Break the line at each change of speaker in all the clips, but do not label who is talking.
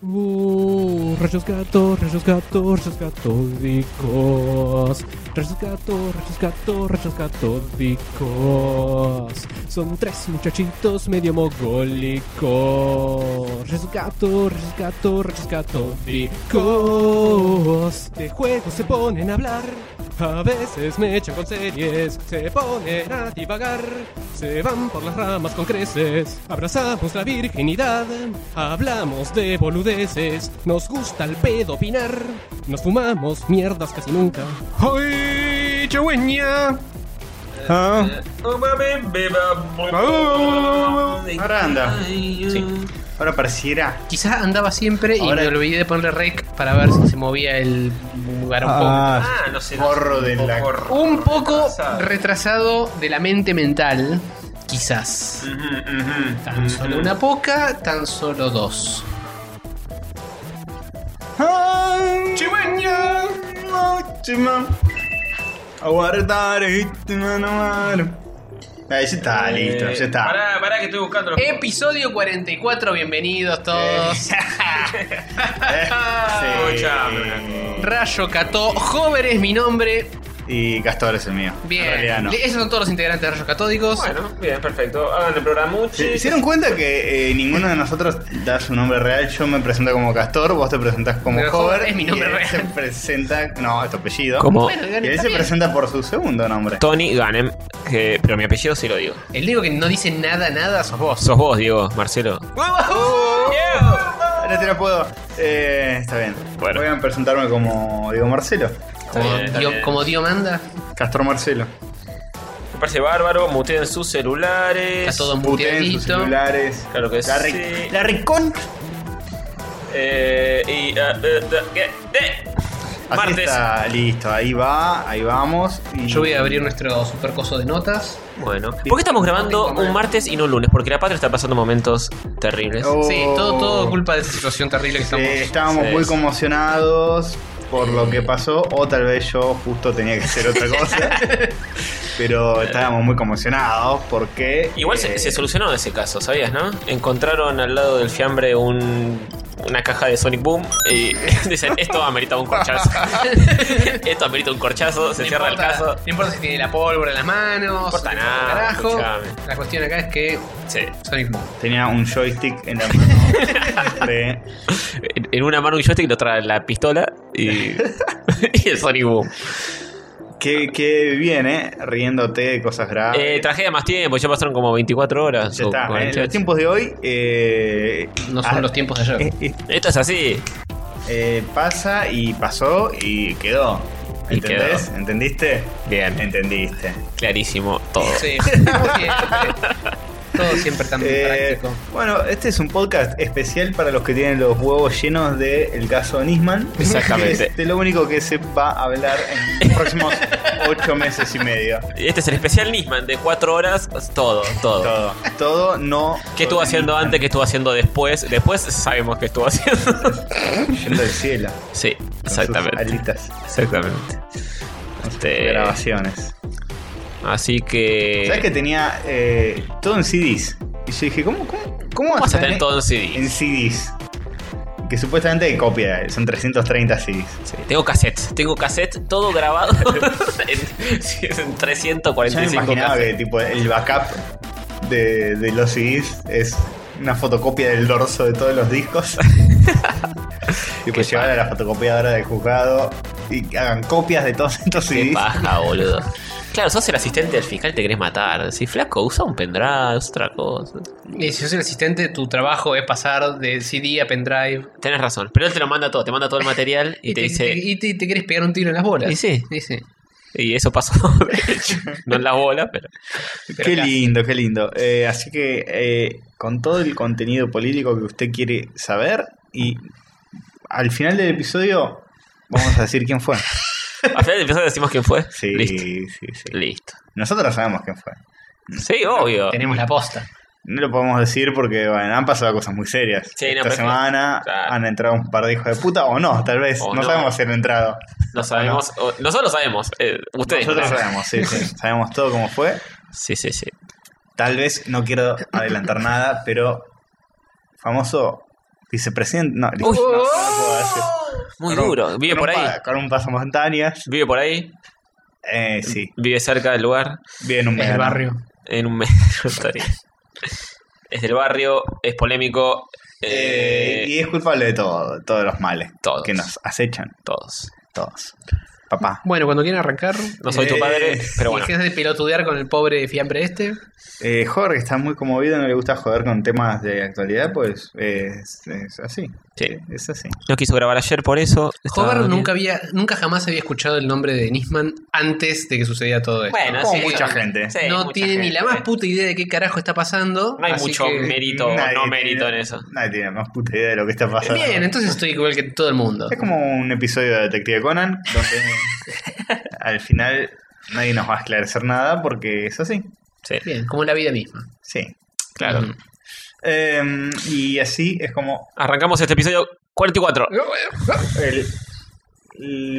Uh, rayos gatos, rayos gatos, rayos catódicos. Rayos gatos, rayos gatos, rayos catódicos. Son tres muchachitos medio mogólicos. Rayos gatos, rayos gatos, rayos catódicos. De juegos se ponen a hablar. A veces me echan con series, se ponen a divagar, se van por las ramas con creces, abrazamos la virginidad, hablamos de boludeces, nos gusta el pedo opinar, nos fumamos mierdas casi nunca. ¡Hoy, chagüeña! Ah.
Ahora anda. Ahora pareciera.
Quizás andaba siempre
Ahora-
y me olvidé de ponerle rec para ver si se movía el lugar un poco.
Ah,
no sé.
Gorro de la-
Un poco
retrasado.
retrasado de la mente mental, quizás.
Ujú, ujú,
Tan solo
ujú.
una poca, tan solo dos.
Chimeña, última. Aguardar última nomás. Ahí ya está, listo,
Eh,
ya está.
Pará, pará que estoy buscando los
Episodio 44, bienvenidos todos.
Eh,
Escuchame.
Rayo Cató, Joven es mi nombre.
Y Castor es el mío. En realidad
Bien,
no.
esos son todos los integrantes de Rayos Catódicos.
Bueno, bien, perfecto. Hagan el programa
¿Se hicieron cuenta que eh, ninguno de nosotros da su nombre real? Yo me presento como Castor, vos te presentás como
Pero
Hover.
Hover es mi nombre
y él
real.
Se presenta. No, es tu apellido.
Como
Bueno,
Oh, Y
Ganem,
él
está
se
bien.
presenta por su segundo nombre.
Tony Ganem, que- pero mi apellido sí lo digo.
El único que no dice nada, nada, sos vos.
Sos vos, Diego, Marcelo.
Ahora te lo puedo. Eh, está bien.
Bueno.
Voy a presentarme como Diego Marcelo.
Como,
bien, está
Dio-
bien.
como Dios manda,
Castor Marcelo.
Me parece bárbaro, muteen sus celulares.
está todo
Puteen sus
muteadito.
celulares.
Claro que
La,
sí.
re- la recon.
Eh, y. ah, eh, da- eh, eh.
Así
Martes.
está, listo. Ahí va, ahí vamos. y- eh,
Yo voy a abrir nuestro supercoso de notas.
Bueno, ¿por qué estamos grabando un martes y no un lunes? Porque la patria está pasando momentos terribles.
Oh.
Sí, todo, todo culpa de esa situación terrible que estamos.
Eh, estábamos
Sí.
muy conmocionados por lo que pasó, o tal vez yo justo tenía que hacer otra cosa. pero estábamos muy conmocionados porque.
Igual
eh,
se, se solucionó ese caso, ¿sabías, no? Encontraron al lado del fiambre un, una caja de Sonic Boom y dicen, esto amerita un corchazo. esto amerita un corchazo, se
No
cierra
importa-
el caso.
No importa si tiene la pólvora en las manos. No
importa nada, escuchame.
La cuestión acá es que
Sí.
Sonic Boom.
Tenía un joystick en la mano. de-
En, en una mano un joystick, en la otra la pistola y, y el Sonic Boom.
que, que bien, ¿eh? Riéndote de cosas graves.
Eh, tragedia más tiempo, ya pasaron como 24 horas.
Ah, ya
o
está. eh,
48.
los tiempos de hoy. eh,
No son
ah,
los tiempos de ayer.
eh, eh,
Esto es así.
eh, pasa y pasó y quedó.
Y
¿Entendés?
quedó.
¿Entendiste?
Bien.
Entendiste.
Clarísimo todo.
Sí, como siempre. Todo siempre tan
Eh,
práctico.
bueno, este es un podcast especial para los que tienen los huevos llenos del el caso Nisman.
Exactamente.
Que es de lo único que se va a hablar en los próximos ocho meses y medio.
Este es el especial Nisman de 4 horas, todo, todo.
Todo. Todo no.
¿Qué estuvo haciendo antes? ¿Qué estuvo haciendo después? Después sabemos qué estuvo haciendo.
Yendo del cielo. con
sí,
sus
exactamente.
alitas. con
Exactamente.
sus
Este,
Grabaciones.
así que.
¿Sabes que tenía eh, todo en CDs? Y yo dije, ¿cómo, cómo, cómo,
¿Cómo vas a
hacen eh?
tener todo en CD?
en CDs? Que supuestamente hay copia, son 330 CDs.
Sí, tengo cassette, tengo cassette todo grabado en, sí, en
Yo me
345
imaginaba
cassettes.
que tipo el backup de, de los CDs es una fotocopia del dorso de todos los discos. y
Qué
pues llevar a la fotocopiadora del juzgado y hagan copias de todos estos
Qué
CDs.
paja, boludo. Claro, sos el asistente del fiscal y te querés matar. Si flaco, usa un pendrive, usa otra cosa.
Y si sos el asistente, tu trabajo es pasar de CD a pendrive.
Tenés razón, pero él te lo manda todo, te manda todo el material y, te, dice.
y te, te querés pegar un tiro en las bolas.
Y sí.
sí.
Y eso pasó, de hecho. No en la bola, pero.
Qué lindo, qué lindo. Eh, así que eh, con todo el contenido político que usted quiere saber y al final del episodio vamos a decir quién fue.
Al final del episodio decimos quién fue.
Sí,
Listo.
sí, sí.
Listo.
Nosotros sabemos quién fue.
Sí, obvio.
Tenemos la posta.
No lo podemos decir porque bueno, han pasado cosas muy serias.
Sí,
Esta
no, pero es que-
semana
claro.
han entrado un par de hijos de puta, o no, tal vez.
O
no,
no.
sabemos si han entrado.
No sabemos. o- nosotros lo sabemos. eh, ustedes. no
Nosotros
saben.
sabemos, sí, sí. Sabemos todo cómo fue.
Sí, sí, sí.
Tal vez, no quiero adelantar nada, pero famoso, vicepresidente. No, listo, no, no lo puedo decir.
Muy
Con un-
duro. Vive
con
por
un
ahí.
pa- Con un paso montañas.
Vive por ahí.
Eh, sí,
Vive cerca del lugar.
bien un
En el
verano.
barrio.
En un metro estaría. Es del barrio, es polémico.
Eh,
eh,
y es culpable de todo, todos los males
Todos.
que nos acechan,
Todos.
todos. Papá.
Bueno, cuando quieran arrancar.
No soy tu
Eh,
padre, pero bueno.
Dejes de pelotudear con el pobre fiambre este.
Eh, Jorge está muy conmovido, no le gusta joder con temas de actualidad, pues eh, es, es así.
Sí.
Es así.
No quiso grabar ayer por eso. estaba
Hover
bien.
nunca había, nunca jamás había escuchado el nombre de Nisman antes de que sucediera todo esto.
Bueno,
Como
sí,
mucha gente.
sí,
no
mucha
tiene ni
gente.
la más puta idea de qué carajo está pasando.
No hay
así
mucho
que-
mérito o
Nadie
no
tiene-
mérito en eso.
Nadie tiene más puta idea de lo que está pasando.
Bien, entonces estoy igual que todo el mundo.
Es como un episodio de Detective Conan, donde al final nadie nos va a esclarecer nada porque es así.
Sí,
Bien, como la vida misma.
Sí.
claro.
Mm.
Em, y así es como
Arrancamos este episodio 44.
el-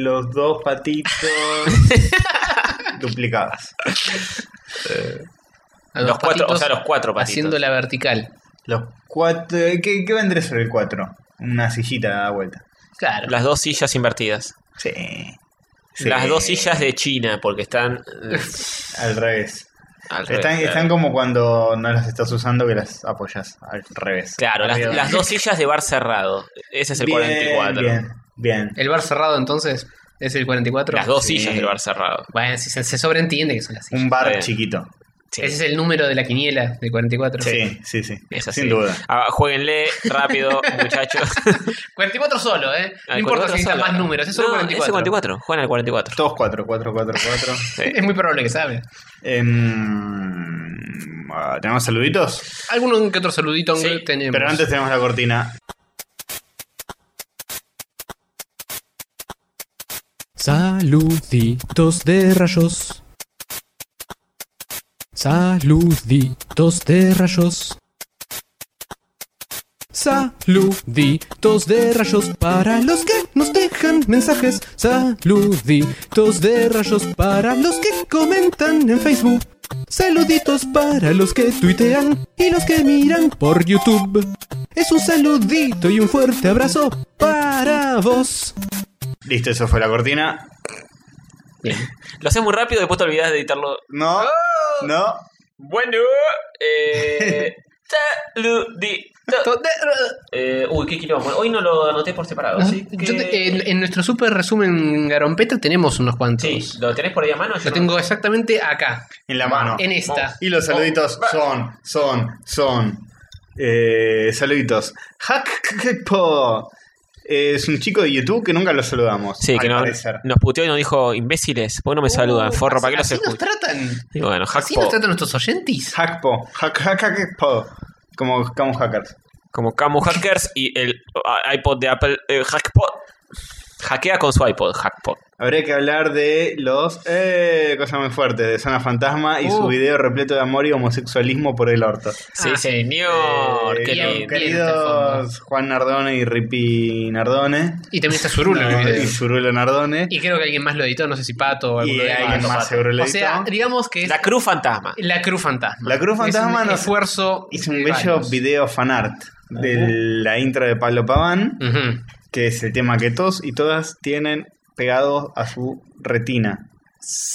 los dos patitos duplicadas.
A
Los cuatro,
patitos
o sea, los cuatro patitos.
Haciendo la vertical.
Los cuatro. ¿Qué, qué vendría sobre el cuatro? Una sillita a la vuelta.
Claro.
Las dos sillas invertidas.
Sí. Sí.
Las dos sillas de China, porque están. eh,
Al revés.
al revés,
Están,
claro.
están como cuando no las estás usando que las apoyas al revés.
Claro, las,
Arriba.
las dos sillas de bar cerrado. Ese es el
Bien,
44.
Bien, bien.
El bar cerrado entonces es el 44.
Las dos
Sí.
sillas del bar cerrado.
Bueno, si se, se sobreentiende que son las sillas.
Un bar
Está bien.
chiquito.
Sí,
Ese es el número de la quiniela del 44.
Sí, sí, sí.
es así.
Sin duda.
Ah, jueguenle rápido, muchachos.
44 solo, ¿eh? No
Al 44
importa si necesitan
solo.
más números, es solo
No, Es
44.
el 44. Juegan al 44.
Todos cuatro, cuatro, cuatro, cuatro.
Es muy probable que sabe.
Em, ah, ¿Tenemos saluditos?
Alguno que otro saludito
Sí,
aunque tenemos.
Pero antes tenemos la cortina.
Saluditos de rayos. Saluditos de rayos. Saluditos de rayos para los que nos dejan mensajes. Saluditos de rayos para los que comentan en Facebook. Saluditos para los que tuitean y los que miran por YouTube. Es un saludito y un fuerte abrazo para vos.
Listo, eso fue la cortina.
Lo haces muy rápido y después te olvidas de editarlo.
No, no.
Bueno, eh. saludito. Eh, uy, qué quilombo. Hoy no lo anoté por separado.
Nos-
así que-
yo te- eh, en, en nuestro super resumen Garompeta tenemos unos cuantos.
Sí, ¿lo tenés por ahí a mano? Yo
Lo
no-
tengo exactamente acá,
En la mano.
en esta.
Y los saluditos son, son, son. Eh, saluditos. Hackpo. Eh, Es un chico de YouTube que nunca lo saludamos.
Sí, que
al
no-
parecer.
nos puteó y nos dijo, imbéciles, ¿por qué no me saludan? Forro, ¿para qué los
Uh, Así nos
escucho?
tratan.
Y bueno,
Así nos
Hackpo,
tratan nuestros oyentes.
Hackpo. Hack, hack, hackpo. Como, como hackers.
como Camu Hackers y el ah, iPod de Apple, eh, Hackpo, hackea con su iPod, Hackpo.
Habría que hablar de los. Eh, cosas muy fuertes. De Zona Fantasma y su
Uh.
video repleto de amor y homosexualismo por el orto.
Sí,
Ah,
señor,
Eh,
qué
bien,
lindo.
bien está el
Queridos Juan Nardone y Ripi Nardone.
Y también está Zurulo en el
No,
video.
Y Zurulo Nardone.
Y creo que alguien más lo editó, no sé si Pato o
Y
alguno de
alguien
ellos.
más seguro lo
O sea,
editó.
digamos que es
La
la,
Cruz Fantasma.
Cruz Fantasma.
La Cruz Fantasma
es un
nos-
esfuerzo.
Hizo un
de
bello
varios.
video fanart de la intro de Pablo Paván,
Ujú.
que es el tema que todos y todas tienen pegados a su retina.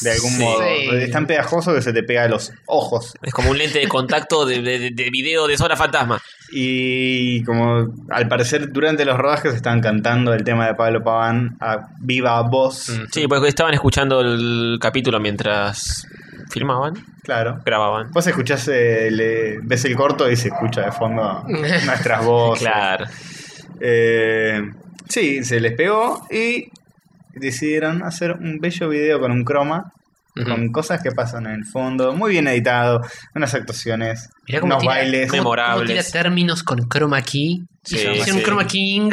De algún
Sí.
modo.
Sí.
Es tan pegajoso que se te pega a los ojos.
Es como un lente de contacto de, de- de- de video de Zona Fantasma.
Y como al parecer durante los rodajes estaban cantando el tema de Pablo Paván a viva voz.
Mm.
Sí, porque estaban escuchando el capítulo mientras filmaban,
Claro.
grababan.
Vos escuchás, eh, le- ves el corto y se escucha de fondo nuestras voces.
Claro.
Eh, sí, se les pegó y decidieron hacer un bello video con un croma,
Ujú.
con cosas que pasan en el fondo, muy bien editado, unas actuaciones,
Mirá cómo
unos
tira-
bailes.
cómo-
Memorables.
cómo tira términos con chroma key.
Sí,
Hicieron
sí.
un chroma king.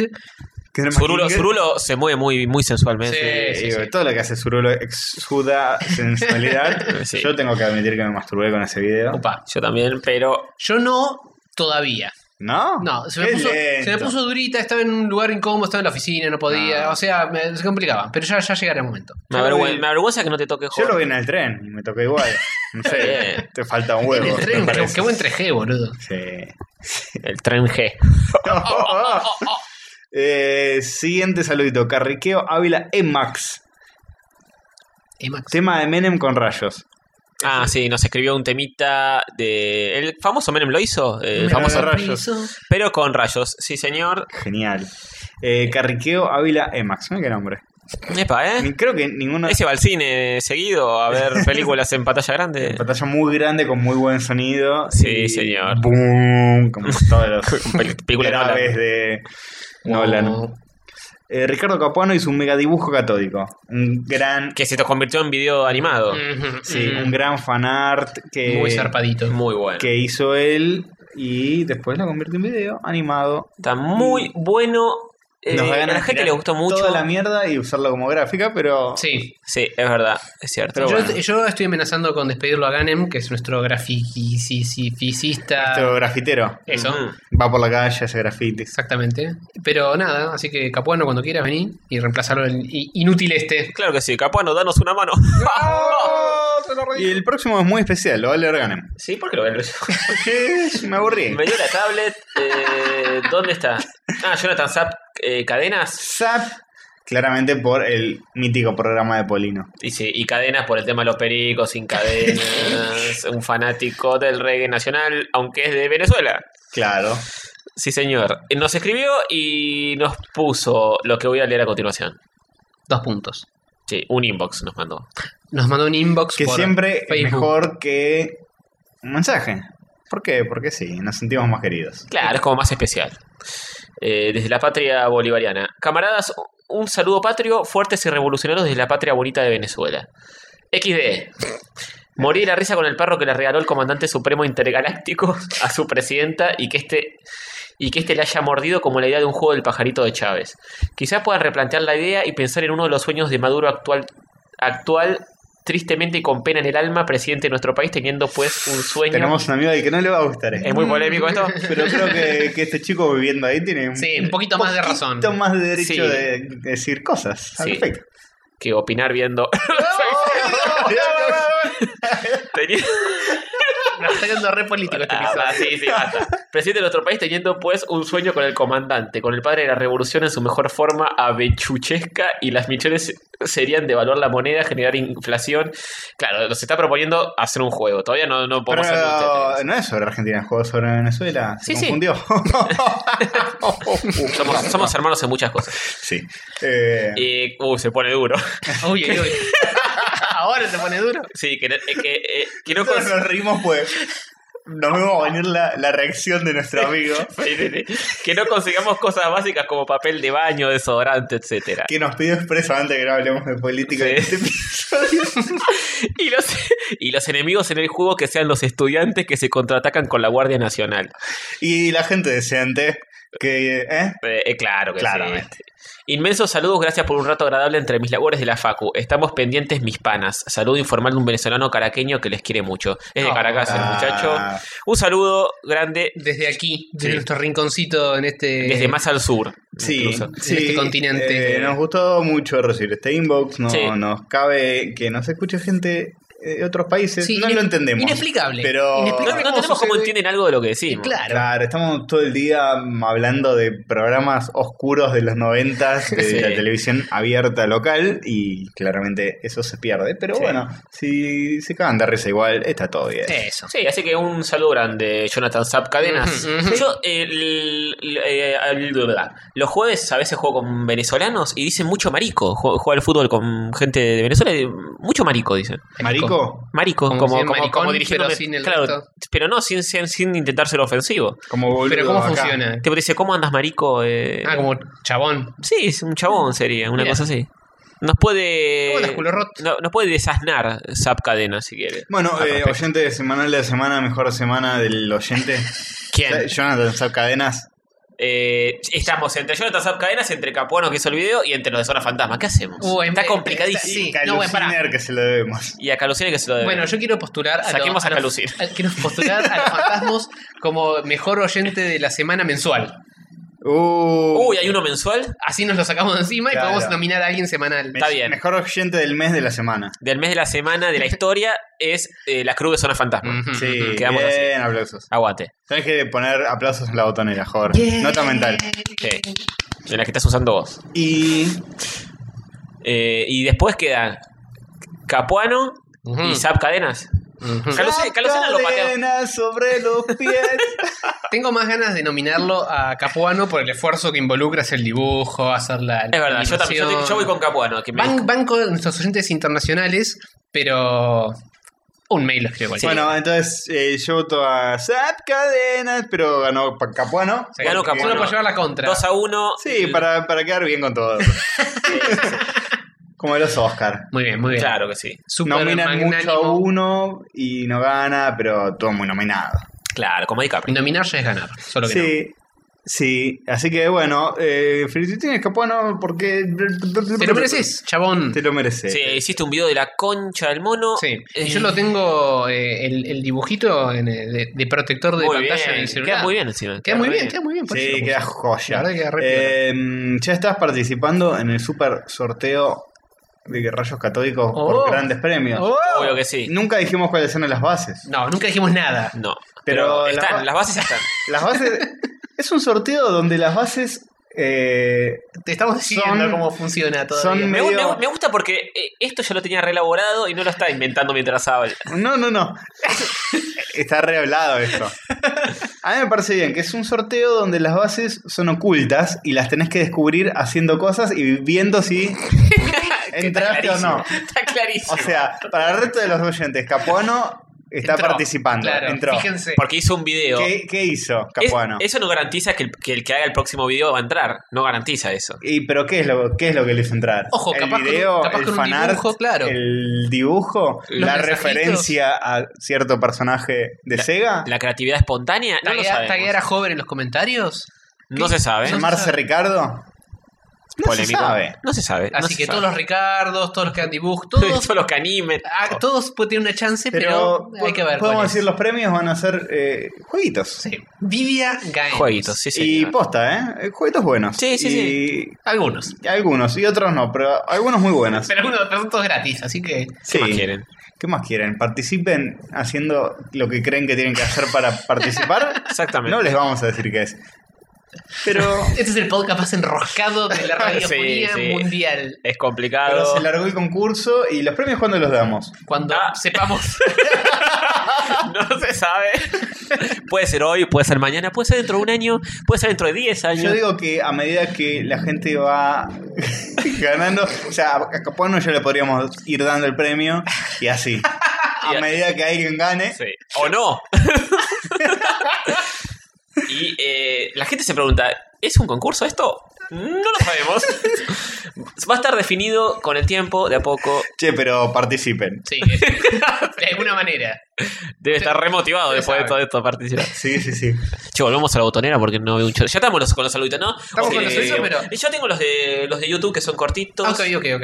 Que era más
Zurulo,
que-
Zurulo se mueve muy, muy sensualmente.
Eh,
Sí, sí,
digo,
sí.
Todo lo que hace Zurulo exuda sensualidad.
Sí.
Yo tengo que admitir que me masturbé con ese video.
Opa.
Yo también, pero
Yo no todavía.
¿No?
No, se me,
Qué
puso, se
lento.
me puso durita, estaba en un lugar incómodo, estaba en la oficina, no podía.
No.
O sea, me- se complicaba. Pero ya, ya llegará el momento.
me,
Yo lo
avergüen-
vi-
me avergüenza que no te toque
Yo lo
Jorge.
vi en el tren y me tocó igual. No sé,
Bien.
te falta un huevo.
En el
me
tren, qué,
parece.
qué buen 3G, boludo.
Sí.
El tren G.
Eh, siguiente saludito. Carriqueo Ávila Emax.
Emax.
Tema de Menem con rayos.
Ah, sí, nos escribió un temita de. El famoso Menem lo hizo. El
Me
famoso
agarra- rayos.
piso.
Pero con rayos, sí, señor.
Genial. Eh, Carriqueo Ávila Emax. Mira qué nombre.
Epa, ¿eh?
Ni- Creo que ninguno.
Ese va al cine seguido a ver películas en pantalla grande.
Pantalla muy grande con muy buen sonido.
Sí,
y
señor.
Boom. Como todos los
Pel- película de
graves
Nolan.
de Nolan.
No.
Eh, Ricardo Capuano hizo un megadibujo catódico. Un gran.
Que se te convirtió en video animado.
Ujú,
Sí,
ujú.
un gran eh, fanart que.
Muy zarpadito.
Muy bueno.
que hizo él y después lo convirtió en video animado.
Está muy bueno. Eh,
mm, Nos da
a
ganas
la
de
gente
tirar
le gustó mucho.
Toda la mierda y usarlo como gráfica, pero.
Sí.
Sí, es verdad, es cierto.
Pero
Yo-
yo,
bueno.
yo estoy amenazando con despedirlo a Ganem, que es nuestro graficisista.
Nuestro grafitero.
Eso.
Mm.
Va por la calle, hace grafitis.
Exactamente. Pero nada, así que Capuano, cuando quieras, vení y reemplazarlo el i- inútil este.
Claro que sí, Capuano, danos una mano.
Y el próximo es muy especial, lo va a leer Ganem.
sí, porque lo
Porque me aburrí.
Me dio la tablet. eh, ¿Dónde está? Ah, Jonathan Zap, eh, cadenas.
Zap, claramente por el mítico programa de Polino.
Y, sí, y cadenas por el tema de los pericos, sin cadenas. un fanático del reggae nacional, aunque es de Venezuela.
Claro.
Sí, señor. Nos escribió y nos puso lo que voy a leer a continuación.
Dos puntos.
Sí, un inbox nos mandó.
Nos mandó un inbox
Que
por
siempre es
Facebook.
mejor que un mensaje. ¿Por qué? Porque sí, nos sentimos más queridos.
Claro, es como más especial. Eh, desde la patria bolivariana. Camaradas, un saludo patrio, fuertes y revolucionarios desde la patria bonita de Venezuela. XD. Morí de la risa con el perro que le regaló el comandante supremo intergaláctico a su presidenta y que este y que este le haya mordido como la idea de un juego del pajarito de Chávez. Quizá pueda replantear la idea y pensar en uno de los sueños de Maduro actual, actual tristemente y con pena en el alma, presidente de nuestro país, teniendo pues un sueño.
Tenemos un amigo al que no le va a gustar esto.
Es muy polémico esto.
Pero creo que, que este chico viviendo ahí tiene un
Sí, un poquito más de razón.
poquito más de derecho
Sí.
de decir cosas al
Sí.
respecto.
que opinar viendo. Teniendo-
Nos está quedando re político este
Ah,
episodio.
va, sí, sí, basta. Presidente de nuestro país teniendo pues un sueño con el comandante, con el padre de la revolución en su mejor forma avechuchesca y las misiones serían devaluar la moneda, generar inflación. Claro, nos está proponiendo hacer un juego. Todavía no, no podemos hacer muchas
Pero
ideas.
no es sobre Argentina, el juego sobre Venezuela. Se
Sí, sí.
confundió.
Somos, somos hermanos en muchas cosas.
sí. Eh,
Y, uh, se pone duro.
Uy, uy, uy. Ahora se pone duro.
Sí, que, eh, que, eh, que no
nosotros
cons-
nos rimos pues. Nos vemos venir la, la reacción de nuestro amigo
Sí, sí, sí. que no consigamos cosas básicas como papel de baño, desodorante, etcétera.
que nos pidió expresamente que no hablemos de política en este episodio.
Y los, y los enemigos en el juego que sean los estudiantes que se contraatacan con la Guardia Nacional.
Y la gente decente que. ¿eh?
Eh, eh, claro que
Claramente.
sí. Inmensos saludos, gracias por un rato agradable entre mis labores de la Facu. Estamos pendientes, mis panas. Saludo informal de un venezolano caraqueño que les quiere mucho. Es de
Oh.
Caracas, el
Ah.
muchacho. Un saludo grande
Desde aquí, desde
Sí.
nuestro rinconcito en este.
desde más al sur.
Sí,
incluso.
sí,
este continente.
eh, nos gustó mucho recibir este inbox. No,
Sí.
Nos cabe que nos escuche gente eh, de otros países.
Sí,
no
ine-
lo entendemos.
inexplicable.
Pero
No, no
Inexplicable. ¿Cómo
entendemos cómo
sucede?
entienden algo de lo que decimos.
Claro.
claro, estamos todo el día mm, hablando de programas oscuros de los noventas, de
Sí.
la televisión abierta local, y claramente eso se pierde. Pero
Sí.
bueno, si se cagan de risa igual, está todo bien.
Eso.
Sí, así que un saludo grande, Jonathan Zap Cadenas.
Ujú, ujú.
Yo, eh, el- el- eh, el- los jueves a veces juego con venezolanos y dicen mucho marico. Jue- Juega al fútbol con gente de Venezuela y mucho marico, dicen.
Marico,
Marico,
Como
como, como,
si es
como
maricón,
dirigiéndome-
pero sin el
claro,
resto.
pero no, sin, sin, sin intentar ser ofensivo.
como boludo
Pero ¿cómo
acá.
funciona?
Te dice, ¿cómo andas marico? Eh,
Ah, como chabón.
Sí, es un chabón sería, una
Bien.
cosa así. Nos puede.
¿Cómo andas, culo roto?
no- nos puede desasnar Zap Cadenas si quiere. Ah,
Bueno,
Al
eh,
respecto.
oyente de semanal de la semana, mejor semana del oyente.
¿Quién?
Jonathan Zap Cadenas.
Eh, estamos entre Jonathan Zap Cadenas, entre Capuano que hizo el video y entre los de Zona Fantasma. ¿Qué hacemos?
Uy,
Está
me-
complicadísimo.
Sí,
Caluciner
no, bueno, pará.
que se lo debemos.
Y a Calucine que se lo debe.
Bueno, yo quiero postular a,
eh, Saquemos
los,
a
los-
Calucir.
a- quiero postular a los fantasmos como mejor oyente de la semana mensual.
Uh,
Uy, hay uno mensual
Así nos lo sacamos de encima y
Claro.
podemos nominar a alguien semanal.
me-
está bien.
Mejor oyente del mes de la semana.
del mes de la semana de la historia es eh, La Cruz de Zona Fantasma.
Ujú,
Sí,
ujú.
Mm, quedamos así.
bien, aplausos.
Aguante.
Tenés que poner aplausos en la botonera, Jorge. Nota mental.
Sí. De la que estás usando vos.
Y
Eh, y después queda Capuano
Ujú.
y Zap Cadenas.
Ujú.
Carlos- Carlosena lo patea.
Cadena sobre los pies.
Tengo más ganas de nominarlo a Capuano por el esfuerzo que involucra hacer el dibujo, hacer la.
Es verdad, yo también. Yo, te- yo voy con Capuano. Que me-
Ban- banco de nuestros oyentes internacionales, pero. Un mail lo escribo cualquiera.
Bueno, entonces eh, yo voto a Zap Cadenas, pero ganó Pa- Capuano.
Sí,
ganó
solo
Capuano.
por llevar la contra.
2 a 1.
Sí, para, para quedar bien con todos. Como los Oscar.
Muy bien, muy bien.
Claro que sí.
Super
Nominan mucho a
magnánimo.
uno y no gana, pero todo muy nominado.
Claro, como DiCaprio.
Nominar ya es ganar, solo que
Sí, sí. Así que bueno, eh, felicitaciones Capuano porque...
no. Te lo mereces, chabón.
Te lo mereces.
Sí, hiciste un video de la concha del mono.
Sí, y
Eh,
yo lo tengo eh, el, el dibujito en, eh, de, de protector de
muy
pantalla
bien.
en el celular.
Queda muy bien encima.
Queda muy
re
bien, queda muy bien. por eso
Sí,
lo
queda
puse.
joya.
La verdad que queda re
Eh, ya estás participando en el super sorteo de rayos catódicos
Oh.
por grandes premios.
Obvio que sí.
Nunca dijimos cuáles eran las bases.
No, nunca dijimos nada.
No.
Pero
Pero,
la-
están, las bases están.
Las bases. es un sorteo donde las bases eh,
Te estamos diciendo
Son-
cómo funciona todo.
son
Me, gu- me
medio.
gu- me gusta porque eh, esto ya lo tenía reelaborado y no lo está inventando mientras habla.
No, no, no. Está rehablado esto. A mí me parece bien que es un sorteo donde las bases son ocultas y las tenés que descubrir haciendo cosas y viendo si entraste o no.
Está clarísimo.
O sea, para el resto de los oyentes, Capuano está participando. entró.
Fíjense.
porque hizo un video.
¿Qué, qué hizo
Es-
Capuano?
eso no garantiza que el, que el que haga el próximo video va a entrar. No garantiza eso.
¿Y pero qué es lo, qué es lo que le hizo entrar?
Ojo,
el
capaz con un-
video,
capaz
el
con un
fanart,
dibujo, claro.
el dibujo,
Los
la
mensajitos.
referencia a cierto personaje de Sega.
La creatividad espontánea, no lo
Taguear
sabemos.
taguear a joven en los comentarios.
No se sabe.
No
¿Llamarse
se sabe.
Ricardo? No
Polémico.
se sabe.
No se sabe. no
Así
se
que
sabe.
todos los Ricardos, todos los que dan dibujos, todos,
Todos los que animen.
ah, todos pueden tener una chance, pero,
Pero,
hay que ver.
podemos
cuál es.
decir los premios van a ser eh, jueguitos.
Sí. Vivia Games.
Jueguitos, sí,
y
señor.
posta, ¿eh? Jueguitos buenos.
Sí, sí,
y
Algunos.
Algunos, y otros no, pero algunos muy buenos.
Pero algunos pero son todos gratis, así que.
¿Qué
Sí.
más quieren?
¿Qué más quieren? Participen haciendo lo que creen que tienen que hacer para participar.
Exactamente.
No les vamos a decir qué es. Pero,
Este es el podcast más enroscado de la radiofonía
Sí, sí.
mundial.
Es
pero
complicado.
se largó el concurso y los premios cuando los damos.
Cuando
Ah.
sepamos.
No se sabe. puede ser hoy, puede ser mañana, puede ser dentro de un año, puede ser dentro de 10 años.
Yo digo que a medida que la gente va ganando, o sea, a Capone ya le podríamos ir dando el premio y así.
Y
A
así.
medida que alguien gane,
Sí. O no. y eh, la gente se pregunta, ¿es un concurso esto? No lo sabemos. Va a estar definido con el tiempo, de a poco.
che, pero participen.
Sí, de alguna manera.
Debe estar remotivado
Se
después de
sabe.
todo esto participar.
Sí, sí, sí.
Che, volvemos a la botonera porque no veo un chorro. Ya estamos los- con los saluditos, ¿no?
Estamos
O
con los saluditos, pero- Ah,
Y yo tengo los de los de YouTube que son cortitos.
Ok, ok, ok.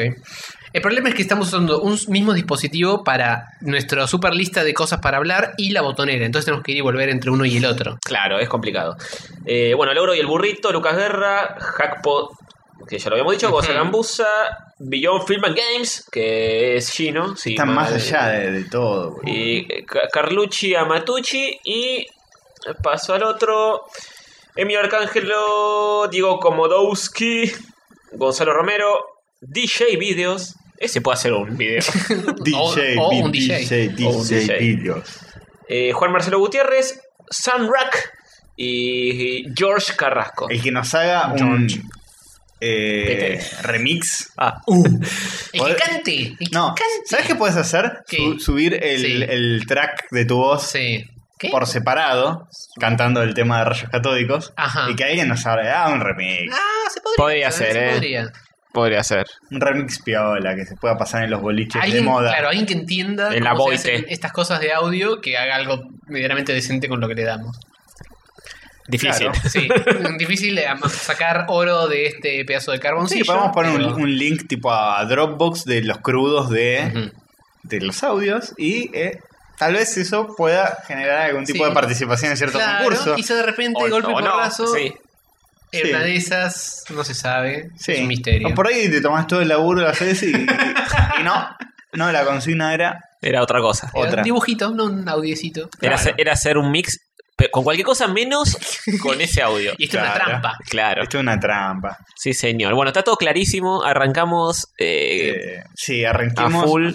El problema es que estamos usando un mismo dispositivo para nuestra super lista de cosas para hablar y la botonera. Entonces tenemos que ir y volver entre uno y el otro.
Claro, es complicado. Eh, bueno, Lauro y el burrito, Lucas Guerra, Hackpot, que ya lo habíamos dicho, Gonzalo
Ujú.
Gambusa, Beyond Film and Games, que es chino. Sí,
Están más
madre.
allá de, de todo. güey.
Y eh, Ca- Carlucci Amatucci y paso al otro. Emilio Arcángelo, Diego Komodowski, Gonzalo Romero, DJ Videos. Ese puede hacer un video.
DJ,
o un
DJ,
O un DJ.
videos.
Eh, Juan Marcelo Gutiérrez, Sam Rack y y George Carrasco.
El que nos haga un
George.
eh,
Vete.
remix.
Ah,
El que
Poder-
cante. El que
No,
cante.
¿sabes qué puedes hacer?
¿Qué?
Su- subir el,
Sí.
el track de tu voz
Sí. ¿Qué?
por separado, cantando el tema de rayos catódicos,
Ajá.
y que alguien nos haga ah, un remix.
Ah, se podría.
Podría
se-
ser,
se
eh.
podría.
podría ser.
Un remix piola que se pueda pasar en los boliches de
Alguien,
moda.
claro, alguien que entienda
El
cómo se
aboite.
hacen estas cosas de audio que haga algo medianamente decente con lo que le damos.
Difícil.
Claro.
Sí, difícil eh, sacar oro de este pedazo de
Sí,
carboncillo.
podemos poner
pero-
un, ¿eh? un link tipo a Dropbox de los crudos de,
Ujú.
de los audios y eh, tal vez eso pueda generar algún tipo
Sí.
de participación en cierto
Claro,
concurso.
hizo de repente
O-
golpe y
o no,
porrazo.
sí.
En
Sí.
una de esas no se sabe.
Sí.
Es un misterio.
O por ahí te tomás todo el laburo, la haces y, y no. No, la consigna era
Era otra cosa.
Era
otra.
Un dibujito, no un audiecito.
Era, hacer, era hacer un mix pe- con cualquier cosa menos con ese audio.
Y esto es una
Claro.
trampa.
Claro,
Esto es una trampa.
sí señor. Bueno, está todo clarísimo. Arrancamos eh,
Eh, sí,
a
arranquemos.
full.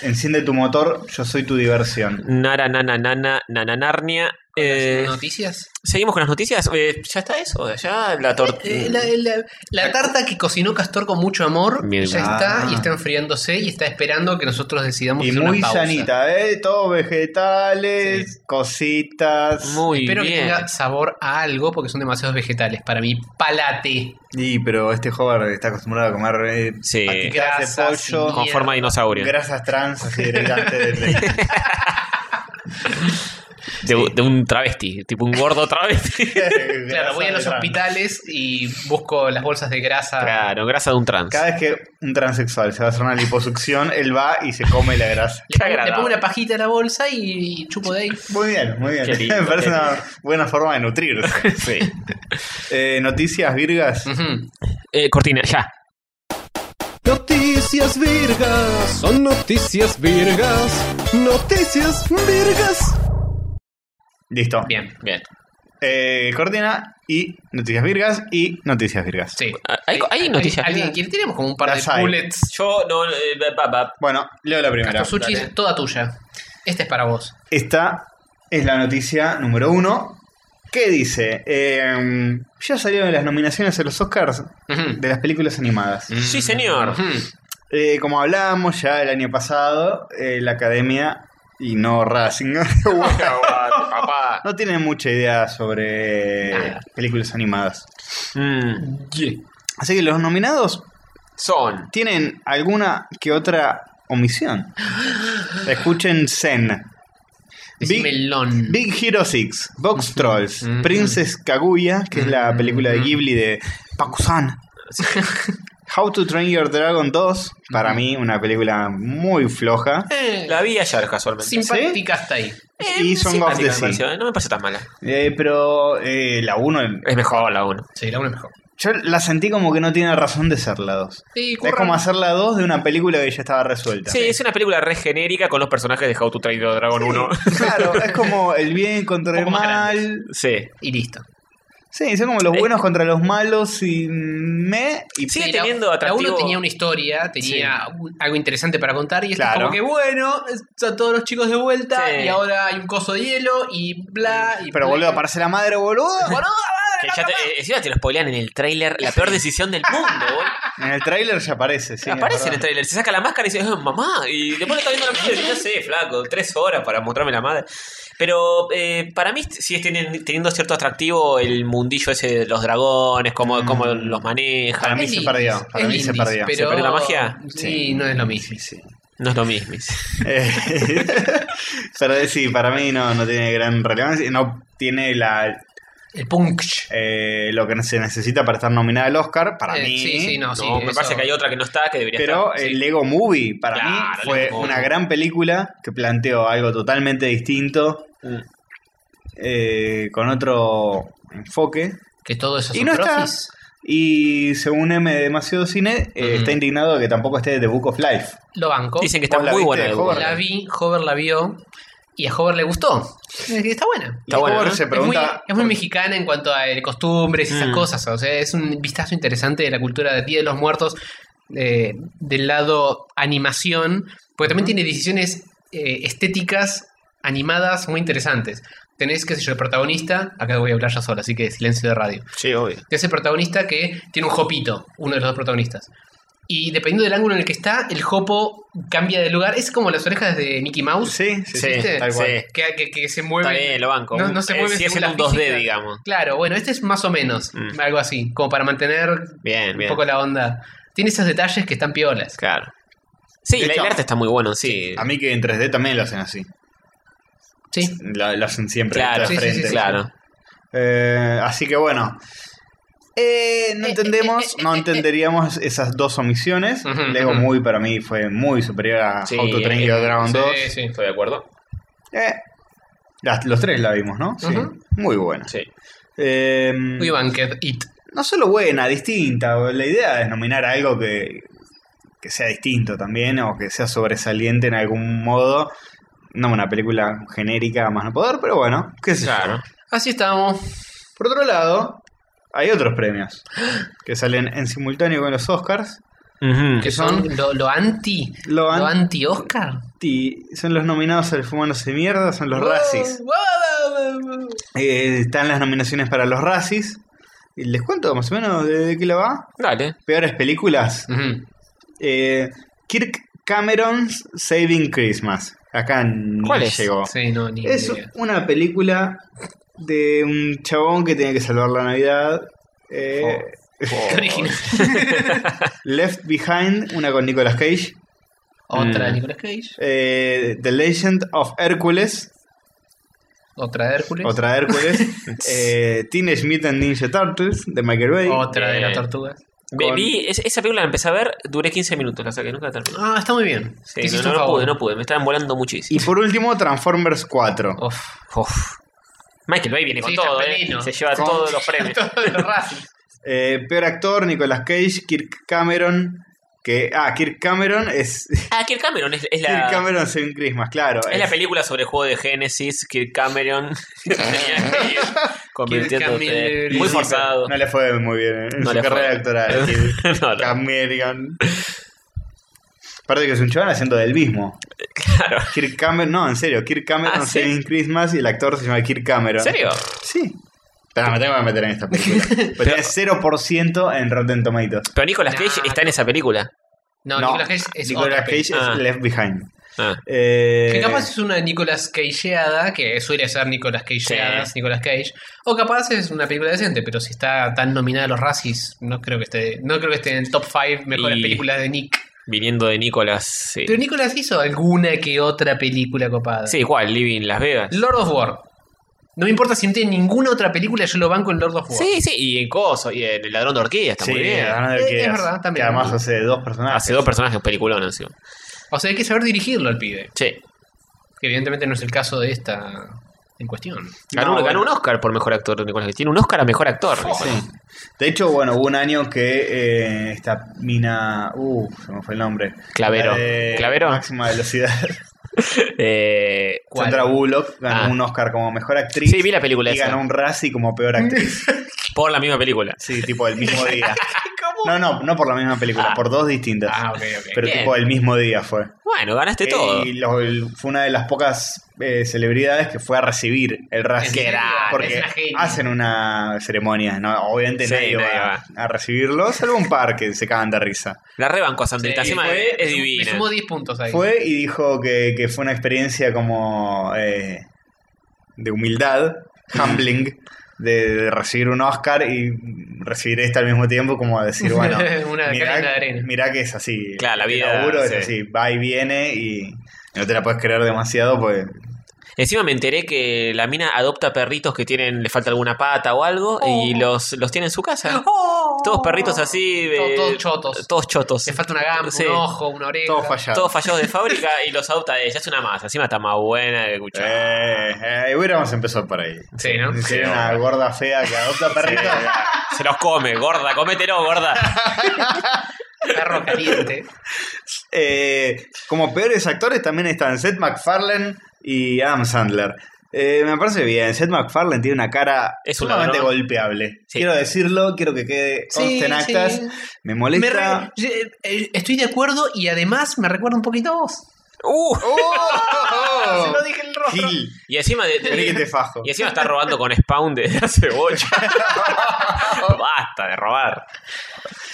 Enciende tu motor, yo soy tu diversión.
Nara, nana, nana, nana, narnia. Eh,
¿Noticias?
Seguimos con las noticias. Eh, ya está eso. Ya la torta.
Eh, la, la- la tarta que cocinó Castor con mucho amor
Bien.
ya está
Ah.
y está enfriándose y está esperando que nosotros decidamos
Y
hacer
muy
una pausa.
sanita, ¿eh? Todo vegetales, cositas.
Muy
Espero que
bien.
tenga sabor a algo porque son demasiados vegetales para mi palate.
Y pero este joven está acostumbrado a comer eh,
Sí.
patitas de
Grasas,
pollo,
Con forma de dinosaurio.
grasas trans, así directamente del-
De, de un travesti. Tipo un gordo travesti.
grasas
Claro, voy a los
trans.
hospitales y busco las bolsas de grasa.
claro, grasa de un trans.
Cada vez que un transexual se va a hacer una liposucción, él va y se come la grasa.
Le pongo, le
agradable.
pongo una pajita a la bolsa y, y chupo de ahí.
Muy bien, muy bien.
Qué lindo,
Me parece
qué
una buena forma de nutrirse.
Sí.
Eh, noticias virgas.
Ujú.
Eh, cortina, ya.
Noticias virgas, son noticias virgas, noticias virgas.
Listo.
Bien,
Bien.
Eh, Cortina y noticias virgas y noticias virgas.
sí.
Ah,
Eh,
¿Hay, hay noticias?
¿Alguien quiere? Tenemos como un par
Las
de
hay.
bullets.
Yo no. eh, va, va.
Bueno, leo la primera.
Sushi,
Dale.
toda tuya. Esta es para vos.
Esta es la noticia número uno. ¿Qué dice? Eh, ya salieron las nominaciones a los Oscars
Ujú.
de las películas animadas.
Sí, señor.
Ujú.
Eh, como hablábamos ya el año pasado, eh, la academia y no Racing
Papá.
no tienen mucha idea sobre
Nada.
películas animadas.
Mm.
Así que los nominados
Son.
tienen alguna que otra omisión. Escuchen Zen. Big-
Decime melón.
Big Hero 6, Box Trolls,
Ujú.
Princess Kaguya, que es la
Ujú.
película de Ghibli de Pakusan. How to Train Your Dragon 2, para mí una película muy floja.
Eh,
La vi ayer casualmente.
simpática hasta ahí.
y Song of the
Simpática, me
Sea.
pareció, No me parece tan mala.
Eh, pero eh, la 1,
Es mejor la 1.
Sí, la una es mejor.
yo la sentí como que no tiene razón de ser la 2.
Sí,
Es
curran.
como hacer la 2 de una película que ya estaba resuelta.
Sí, es una película re genérica con los personajes de How to Train Your Dragon 1.
Claro, es como el bien contra el
poco más
mal.
Sí.
Y listo.
Sí, son como los buenos contra los malos y me y
Sigue
Sí, la-
teniendo
La
atractivo.
uno tenía una historia, tenía un- algo interesante para contar y esto
Claro.
es como que bueno, están todos los chicos de vuelta
Sí.
y ahora hay un coso de hielo y bla. Y
Pero
bla.
boludo, aparece la madre, boludo.
Boludo,
Que ya te, eh, encima te lo spoilean en el tráiler, la peor decisión del mundo, bol.
En el tráiler ya aparece, sí.
Aparece
es
en el
verdad.
tráiler, se saca la máscara y dice, "Ah, mamá, y después le está viendo la madre, y yo sé, flaco, tres horas para mostrarme la madre. Pero eh, para mí sigue teniendo, teniendo cierto atractivo el mundillo ese de los dragones, cómo,
Mm.
cómo los maneja.
Para mí
Es
se
lindis,
perdió, para
es
mí se
lindis,
perdió.
Pero...
¿Se perdió la magia?
Sí, no es lo mismo.
No es lo mismo.
Eh, Pero sí, para mí no, no tiene gran relevancia. No tiene la
El punch.
eh, lo que se necesita para estar nominada al Oscar, para
Eh,
mí.
sí, sí, no,
No,
sí,
me
eso-
parece que hay otra que no está, que debería
Pero
estar. Sí.
el Lego Movie, para mí,
Claro,
fue
Lego
una
Movie.
gran película que planteó algo totalmente distinto,
Mm.
eh, con otro enfoque.
Que todo eso
Y
son
no está.
profis.
Y según M de Demasiado Cine, eh,
Mm.
está indignado de que tampoco esté The Book of Life.
Lo banco.
Dicen que está
¿Vos la
muy
viste,
buena. de
Hover?
Google.
La vi, Hover la vio y a Hover le gustó. Dice que Está buena.
Y
bueno,
Howard
¿no?
se
Es muy,
pregunta.
es muy mexicana en cuanto a eh, costumbres y esas
Mm.
cosas. O sea, es un vistazo interesante de la cultura de Día de los Muertos eh, del lado animación, porque también tiene decisiones eh, estéticas animadas muy interesantes. Tenés, qué sé yo, el protagonista, acá voy a hablar ya sola, así que silencio de radio.
Sí, obvio.
Tenés el protagonista que tiene un jopito, uno de los dos protagonistas. Y dependiendo del ángulo en el que está, el jopo cambia de lugar. Es como las orejas de Mickey Mouse.
Sí, sí, sí,
¿Viste?
tal cual.
sí.
Que, que- que se
Está
mueve.
bien, lo banco.
No, no se
Eh,
mueve
sigue siendo
según la
un 2D,
física.
digamos.
Claro, bueno, este es más o menos
Mm.
algo así, como para mantener
Bien,
un
bien.
poco la onda. Tiene esos detalles que están piolas.
Claro. Sí,
De
la-
hecho,
el arte está muy bueno, sí.
A mí que en 3D también lo hacen así.
Sí.
Lo, lo hacen siempre.
Claro,
de
sí, sí,
frente.
sí,
claro.
Eh, así que bueno. Eh, no
Eh,
entendemos,
eh, eh, eh,
no
eh,
entenderíamos esas dos omisiones.
Ujú,
Lego
ujú.
Movie para mí fue muy superior a
Sí,
How to Train Your
eh,
Dragon 2.
Sí, sí.
Estoy de acuerdo.
Eh, las- los tres la vimos, ¿no? Sí.
Ujú.
Muy buena.
Sí.
Eh,
We Banked It.
no solo buena, distinta. La idea es nominar algo que, que sea distinto también o que sea sobresaliente en algún modo. No una película genérica más no poder, pero bueno, qué sé yo.
Claro.
Así estamos.
Por otro lado, hay otros premios que salen en simultáneo con los Oscars.
Que son lo, lo anti.
Lo
Lo
anti
anti-Oscar.
son los nominados al Fumándose Mierda, son los Razzies. Eh, están las nominaciones para los Razzies. Y les cuento más o menos de, de qué la va.
Dale.
Peores películas.
Ujú.
Eh, Kirk Cameron's Saving Christmas. Acá ni
¿Cuál es?
llegó.
Sí, no, ni
Es
idea.
una película de un chabón que tiene que salvar la Navidad. Eh,
Qué original.
Left Behind, una con Nicolas Cage.
Otra de
Mm.
Nicolas Cage.
Eh, The Legend of Hércules,
Otra de Hércules. Otra,
otra de Hércules. eh, Teenage Mutant Ninja Turtles, de Michael Bay.
de
Bien.
las tortugas.
Ve-
Con-
Vi, es- esa película la empecé a ver, duré 15 minutos, la saqué, nunca la terminé.
Ah, está muy bien.
Sí,
Te hiciste
no, no,
un
no
favor.
pude, no pude, me estaban volando
Y
muchísimo.
por último, Transformers 4.
Uf.
Uf. Michael Bay viene con
Sí, está
todo, ¿eh?
pleno.
Se lleva
Con-
todos los premios.
Todo lo Razzies.
Eh, peor actor, Nicolas Cage, Kirk Cameron. Que, ah, Kirk Cameron es.
Ah, Kirk Cameron es, es
Kirk
la,
Cameron Saving Christmas, claro.
es la película sobre el juego de Genesis, Kirk Cameron. convirtiendo
Kirk Cameron.
muy
Sí,
forzado.
No le fue muy bien en
No
su
le fue.
carrera actoral. Kirk
No, no.
Cameron. Aparte que es un chaval haciendo del mismo.
Claro.
Kirk Cameron, no, en serio, Kirk Cameron
Ah, ¿sí?
Saving Christmas y el actor se llama Kirk Cameron.
¿En serio?
Sí. Pero me tengo que meter en esta película. Pero tiene 0% en Rotten Tomatoes.
Pero Nicolas Cage
Nah,
está en esa película.
No, Nicolas Cage es
Nicolas
otra
Cage
peli.
es
Ah.
Left Behind.
Ah.
Eh,
Que capaz es una Nicolas Cageada, que suele ser Nicolas Cageadas, Nicolas Cage. O capaz es una película decente, pero si está tan nominada a los Razzies, no creo que esté, no creo que esté en el top 5 mejores
Y-
películas de Nick.
Viniendo de Nicolas. Sí,
Pero Nicolas hizo alguna que otra película copada.
Sí, igual, Living Las Vegas.
Lord of War. No me importa si no tiene ninguna otra película, yo lo banco en Lord of War.
Sí, sí, y en Coso, y en El Ladrón de Orquídeas, está
sí,
muy bien.
Arnold
Es- es
Arqueas,
verdad, también.
Que además hace dos personajes.
Hace dos personajes peliculón encima.
O sea, hay que saber dirigirlo al pibe.
Sí.
Que evidentemente no es el caso de esta en cuestión.
Ganó,
No,
ganó
bueno.
un Oscar por mejor actor de Nicolas Cage. Tiene un Oscar a mejor actor.
Oh.
Nicolas.
Sí. De hecho, bueno, hubo un año que eh, esta mina. Uh, se me fue el nombre.
Clavero.
La de
Clavero.
Máxima velocidad.
Eh,
¿Cuál?
Sandra Bullock ganó
Ah.
un Oscar como mejor actriz.
sí, vi la película
y
esa.
ganó un Razzie como peor actriz.
Por la misma película.
Sí, tipo el mismo día.
¿Cómo?
No, no, no por la misma película,
Ah.
por dos distintas.
Ah, ok, ok.
pero
bien.
tipo el mismo día fue.
Bueno, ganaste
Eh,
todo.
Y lo- el- fue una de las pocas eh, celebridades que fue a recibir el Razzie.
Qué grande,
Porque
ah, es una genia.
hacen una ceremonia, ¿no? Obviamente
Sí,
nadie,
nadie
va a recibirlo, salvo un par que se cagan de risa.
La rebanco a
Sí,
Sandrita. Encima
fue-
es, es
me sumó- Me
divina.
sumó 10 puntos ahí.
Fue y dijo que, que fue una experiencia como eh, de humildad, humbling, de, de recibir un Oscar y recibir este al mismo tiempo, como a decir, bueno,
Una de cal y una de arena.
mirá que es así.
Claro, la
el
vida,
laburo
sí.
es así, va y viene y no te la puedes creer demasiado, pues
Encima me enteré que la mina adopta perritos que tienen, le falta alguna pata o algo,
Oh.
y los, los tiene en su casa. Todos perritos así.
Todos-
eh,
todos chotos.
Todos chotos.
Le falta una gamba,
Sí.
un ojo, una oreja.
todo fallado.
Todos fallados de fábrica y los adopta ella. Es una masa. Encima está más buena que cuchara.
Eh, eh, hubiéramos empezado por ahí.
Sí, ¿no?
Si tiene una gorda fea que adopta perritos.
Se los come, gorda. Comételo, gorda.
Perro caliente.
Eh, como peores actores también están Seth MacFarlane y Adam Sandler. Eh, me parece bien, Seth MacFarlane tiene una cara
Es un
sumamente
ladrón.
golpeable.
Sí.
Quiero decirlo, quiero que quede
Sí,
conste en
sí.
actas. Me
Me re-
molesta.
ye- eh, estoy de acuerdo y además me recuerda un poquito a vos.
Uh.
¡Oh!
Se lo dije en el rostro.
Gil,
Y encima de- de-
vení que te fajo.
y encima está robando con Spawn desde hace ocho. Basta de robar.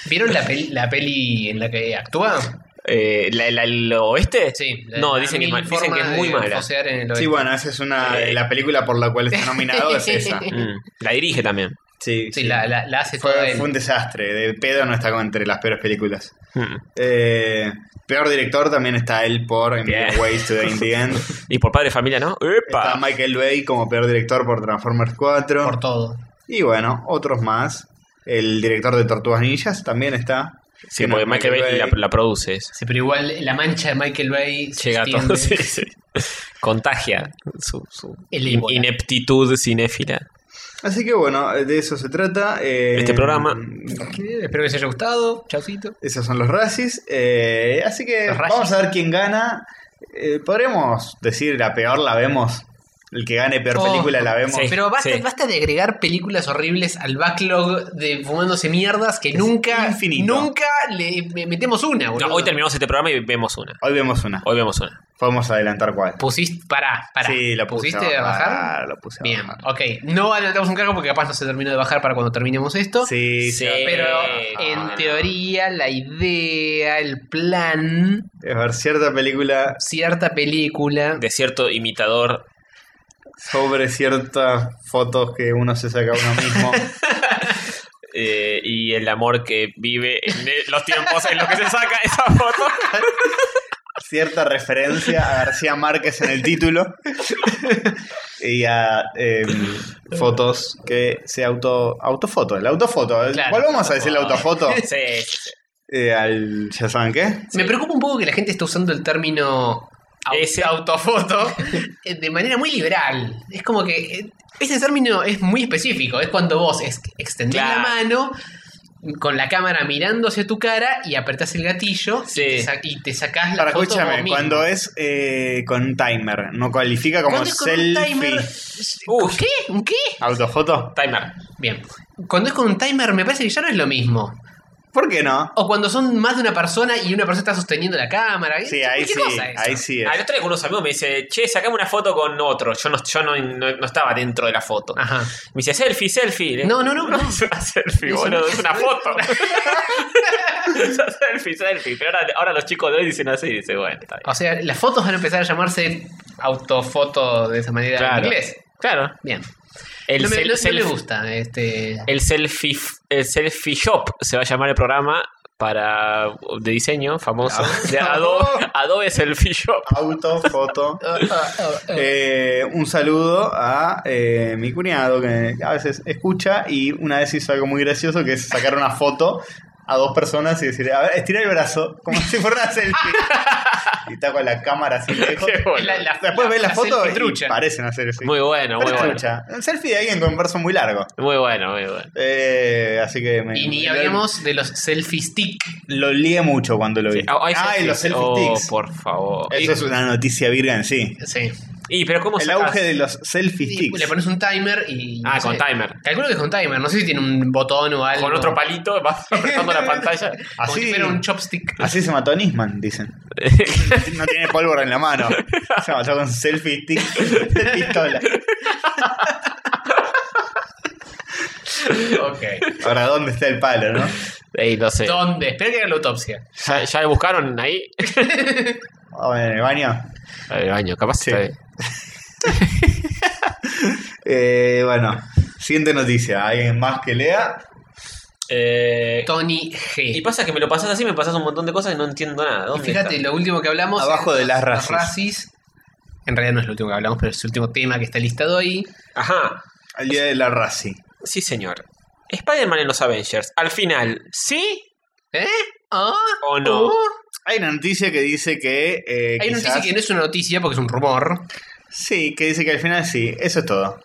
¿Vieron la peli, la peli en la que actúa?
Eh, ¿la, la- el oeste?
Sí. la-
No,
la
dicen que,
mil
es mal- dicen que
formas
es muy
de
mala.
fosear en el
Sí,
oeste.
bueno, esa es una de la película por la cual está nominado, es esa.
Mm, La dirige también.
Sí,
Sí, la, la- la hace toda
Fue,
él.
fue un desastre. De pedo no está entre las peores películas.
Mm.
Eh, peor director también está él por
Bien.
Mil Ways to the In the End.
Y por padre de familia, ¿no?
Está
¡Epa!
Michael Bay como peor director por Transformers 4.
Por todo.
y bueno, otros más. El director de Tortugas Ninjas también está.
Sí,
Que no
porque
es
Michael Bay la, la produce. es-
Sí, pero igual la mancha de Michael Bay se
Llega a
extiende.
todo. sí, sí. Contagia su, su
El
in-
ébola.
ineptitud cinéfila.
Así que bueno, de eso se trata. eh,
Este programa.
Eh, Espero que les haya gustado. Chaucito.
Esos son los Razzies. eh, así que
Los Razzies.
vamos a ver quién gana. Eh, Podríamos decir la peor la vemos. El que gane peor
Oh,
película la vemos.
sí.
Pero basta, basta de agregar películas horribles al backlog de fumándose mierdas que nunca,
infinito.
nunca le me- metemos una, boludo.
No, hoy terminamos este programa y vemos una.
Hoy vemos una.
Hoy vemos una.
Podemos adelantar cuál.
Pusiste, pará, pará.
Sí, la puse
¿Pusiste a bajar?
Ah, la puse a
Bien,
bajar.
ok. No adelantamos un cargo porque capaz no se terminó de bajar para cuando terminemos esto.
Sí,
Sí.
sí.
Pero
Eh, no.
en teoría, la idea, el plan,
Es ver cierta película
cierta película.
De cierto imitador.
sobre ciertas fotos que uno se saca uno mismo.
eh, y el amor que vive en los tiempos en los que se saca esa foto.
cierta referencia a García Márquez en el título. y a eh, fotos que se auto. Autofoto, el autofoto. el-
Claro,
Volvamos a decir la autofoto.
Sí, sí,
Eh, al. ¿Ya saben qué?
Me preocupa un poco que la gente está usando el término au-
Ese.
autofoto eh, de manera muy liberal. Es como que eh, ese término es muy específico. Es cuando vos es- extendés
Claro.
la mano con la cámara mirando hacia tu cara y apretás el gatillo
Sí.
y, te sa- y te sacás la
Ahora,
foto vos
escúchame,
mismo.
cuando es eh, con timer, no cualifica como
Cuando es con un
selfie.
timer-
Uy.
¿Qué? ¿Un qué?
¿Autofoto?
Timer.
Bien. Cuando es con un timer me parece que ya no es lo mismo.
¿Por qué no?
O cuando son más de una persona y una persona está sosteniendo la cámara.
Sí,
¿Qué-
ahí
qué
sí,
cosa es
ahí
eso?
sí es.
Al Ah, otro día con unos amigos me dice, che, sacame una foto con otro. Yo no, yo no, no- no estaba dentro de la foto.
Ajá.
Me dice, selfie, selfie. Le-
No, no, no, no.
es una selfie,
Eso
boludo,
no.
es una foto. Es una selfie, selfie. Pero ahora, ahora los chicos de hoy dicen así, dice, bueno, está bien.
O sea, las fotos van a empezar a llamarse autofoto de esa manera en
Claro.
inglés.
Claro.
Bien.
El,
no me,
sel-
no- no
self-
me gusta este.
Eh,
el selfie f- el selfie shop se va a llamar el programa para de diseño famoso
Ah.
de Adobe, Adobe Selfie Shop.
Autofoto. Eh, un saludo a eh, mi cuñado que a veces escucha y una vez hizo algo muy gracioso que es sacar una foto a dos personas y decir, a ver, estira el brazo, como si fuera una selfie. y está con la cámara así lejos.
Qué boludo.
La- la-
Después ves la, foto
selfie
y
trucha.
parecen una selfie.
Muy bueno, muy
Pero es
bueno.
trucha. Un selfie de alguien con un verso muy largo.
Muy bueno, muy bueno.
Eh, así que me,
Y ni
me-
hablemos de los selfie stick.
Lo lié mucho cuando lo vi.
Sí, ah, hay
ah, y los selfie
oh,
sticks.
por favor.
Eso es una noticia virga en sí.
Sí.
Y pero cómo
El
sacás?
auge de los selfie
Y
sticks.
Le pones un timer y.
Ah,
no
con
sé.
timer.
Calculo que es con timer. No sé si tiene un botón o algo.
Con otro palito vas apretando la pantalla.
Como
Así-
si fuera un chopstick.
Así se mató Nisman, dicen. No tiene pólvora en la mano. Se mató con selfie stick de pistola.
ok.
Ahora, ¿dónde está el palo, no?
Ey, no sé.
¿Dónde? Espera que haga la autopsia.
¿Ya, ya buscaron ahí?
Ah, bueno, en el baño.
Ay, El baño, capaz
Sí.
está ahí.
Eh, bueno, siguiente noticia. ¿Alguien más que lea?
Eh,
Tony G.
y pasa que me lo pasas así, me pasas un montón de cosas y no entiendo nada.
Y
¿Dónde
fíjate,
está?
lo último que hablamos.
Abajo de
es
las
los
racis.
racis. En realidad no es lo último que hablamos, pero es el último tema que está listado ahí.
Ajá.
El día de la Razi.
Sí, señor. Spider-Man en los Avengers. Al final, ¿sí
¿Eh? ¿Ah?
o no?
¿Oh?
Hay una noticia que dice que. eh,
Hay una
quizás-
noticia que no es una noticia porque es un rumor.
Sí, que dice que al final sí. Eso es todo.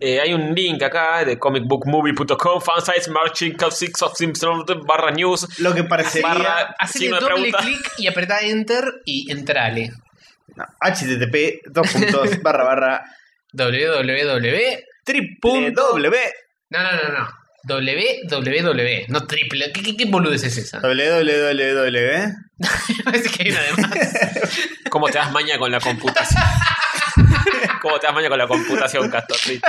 Eh, hay un link acá de comicbookmovie.com, fansites, marching, six of Simpsons, barra news.
Lo que parecería.
Barra-
Hacele
signo de
doble
pregunta.
clic y apretá enter y entrale.
No, http dos puntos barra barra
www.
triple W.
No, no, no, no. www. No triple. ¿Qué, qué, qué boludez es esa?
www.
Parece que hay una de más.
¿Cómo te das maña con la computación? ¿Cómo te das maña con la computación, Castorcito?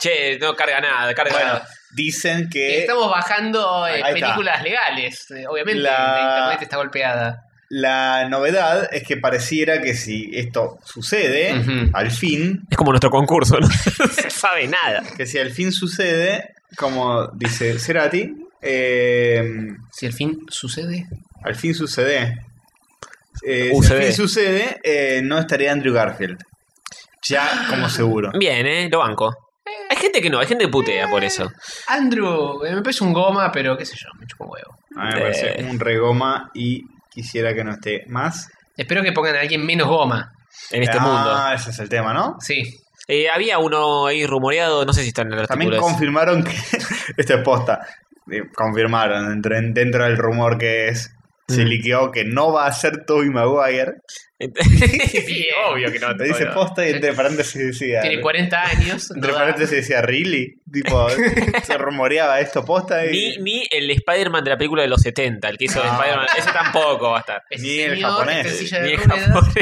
Che, no carga nada, carga
Bueno,
nada.
dicen que.
Estamos bajando eh,
Ahí está.
películas legales. Eh, Obviamente,
La-
la internet está golpeada.
La novedad es que pareciera que si esto sucede,
Ujú.
al fin,
Es como nuestro concurso, ¿no? se sabe nada.
que si al fin sucede, como dice Cerati, eh,
Si al fin sucede.
al fin sucede. Eh, Si
UCD.
al fin sucede, eh, no estaría Andrew Garfield. Ya como seguro.
Bien, ¿eh? Lo banco. Hay gente que no, hay gente que putea por eso.
Andrew, eh, me parece un goma, pero qué sé yo, me chupa un huevo.
A mí me parece
Eh.
un regoma y quisiera que no esté más.
Espero que pongan a alguien menos goma.
En este
ah,
mundo.
ese es el tema, ¿no?
Sí.
Eh, había uno ahí rumoreado, no sé si está en el artículo.
También
ese.
confirmaron que. Esto es posta. Eh, Confirmaron entre- dentro del rumor que es. Se liqueó que no va a ser Toby Maguire.
Sí, obvio que no.
Te dice
obvio.
posta y entre paréntesis decía.
Tiene 40 años. no
Entre
da.
paréntesis decía, ¿really? Tipo, se rumoreaba esto posta
Ni,
y. eh,
ni el Spider-Man de la película de los 70, el que hizo de
No.
Spider-Man. Ese tampoco va a estar.
Ese
Ni el
señor
japonés.
está en silla de
Ni el
ruedas.
japonés.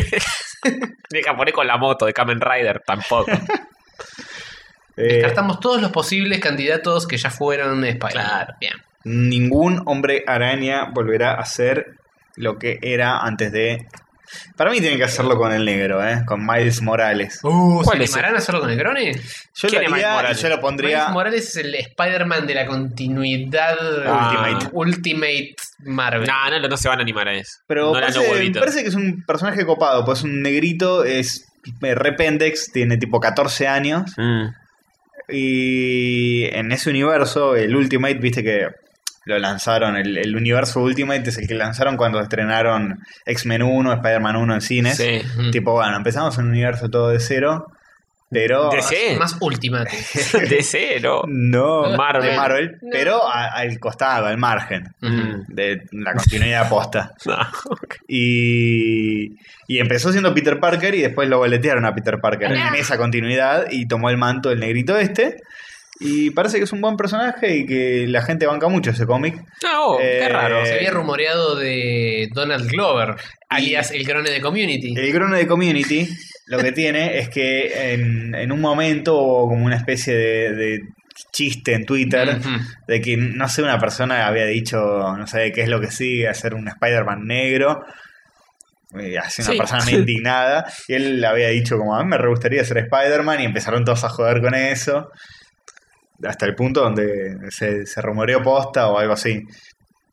Ni el japonés con la moto de Kamen Rider tampoco.
eh,
Descartamos todos los posibles candidatos que ya fueron Spider-Man.
Claro.
Bien.
ningún hombre araña volverá a ser lo que era antes de. Para mí tienen que hacerlo con el negro, ¿eh? Con Miles Morales.
Uh,
¿Cuál
¿Se
es
animarán a hacerlo con el Grone?
Yo lo
¿Quién es Miles
haría y
Morales?
yo lo pondría.
Miles Morales es el Spider-Man de la continuidad
Ah.
Ultimate. Ultimate Marvel.
No, no, no se van a animar a eso.
Pero
no
parece,
dan los
me
huevitos.
parece que es un personaje copado, pues es un negrito, es eh, rependex, tiene tipo 14 años.
Mm.
Y en ese universo, el Ultimate, viste que lo lanzaron, el, el universo Ultimate es el que lanzaron cuando estrenaron X-Men 1, Spider-Man 1 en cines.
Sí.
Mm.
Tipo, bueno, empezamos un universo todo de cero, pero...
De
Más-
Sí.
Más Ultimate.
De cero.
No,
Marvel.
de Marvel,
No.
pero a- al costado, al margen
Mm.
de la continuidad aposta.
No, ok.
Y, y empezó siendo Peter Parker y después lo boletearon a Peter Parker en esa continuidad y tomó el manto del negrito este. Y parece que es un buen personaje y que la gente banca mucho ese cómic.
No, oh, qué
Eh,
raro.
Se había rumoreado de Donald Glover, alias el grone de Community.
El grone de Community lo que tiene es que en, en un momento hubo como una especie de, de chiste en Twitter
Ujú.
de que, no sé, una persona había dicho, no sé qué es lo que sigue, hacer un Spider-Man negro. Eh, Así una
Sí.
persona muy indignada. Y él le había dicho, como, a mí me re gustaría ser Spider-Man. Y empezaron todos a joder con eso. Hasta el punto donde se, se rumoreó posta o algo así.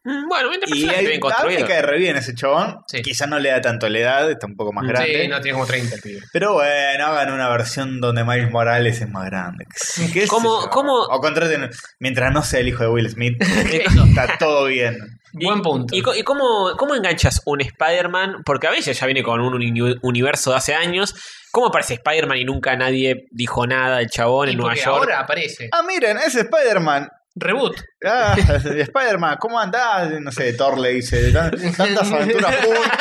Mm, Bueno, mientras
Y
personaje bien
ahí- a mí
construido.
me cae re bien ese chabón.
Sí.
Quizás no le da tanto la edad, está un poco más
Sí,
grande.
Sí, no, tiene como 30 el pibe.
Pero bueno, hagan una versión donde Miles Morales es más grande. ¿Qué sé
¿Cómo-
yo?
cómo-
O contraten, mientras no sea el hijo de Will Smith, está todo bien.
Y-
Buen punto.
¿Y, co- y cómo, cómo enganchas un Spider-Man? Porque a veces ya viene con un uni- universo de hace años. ¿Cómo aparece Spider-Man y nunca nadie dijo nada del chabón
Y
en Nueva
porque
York?
ahora aparece.
Ah, miren, es Spider-Man.
Reboot.
Ah, Spider-Man, ¿cómo andás? No sé, Thor le dice, "Tan- tantas aventuras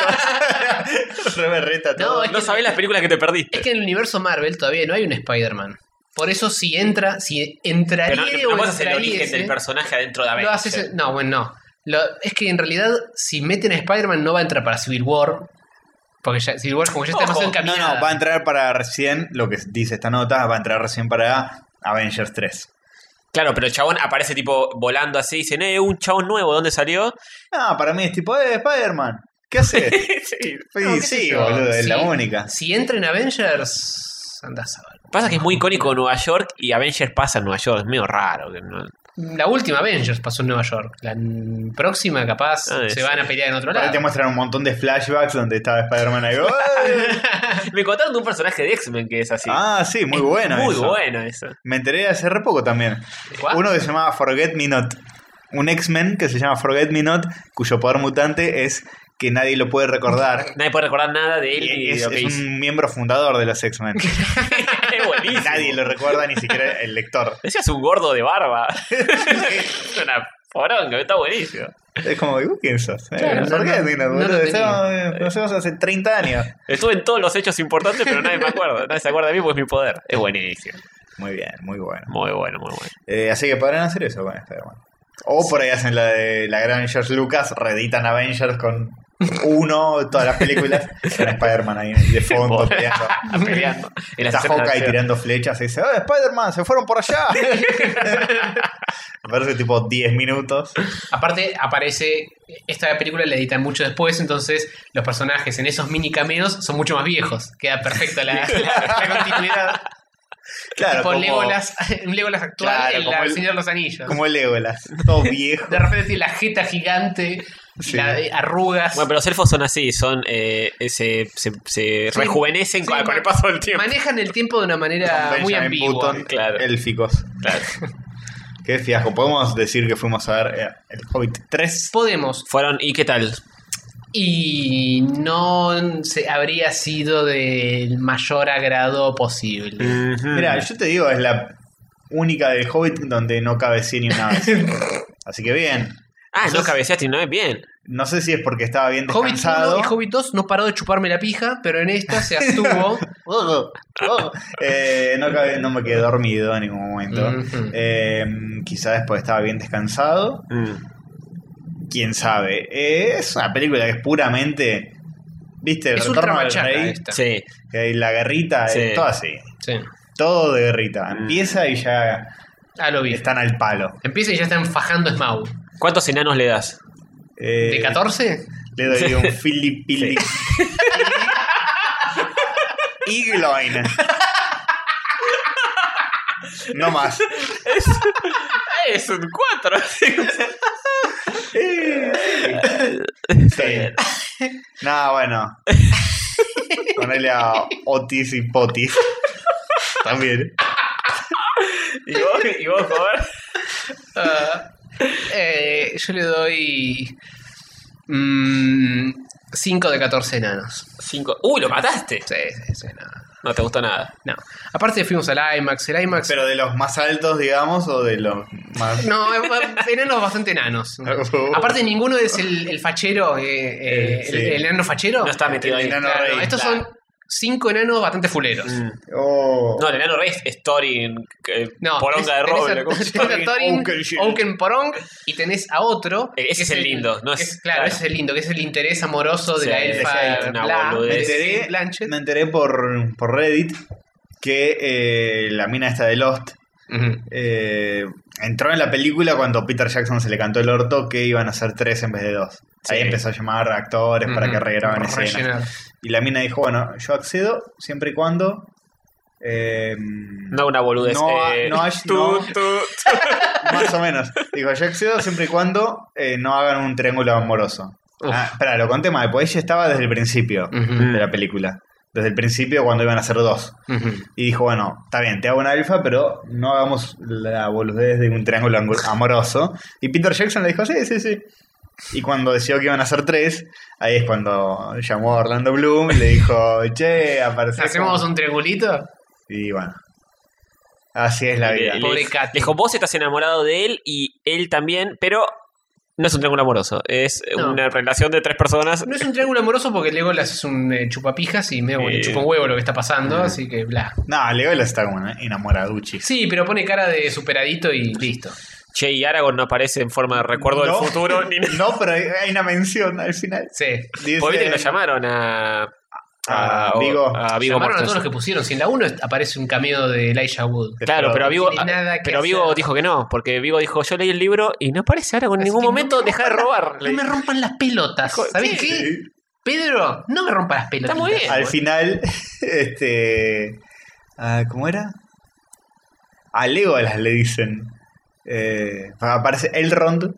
juntos. Re berreta todo.
No, es
No
que-
sabés las películas que te perdiste.
Es que en el universo Marvel todavía no hay un Spider-Man. Por eso si entra, si entraría
Pero no,
o
no es ¿eh? el
entraría
origen del personaje adentro de
lo
Avengers.
haces, no, bueno, no. Lo- es que en realidad, si meten a Spider-Man, no va a entrar para Civil War. Porque ya, Civil War, como ya está
Ojo,
demasiado
No,
encaminada.
no, va a entrar para recién, lo que dice esta nota, va a entrar recién para Avengers 3.
Claro, pero el chabón aparece tipo volando así y dicen, eh, un chabón nuevo, ¿dónde salió?
Ah, para mí es tipo, eh, Spider-Man, ¿qué haces?
Sí.
Sí,
No, qué sé
sí,
yo.
boludo, es la
Sí.
única.
Si entra en Avengers, andás a ver.
Pasa que es muy icónico Nueva York y Avengers pasa en Nueva York, es medio raro. que no-
La última Avengers pasó en Nueva York. La mm, próxima, capaz,
Ah,
se
sí.
van a pelear en otro
Por ahí te
lado.
muestran un montón de flashbacks donde estaba Spider-Man ahí. ¡ay!
Me contaron de un personaje de X-Men que es así.
Ah, sí, muy
Es
bueno.
Muy
eso.
bueno eso.
Me enteré hace re poco también.
¿What?
Uno que se llamaba Forget Me Not. Un X-Men que se llama Forget Me Not, cuyo poder mutante es que nadie lo puede recordar.
Nadie puede recordar nada de él y
Y
de
es,
lo que
es
hizo.
un miembro fundador de los X-Men.
Es buenísimo.
nadie lo recuerda, ni siquiera el lector.
Decías un gordo de barba. es una poronga, está buenísimo.
Es como, "Uh, ¿quién sos? Eh,
Claro, no,
Forget
no,
Me
no
Not,
lo
boludo.
tenía.
Estamos- conocemos hace 30 años.
Estuve en todos los hechos importantes, pero nadie me acuerda. Nadie se acuerda de mí porque es mi poder. Es buenísimo.
Muy bien, muy bueno.
Muy bueno, muy bueno.
Eh, así que podrán hacer eso con Spider-Man. O por ahí hacen la de la gran George Lucas, reeditan Avengers con uno, todas las películas, con Spider-Man ahí de fondo peleando.
Peleando. En las
Está
escenas de
Hawkeye
acción.
tirando flechas y dice, ¡Oh, Spider-Man! ¡Se fueron por allá! Aparece tipo 10 minutos.
Aparte, aparece. Esta película la editan mucho después, entonces los personajes en esos mini cameos son mucho más viejos. Queda perfecta la, la- la continuidad.
Claro,
tipo
como,
Legolas, un Legolas actual
Claro,
en
como
la
el-
Señor de los Anillos.
como Legolas, todo viejo.
De repente tiene la jeta gigante,
Sí.
la de arrugas.
Bueno, pero los elfos son así, son eh, se, se, se
Sí.
rejuvenecen con,
Sí,
con el paso del tiempo.
Manejan el tiempo de una manera
Con
muy
Benjamin
ambigua.
Button,
claro.
Élficos.
Claro.
Qué fiasco. Podemos decir que fuimos a ver eh, el Hobbit 3.
Podemos.
Fueron, ¿y qué tal?
Y no se, habría sido del mayor agrado posible. Mm.
Mira, yo te digo, es la única del Hobbit donde no cabeceé ni una vez. Así que bien.
Ah, no cabeceaste y no es bien.
No sé si es porque estaba bien
Hobbit 1
descansado.
y Hobbit 2 no paró de chuparme la pija, pero en esta se abstuvo.
Oh, oh. Eh, no, cabe- no me quedé dormido en ningún momento.
Ujú.
Eh, quizás después estaba bien descansado. Quién sabe. Eh, es una película que es puramente. ¿Viste? El
es ultra
retorno del
machaca
rey.
esta.
Sí.
Que hay la guerrita,
Sí.
es todo así.
Sí. Mm.
Todo de guerrita. Empieza y ya
Ah, lo vi.
están al palo.
Empieza y ya están fajando Smaug.
¿Cuántos enanos le das?
Eh,
¿De 14?
Le doy un filipili. Igloin. No más.
Es un 4.
Sí. Nada, bueno. Ponele a Otis y Potis. También.
¿Y vos, y vos joder?
Ah, eh, yo le doy 5 de 14 enanos.
5. ¡Uy, Uh, lo mataste!
Sí, sí, sí, no.
No te gustó nada.
no. Aparte fuimos al IMAX, el IMAX...
Pero de los más altos, digamos, o de los más.
No, eh, eh, enanos bastante enanos. Aparte ninguno es el, el fachero, eh, eh,
Eh, sí.
el, el enano fachero.
No está metido
El
ahí.
enano
Claro,
rey.
estos son cinco enanos bastante fuleros.
Mm.
Oh.
No, el enano rey es es Thorin, eh,
No,
poronga de
tenés- tenés
roble.
a-
¿cómo se
tenés a
llama?
Thorin,
Onkel Shell.
Onkel Porong, y tenés a otro.
Eh, ese
que
es el lindo, no
que
es-
claro,
claro.
ese es el lindo, que es el interés amoroso de
Sí,
la
ese
elfa.
es una
Bla-
boludez.
Me
de
enteré,
Blanchett.
me enteré por, por Reddit que eh, la mina esta de Lost
Ujú.
eh, entró en la película cuando Peter Jackson se le cantó el orto que iban a ser tres en vez de dos. Ahí
Sí.
empezó a llamar a actores para que
Ujú.
regraben escenas.
Rellenar.
Y la mina dijo, bueno, yo accedo siempre y cuando... eh,
No, una boludez.
No,
eh,
no, Ash,
tú,
no.
tú.
Más o menos. Dijo, yo accedo siempre y cuando eh, no hagan un triángulo amoroso.
Uf.
Ah, espera, lo conté mal, pues ella estaba desde el principio
Ujú.
de la película. Desde el principio cuando iban a ser dos.
Ujú.
Y dijo, bueno, está bien, te hago una alfa, pero no hagamos la boludez de un triángulo angu- amoroso. Y Peter Jackson le dijo, sí, sí, sí. Y cuando decidió que iban a ser tres, ahí es cuando llamó a Orlando Bloom y le dijo, che, aparece.
¿Hacemos un triangulito?
Y bueno. Así es la
Le-
vida.
le-
Pobre
le
Katy.
Dijo, vos estás enamorado de él y él también, pero no es un triángulo amoroso. Es
No.
una relación de tres personas.
No es un triángulo amoroso porque Legolas es un eh, chupapijas y medio bueno,
Eh.
chupa un huevo lo que está pasando, así que bla.
No, Legolas está como enamoraduchi.
Sí, pero pone cara de superadito y listo.
Che, y Aragorn no aparece en forma de recuerdo
No,
del futuro. Ni nada.
No, pero hay, hay una mención al final.
Sí.
Dice,
Porque viste que lo llamaron a.
A Vigo.
a Vigo
Llamaron a todos
Mortensen.
los que pusieron. Si en la 1 aparece un cameo de Elijah Wood.
Claro, pero a Vigo,
tiene nada que
pero Vigo
hacer.
dijo que no, porque Vigo dijo, yo leí el libro y no aparece Aragorn en
Así
ningún
que no
momento,
me
deja de robar.
No me rompan las pelotas.
Hijo-
¿Sabés
sí.
qué? Pedro, no me rompas las pelotas.
Está muy bien.
Al final, este. ah, ¿Cómo era? A Legolas le dicen. Eh, aparece Elrond,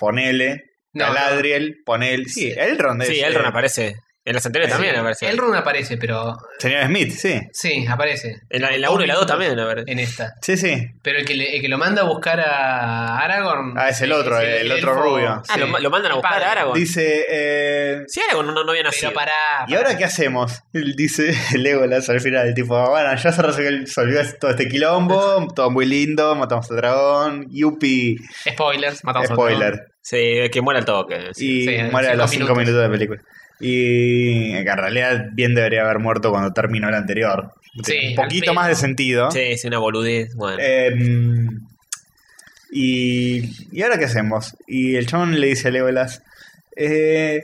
ponele.
No,
Galadriel, ponele. Sí, Elrond es.
Sí, Elrond
eh,
aparece. En las anteriores también aparece.
Elrond aparece, pero.
Señor Smith, sí.
Sí, aparece
En la, en la 1 y la 2 también, a ver.
en esta.
Sí, sí.
Pero el que, le- el que lo manda a buscar a Aragorn.
Ah, es el otro, el otro rubio.
Ah, lo, lo mandan a
El
buscar
padre.
a Aragorn.
Dice. eh,
Si Aragorn no, no había nacido.
Pero pará.
¿Y ahora qué hacemos? Él Dice Legolas al final, tipo, bueno, ya se resolvió todo este quilombo, todo muy lindo, matamos al dragón, yupi,
Spoilers, matamos a otro.
spoiler.
Sí, que muera el toque. sí.
Y
Sí, en
muere a
cinco
los 5
minutos.
minutos de película. Y que en realidad bien debería haber muerto cuando terminó la anterior.
Sí,
Tiene un
al
poquito
pedo.
más de sentido.
Sí, es una boludez. Bueno.
Em, y, ¿Y ahora qué hacemos? Y el chabón le dice a Legolas, eh,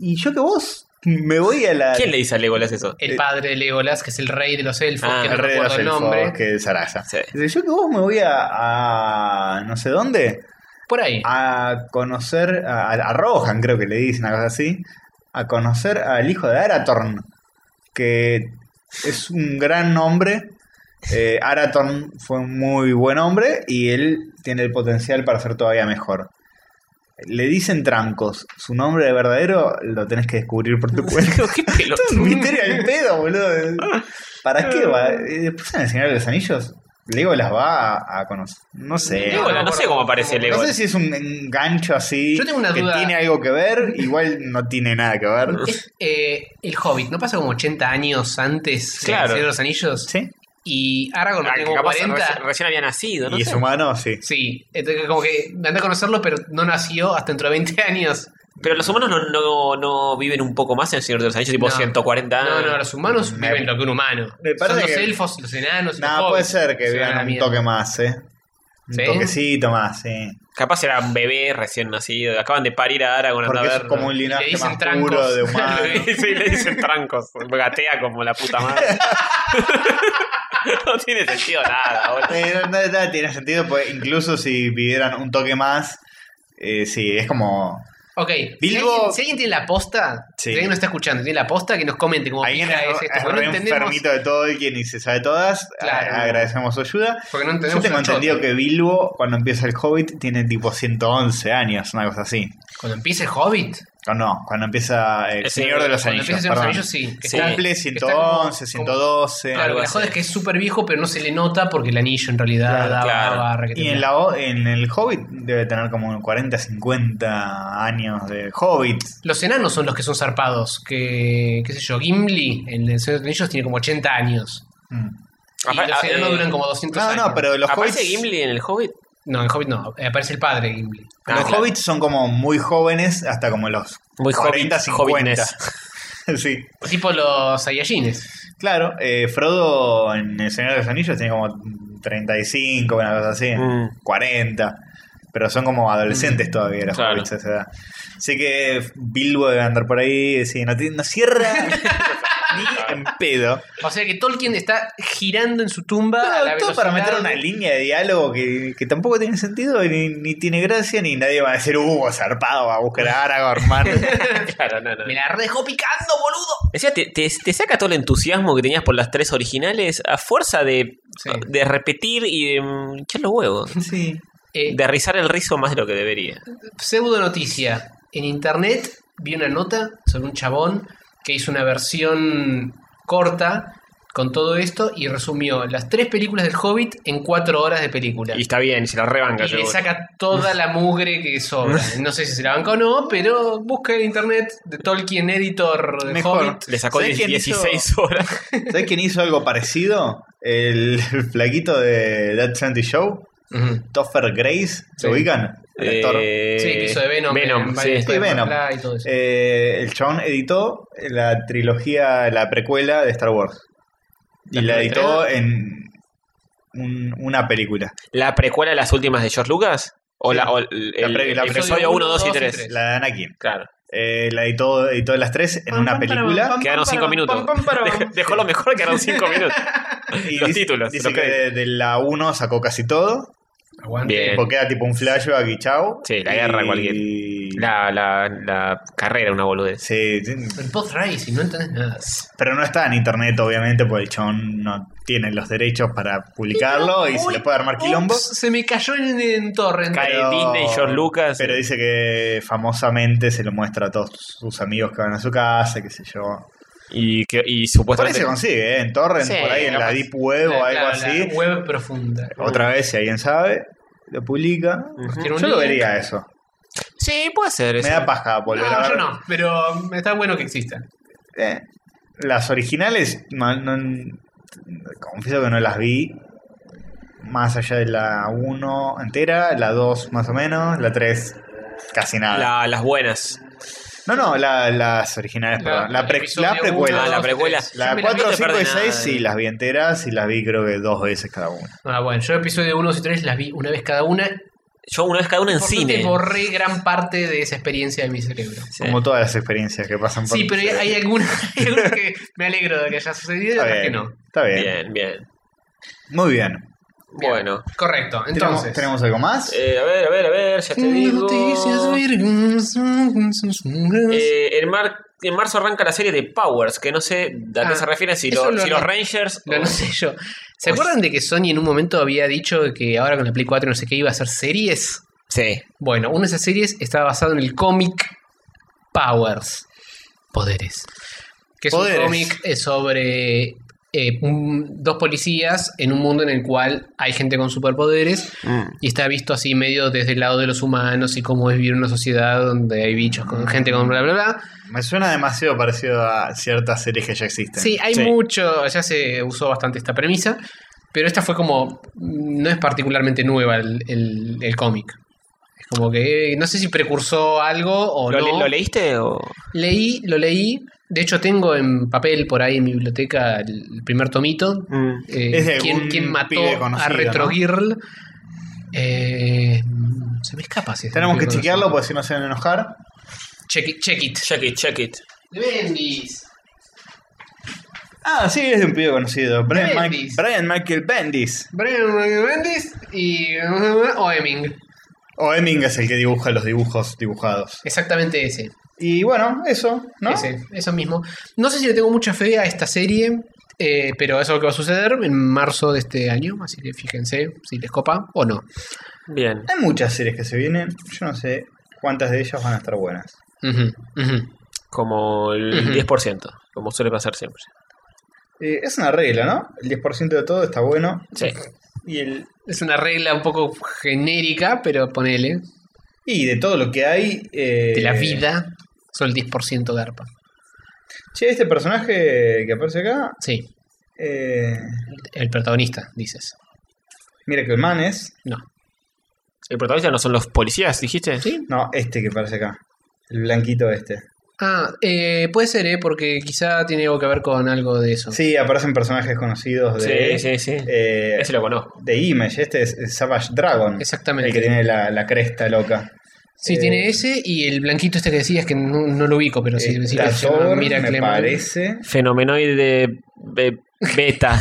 ¿y yo que vos? Me voy a la...
¿Quién le dice a Legolas eso?
El padre de Legolas, que es el rey de los elfos,
Ah,
que no
el rey de
recuerdo
los
el
elfos,
nombre.
que es Sarasa.
Sí.
Dice, yo que vos me voy a, a no sé dónde,
Por
Ah.
ahí.
a conocer, a, a Rohan creo que le dicen, algo así, a conocer al hijo de Aratorn, que es un gran hombre. Eh, Aratorn fue un muy buen hombre y él tiene el potencial para ser todavía mejor. Le dicen trancos, su nombre de verdadero lo tenés que descubrir por tu cuenta.
¿Qué pelotudo?
Esto es un misterio al pedo, boludo. ¿Para qué va? Eh, Después en el Señor de los Anillos Legolas va a, a conocer. No sé.
Legolas, no,
no,
sé
no,
cómo
no,
aparece
no,
Lego.
No sé si es un un gancho así.
Yo tengo una
que
duda.
tiene algo que ver, igual no tiene nada que ver.
Es, eh, el Hobbit, ¿no pasa como 80 años antes de
Claro.
Señor de los Anillos?
Sí.
Y Aragorn
Ah,
no tengo
capaz
40.
reci- recién había nacido, ¿no?
Y es
sé.
humano, sí.
Sí, entonces como que me anda a conocerlo, pero no nació hasta dentro de 20 años.
Pero los humanos no, no, no viven un poco más en el Señor de los Anillos, tipo
No.
140 años.
No, no, los humanos
Ah, Me-
viven lo que un humano.
me parece
Son los
que-
elfos, los enanos. y los
Nada, puede
hobbits.
ser que
Son
vean
una
un
mierda.
toque más, ¿eh? Un
¿Sí?
toquecito más, sí.
Capaz era un bebé recién nacido. Acaban de parir a Aragorn
Porque
anda a
es
ver.
como un
le
linaje
dicen
más
trancos.
puro de humano.
Sí, le dicen trancos. Gatea como la puta madre. no tiene sentido nada, boludo.
Eh, no, no, no tiene sentido, porque incluso si pidieran un toque más, eh, sí, es como.
Ok, si,
Bilbo-
alguien, si alguien tiene la posta,
Sí.
si alguien nos está escuchando, tiene la posta, que nos comente como
Alguien es,
"Pija, es esto",
es
porque
re
no entendemos,
enfermito de todo el quien y se sabe todas. a-
Claro.
Agradecemos su ayuda.
porque no
Yo
entendemos
tengo
un choto.
entendido que Bilbo, cuando empieza el Hobbit, tiene tipo 111 años, una cosa así.
Cuando empiece el Hobbit,
O no, cuando empieza El
El
Señor de los
cuando
Anillos.
empiece Señor de los
perdón.
Anillos, sí. que
Sí.
está-
Cumple
que está como-
111,
como-
112.
Claro,
algo
que la
así.
joda es que es súper viejo, pero no se le nota porque el anillo en realidad
Claro,
daba
claro.
barra que
Y en,
tenía.
la, o- en el Hobbit debe tener como 40, 50 años de Hobbit.
Los enanos son los que son zarpados, que, qué sé yo, Gimli, en el Señor de los Anillos, tiene como 80 años.
Mm.
Y
Apa-
los
eh,
enanos duran como 200
No,
años.
no, pero los
¿Aparece
Hobbits,
Gimli en el Hobbit?
No, en Hobbit no, eh, aparece el padre de Gimli.
Ah,
los
claro.
Hobbits son como muy jóvenes hasta como los
Muy
40,
hobbit-
50.
hobbitness.
sí.
Tipo los Saiyajines.
Claro, eh, Frodo en El Señor de los Anillos tiene como 35, una cosa así,
Mm.
40. Pero son como adolescentes todavía los
Claro.
hobbits a esa edad. Así que Bilbo debe andar por ahí, sí, no, tiene- no cierra ni en pedo.
O sea que Tolkien está girando en su tumba. a
Todo,
Ah, la
todo para
velocidad
meter una
de-
línea de diálogo que, que tampoco tiene sentido, ni, ni tiene gracia, ni nadie va a decir, uh, zarpado, va a buscar a Aragorn, hermano.
Claro, no, no.
Me la dejó picando, boludo.
Decía, te, te- te saca todo el entusiasmo que tenías por las tres originales a fuerza de,
Sí.
de repetir y de mm, hinchar los huevos.
sí.
Eh,
De rizar el rizo más de lo que debería.
pseudo noticia. En internet vi una nota sobre un chabón que hizo una versión corta con todo esto y resumió las tres películas del Hobbit en cuatro horas de película.
Y está bien, se la rebanca.
Y le
seguro.
saca toda la mugre que sobra. No sé si se la banca o no, pero busca en internet de Tolkien Editor de
Mejor.
Hobbit.
Le sacó
¿Sabés quién
16 horas.
¿Sabes quién hizo algo parecido? El, el flaquito de That 70 Show,
Ujú.
Topher Grace, ¿se
Sí.
ubican? El actor.
Eh,
Sí, que hizo de Venom. en
sí.
varias
Sí, Venom.
bla, y todo eso.
Eh, el chabón editó la trilogía, la precuela de Star Wars. Y
¿La
la editó
precuela?
en un- una película.
¿La precuela de las últimas de George Lucas? ¿O
Sí.
la, o el,
La pre-
el
la
episodio 1, 2 y 3?
tres.
La de Anakin.
Claro.
Eh, la editó, editó las tres en una película.
Quedaron 5 minutos. Dejó- Dejó lo mejor, quedaron 5 minutos.
Y
Los
dice-
títulos,
Dice
los
que de,
créditos.
de la 1 sacó casi todo.
Aguante.
Bien.
Porque era tipo un flashback y chau.
Sí, la guerra,
Y-
La, la, la carrera, una boludez.
Sí, sí.
El post racing, no entendés nada.
pero no está en internet, obviamente, porque el chabón no tiene los derechos para publicarlo y se le puede armar quilombo.
Ups, se me cayó en, en torrent.
Cae Disney, George Lucas. eh.
Pero dice que famosamente se lo muestra a todos sus amigos que van a su casa, qué sé yo.
Y, que, y
Por ahí
supuestamente.
se consigue, ¿eh? En Torrent,
Sí,
por ahí en la
capaz.
Deep Web o
La-
algo
la-
así.
la web profunda.
Otra vez, si alguien sabe, lo publica.
Tiene un
Yo lo
link.
vería eso.
Sí, puede ser.
Me
eso.
da paja volver a
No,
ver.
yo no, pero está bueno que exista.
Eh, las originales, no, no- confieso que no las vi. Más allá de la 1 entera, la 2 más o menos, la 3 casi nada.
La- las buenas.
No, no, la- las originales, Ah, perdón. La, pre- la precuela.
uno, Ah, la precuela.
la
Yo me la vi,
4,
no
5
perdí
y 6
nada,
sí
eh.
las vi enteras y las vi creo que dos veces cada una.
Ah, bueno, yo episodio 1, 2 y 3 las vi una vez cada una.
Yo una vez cada una en
Por suerte
cine.
borré gran parte de esa experiencia de mi cerebro.
Sí.
Como todas las experiencias que pasan por
Sí, pero hay algunas, hay algunas que me alegro de que haya sucedido y
Está
otras
bien,
que no.
Está bien.
Bien, bien.
Muy bien.
Bien.
Bueno.
Correcto,
Entonces,
entonces.
¿Tenemos, algo más?
Eh, a ver, a ver, a ver, ya te digo. Eh, en, mar- en marzo arranca la serie de Powers, que no sé a qué
Ah,
se refiere, si,
eso
lo-
lo
si los
no-
Rangers.
No, no
o-
sé yo. ¿Se acuerdan de que Sony en un momento había dicho que ahora con la Play 4 no sé qué iba a hacer series?
Sí.
Bueno, una de esas series está basada en el cómic Powers. Poderes. Que es
Poderes.
un cómic eh, sobre eh, un- dos policías en un mundo en el cual hay gente con superpoderes
Mm.
y está visto así medio desde el lado de los humanos y cómo es vivir en una sociedad donde hay bichos con gente con bla bla bla.
Me suena demasiado parecido a ciertas series que ya existen.
Sí, hay
Sí.
mucho, ya se usó bastante esta premisa, pero esta fue como, no es particularmente nueva el, el- el cómic. Es como que, eh, no sé si precursó algo o
¿Lo,
no.
le- lo leíste o...?
Leí, lo leí. De hecho, tengo en papel por ahí en mi biblioteca el el primer tomito.
Mm.
Eh,
Es de
¿quién,
un
quién mató
pibe conocido,
a
¿no?
Retro Girl? Eh, se me escapa si es de un
Tenemos que
pibe
chequearlo pues. porque si
conocido.
no se van a enojar.
Check it. Check it.
Check it, check it.
Bendis.
Ah, sí, es de un pibe conocido. Brian, Ma-
Bendis.
Brian Michael Bendis.
Brian Bendis y Oeming.
O Heming es el que dibuja los dibujos dibujados.
Exactamente ese.
Y bueno, eso, ¿no?
Ese, eso mismo. No sé si le tengo mucha fe a esta serie, eh, pero eso es lo que va a suceder en marzo de este año. Así que fíjense si les copa o no.
Bien.
Hay muchas series que se vienen. Yo no sé cuántas de ellas van a estar buenas.
Ujú, ujú.
Como el
Ujú.
10%, como suele pasar siempre.
Eh, es una regla, ¿no? El 10% de todo está bueno.
Sí.
Y el
Es una regla un poco genérica, pero ponele.
y de todo lo que hay. eh,
De la vida, solo el 10% garpa.
Che, este personaje que aparece acá.
Sí,
eh,
el protagonista, dices.
mira que el man es.
No.
¿El protagonista no son los policías, dijiste?
Sí.
No, este que aparece acá. El blanquito este.
Ah, eh, puede ser, ¿eh? Porque quizá tiene algo que ver con algo de eso.
Sí, aparecen personajes conocidos de.
Sí, sí, sí.
eh,
Ese lo conozco.
de Image, este es es Savage Dragon.
Exactamente.
El que tiene la, la cresta loca.
Sí,
Eh,
tiene ese y el blanquito este que decías que no, no lo ubico, pero sí, sí
Está
lo llama
Thor, me
Miracle Man.
parece.
Fenomenoide be- beta.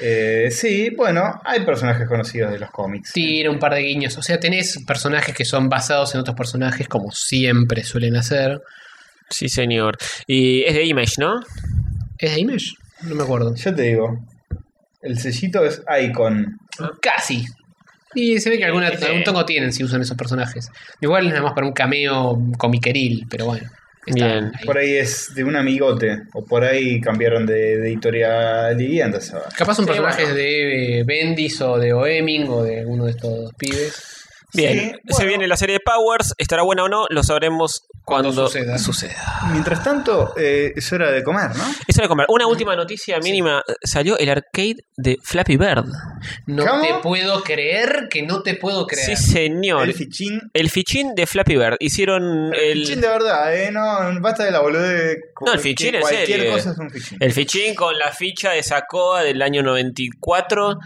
Eh, sí, bueno, hay personajes conocidos de los cómics.
Tiene un par de guiños. O sea, tenés personajes que son basados en otros personajes, como siempre suelen hacer.
sí, señor. Y es de Image, ¿no?
¿Es de Image? No me acuerdo.
Yo te digo, el sellito es Icon.
Casi. Y se ve que alguna,
Sí.
algún tongo tienen si usan esos personajes. Igual es nada más para un cameo comiqueril, pero bueno. está
Bien.
ahí.
Por ahí es de un amigote, o por ahí cambiaron de, de editorial y andas a ver.
Capaz son
Sí,
personajes
bueno.
de eh, Bendis o de Oeming o de alguno de estos dos pibes.
Bien.
Sí,
Se
bueno.
viene la serie de Powers. ¿Estará buena o no? Lo sabremos cuando,
Cuando suceda.
Mientras tanto, eh, es hora de comer, ¿no?
Eso era comer. Una última noticia mínima. Salió el arcade de Flappy Bird.
No
¿Cómo?
te puedo creer que no te puedo
Sí,
creer.
señor.
El
El,
fichín.
fichín de Flappy Bird. Hicieron
El
el,
fichín de verdad, ¿eh? No, basta de la boludez.
No, el fichín
Que
en
Cualquier
serie.
cosa es un fichín.
El fichín con la ficha de Sacoa del año 94.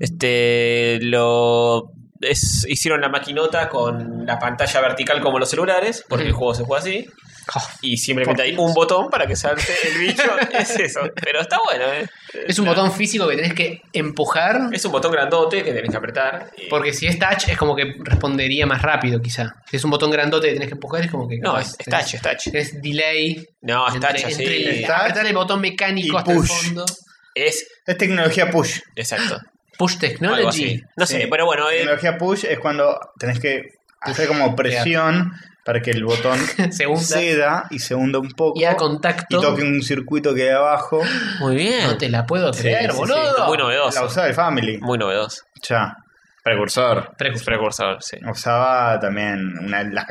Este lo es- hicieron la maquinota con la pantalla vertical como los celulares, porque el
Ujú.
juego se juega así.
Oh,
Y simplemente hay un botón para que salte el bicho. es eso. Pero está bueno, ¿eh?
es un botón físico que tenés que empujar.
Es un botón grandote que tenés que apretar. eh, y-
Porque si es touch es como que respondería más rápido quizá. Si es un botón grandote que tenés que empujar es como que...
No,
capaz
es, es
tenés-
touch, es touch.
Es delay.
No, es
entre,
touch así.
entre el-
Touch
apretar el botón
y
mecánico hasta
push.
el fondo.
Es.
Es tecnología push.
Exacto.
Push
algo así.
Technology.
No
Sí.
sé, pero bueno. eh,
Tecnología push es cuando tenés que hacer como presión para que el botón
Se hunda.
ceda y se hunda un poco.
Y a
y
contacto.
toque un circuito que hay abajo.
muy bien.
No te la puedo creer,
sí,
boludo.
Muy
La
novedoso.
usaba el Family.
Muy novedoso.
Ya. Precursor.
Precursor.
Precursor, sí.
Usaba también una- las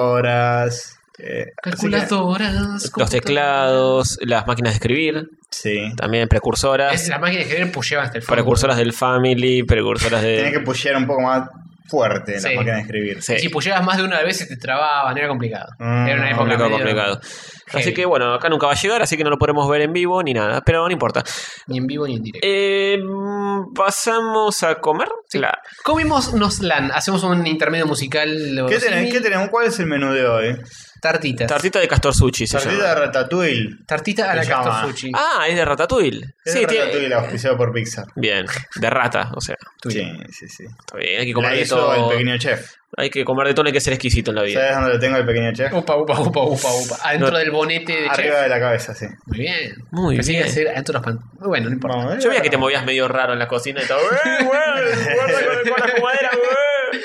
calculadoras. eh, así que-
Calculadoras.
Los teclados, las máquinas de escribir,
sí.
también
Es
precursoras,
la máquina de escribir pusheaba hasta el fondo.
precursoras del Family, precursoras
Tenés que
de...
pushear un poco más fuerte la
Sí.
máquina de escribir.
Sí,
Si pusheabas más de una vez se te trababan, era complicado.
Mm,
era una época
complicado,
medio-
complicado. Así
heavy.
que bueno, acá nunca va a llegar, así que no lo podremos ver en vivo ni nada, pero no importa.
Ni en vivo ni en directo.
Eh, mm, Pasamos a comer. La-
Comimos Noslan, hacemos un intermedio musical.
¿Qué
verosímil.
tenés, qué tenemos? ¿Cuál es el menú de hoy?
Tartitas.
Tartita de castor sushi. se
Sardita de
llama.
Ratatouille.
Tartita a la
Se llama.
Castor Sushi.
Ah, es de ratatouille.
Es
Sí,
de
tiene-
Ratatouille auspiciado por Pixar.
Bien, de rata, o sea,
Sí, sí, sí.
está bien, hay que comer
La
de
hizo
todo.
el pequeño chef.
Hay que comer de todo, hay que ser exquisito en la vida.
¿Sabes dónde lo tengo el pequeño chef?
Upa, upa, upa, upa, upa. Adentro
No-
del bonete de
Arriba
chef.
de la cabeza, sí.
Muy bien.
Muy
Pensé que iba a
bien.
ser adentro de los pan. Bueno, no importa.
Vamos,
Yo veía
eh,
que te movías medio raro en la cocina y todo. "Eh, güey, guarda con- con la fumadera, güey".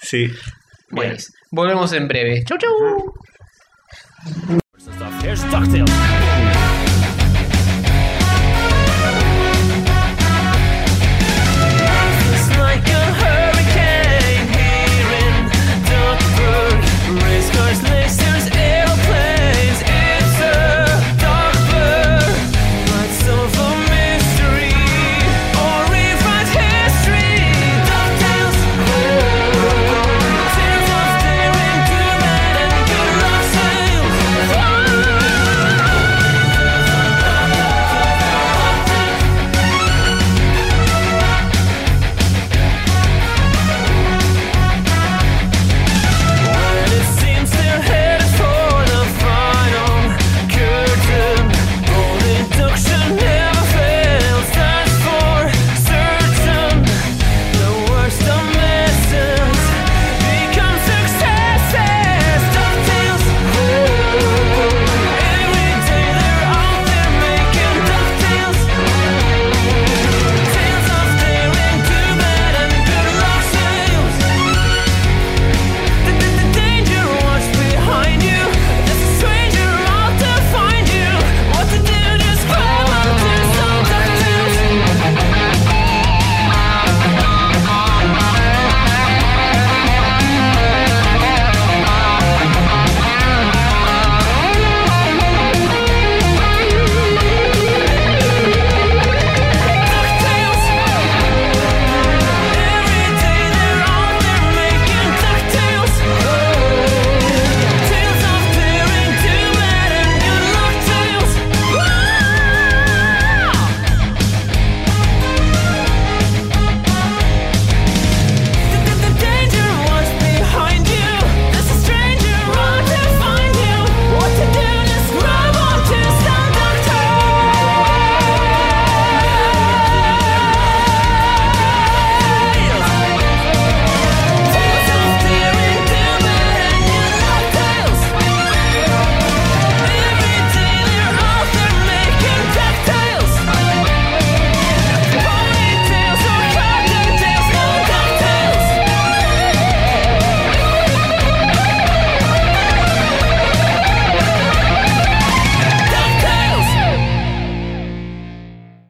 Sí.
Bueno, volvemos en breve. Chau, chau.
Stuff. Here's DuckTales.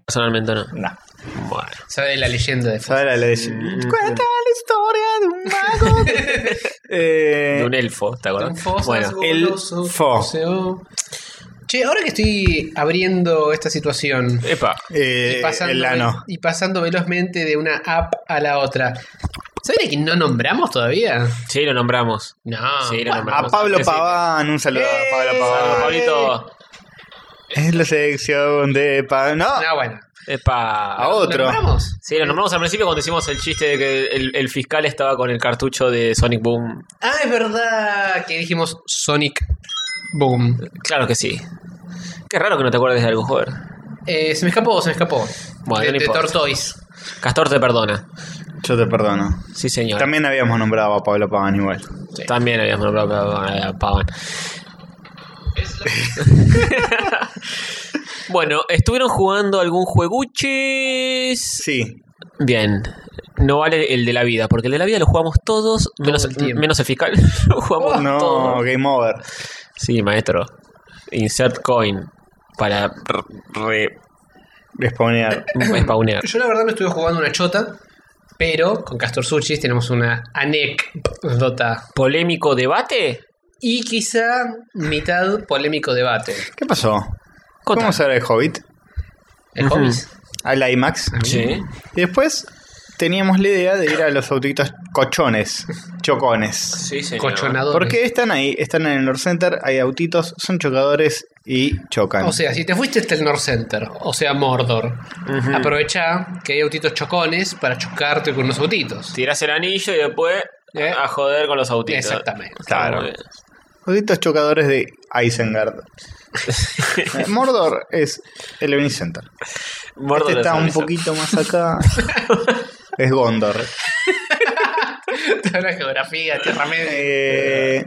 personalmente no.
No.
Bueno.
Sabe la leyenda de
¿Sabes la ley? Cuenta la historia de un mago. Eh,
De un elfo, ¿te
Tan
acuerdas?
fosas,
Bueno,
el
goloso,
fo.
poseo. Che, ahora que estoy abriendo esta situación
epa.
eh,
y pasando,
el ano.
y pasando velozmente de una app a la otra, ¿sabes a quién no nombramos todavía?
Sí, lo nombramos.
No.
Sí, lo
A
nombramos.
Pablo
Sí. Eh,
Paván, un saludo a Pablo
Saludos,
Paván.
Pablito.
Es la sección de Pablo. No,
No, bueno.
Epa.
a otro.
¿Nombramos?
Sí, lo nombramos al principio cuando hicimos el chiste de que el, el fiscal estaba con el cartucho de Sonic Boom.
Ah, es verdad que dijimos Sonic Boom.
Claro que sí. Qué raro que no te acuerdes de algo, joder.
Eh, se me escapó, se me escapó.
Bueno,
de,
no
de
importa.
Tortoise.
Castor te perdona.
Yo te perdono.
Sí, señor. También,
También habíamos nombrado a Pablo Paván igual.
habíamos nombrado
eh,
a- a Pavan. bueno, ¿estuvieron jugando algún jueguchis?
Sí.
Bien. No vale el de la vida, porque el de la vida lo jugamos todos, menos,
el tiempo.
menos el fiscal. lo jugamos
No,
todos.
Game Over.
Sí, maestro. Insert coin para re
Respawnear.
spawnear.
Yo la verdad me estuve jugando una chota, pero con Castor Suchis tenemos una anécdota
¿Polémico debate?
y quizá mitad polémico debate.
¿Qué pasó?
Contá.
¿Cómo será el Hobbit?
El
Ujú.
Hobbies.
Al IMAX.
Sí.
Y después teníamos la idea de ir a los autitos cochones. Chocones.
Sí, señor.
Cochonador.
¿Por qué están ahí? Están en el North Center, hay autitos, son chocadores y chocan.
O sea, si te fuiste hasta el North Center, o sea, Mordor, aprovecha que hay autitos chocones para chocarte con unos autitos.
Tirás el anillo y después
Eh.
a joder con los autitos.
Exactamente.
Claro.
Claro. Autitos chocadores de Isengard. Eh, Mordor es el Event Center.
Mordor
este
de
está un
Sabrina.
poquito más acá. es Gondor.
la geografía, tierra media.
Eh,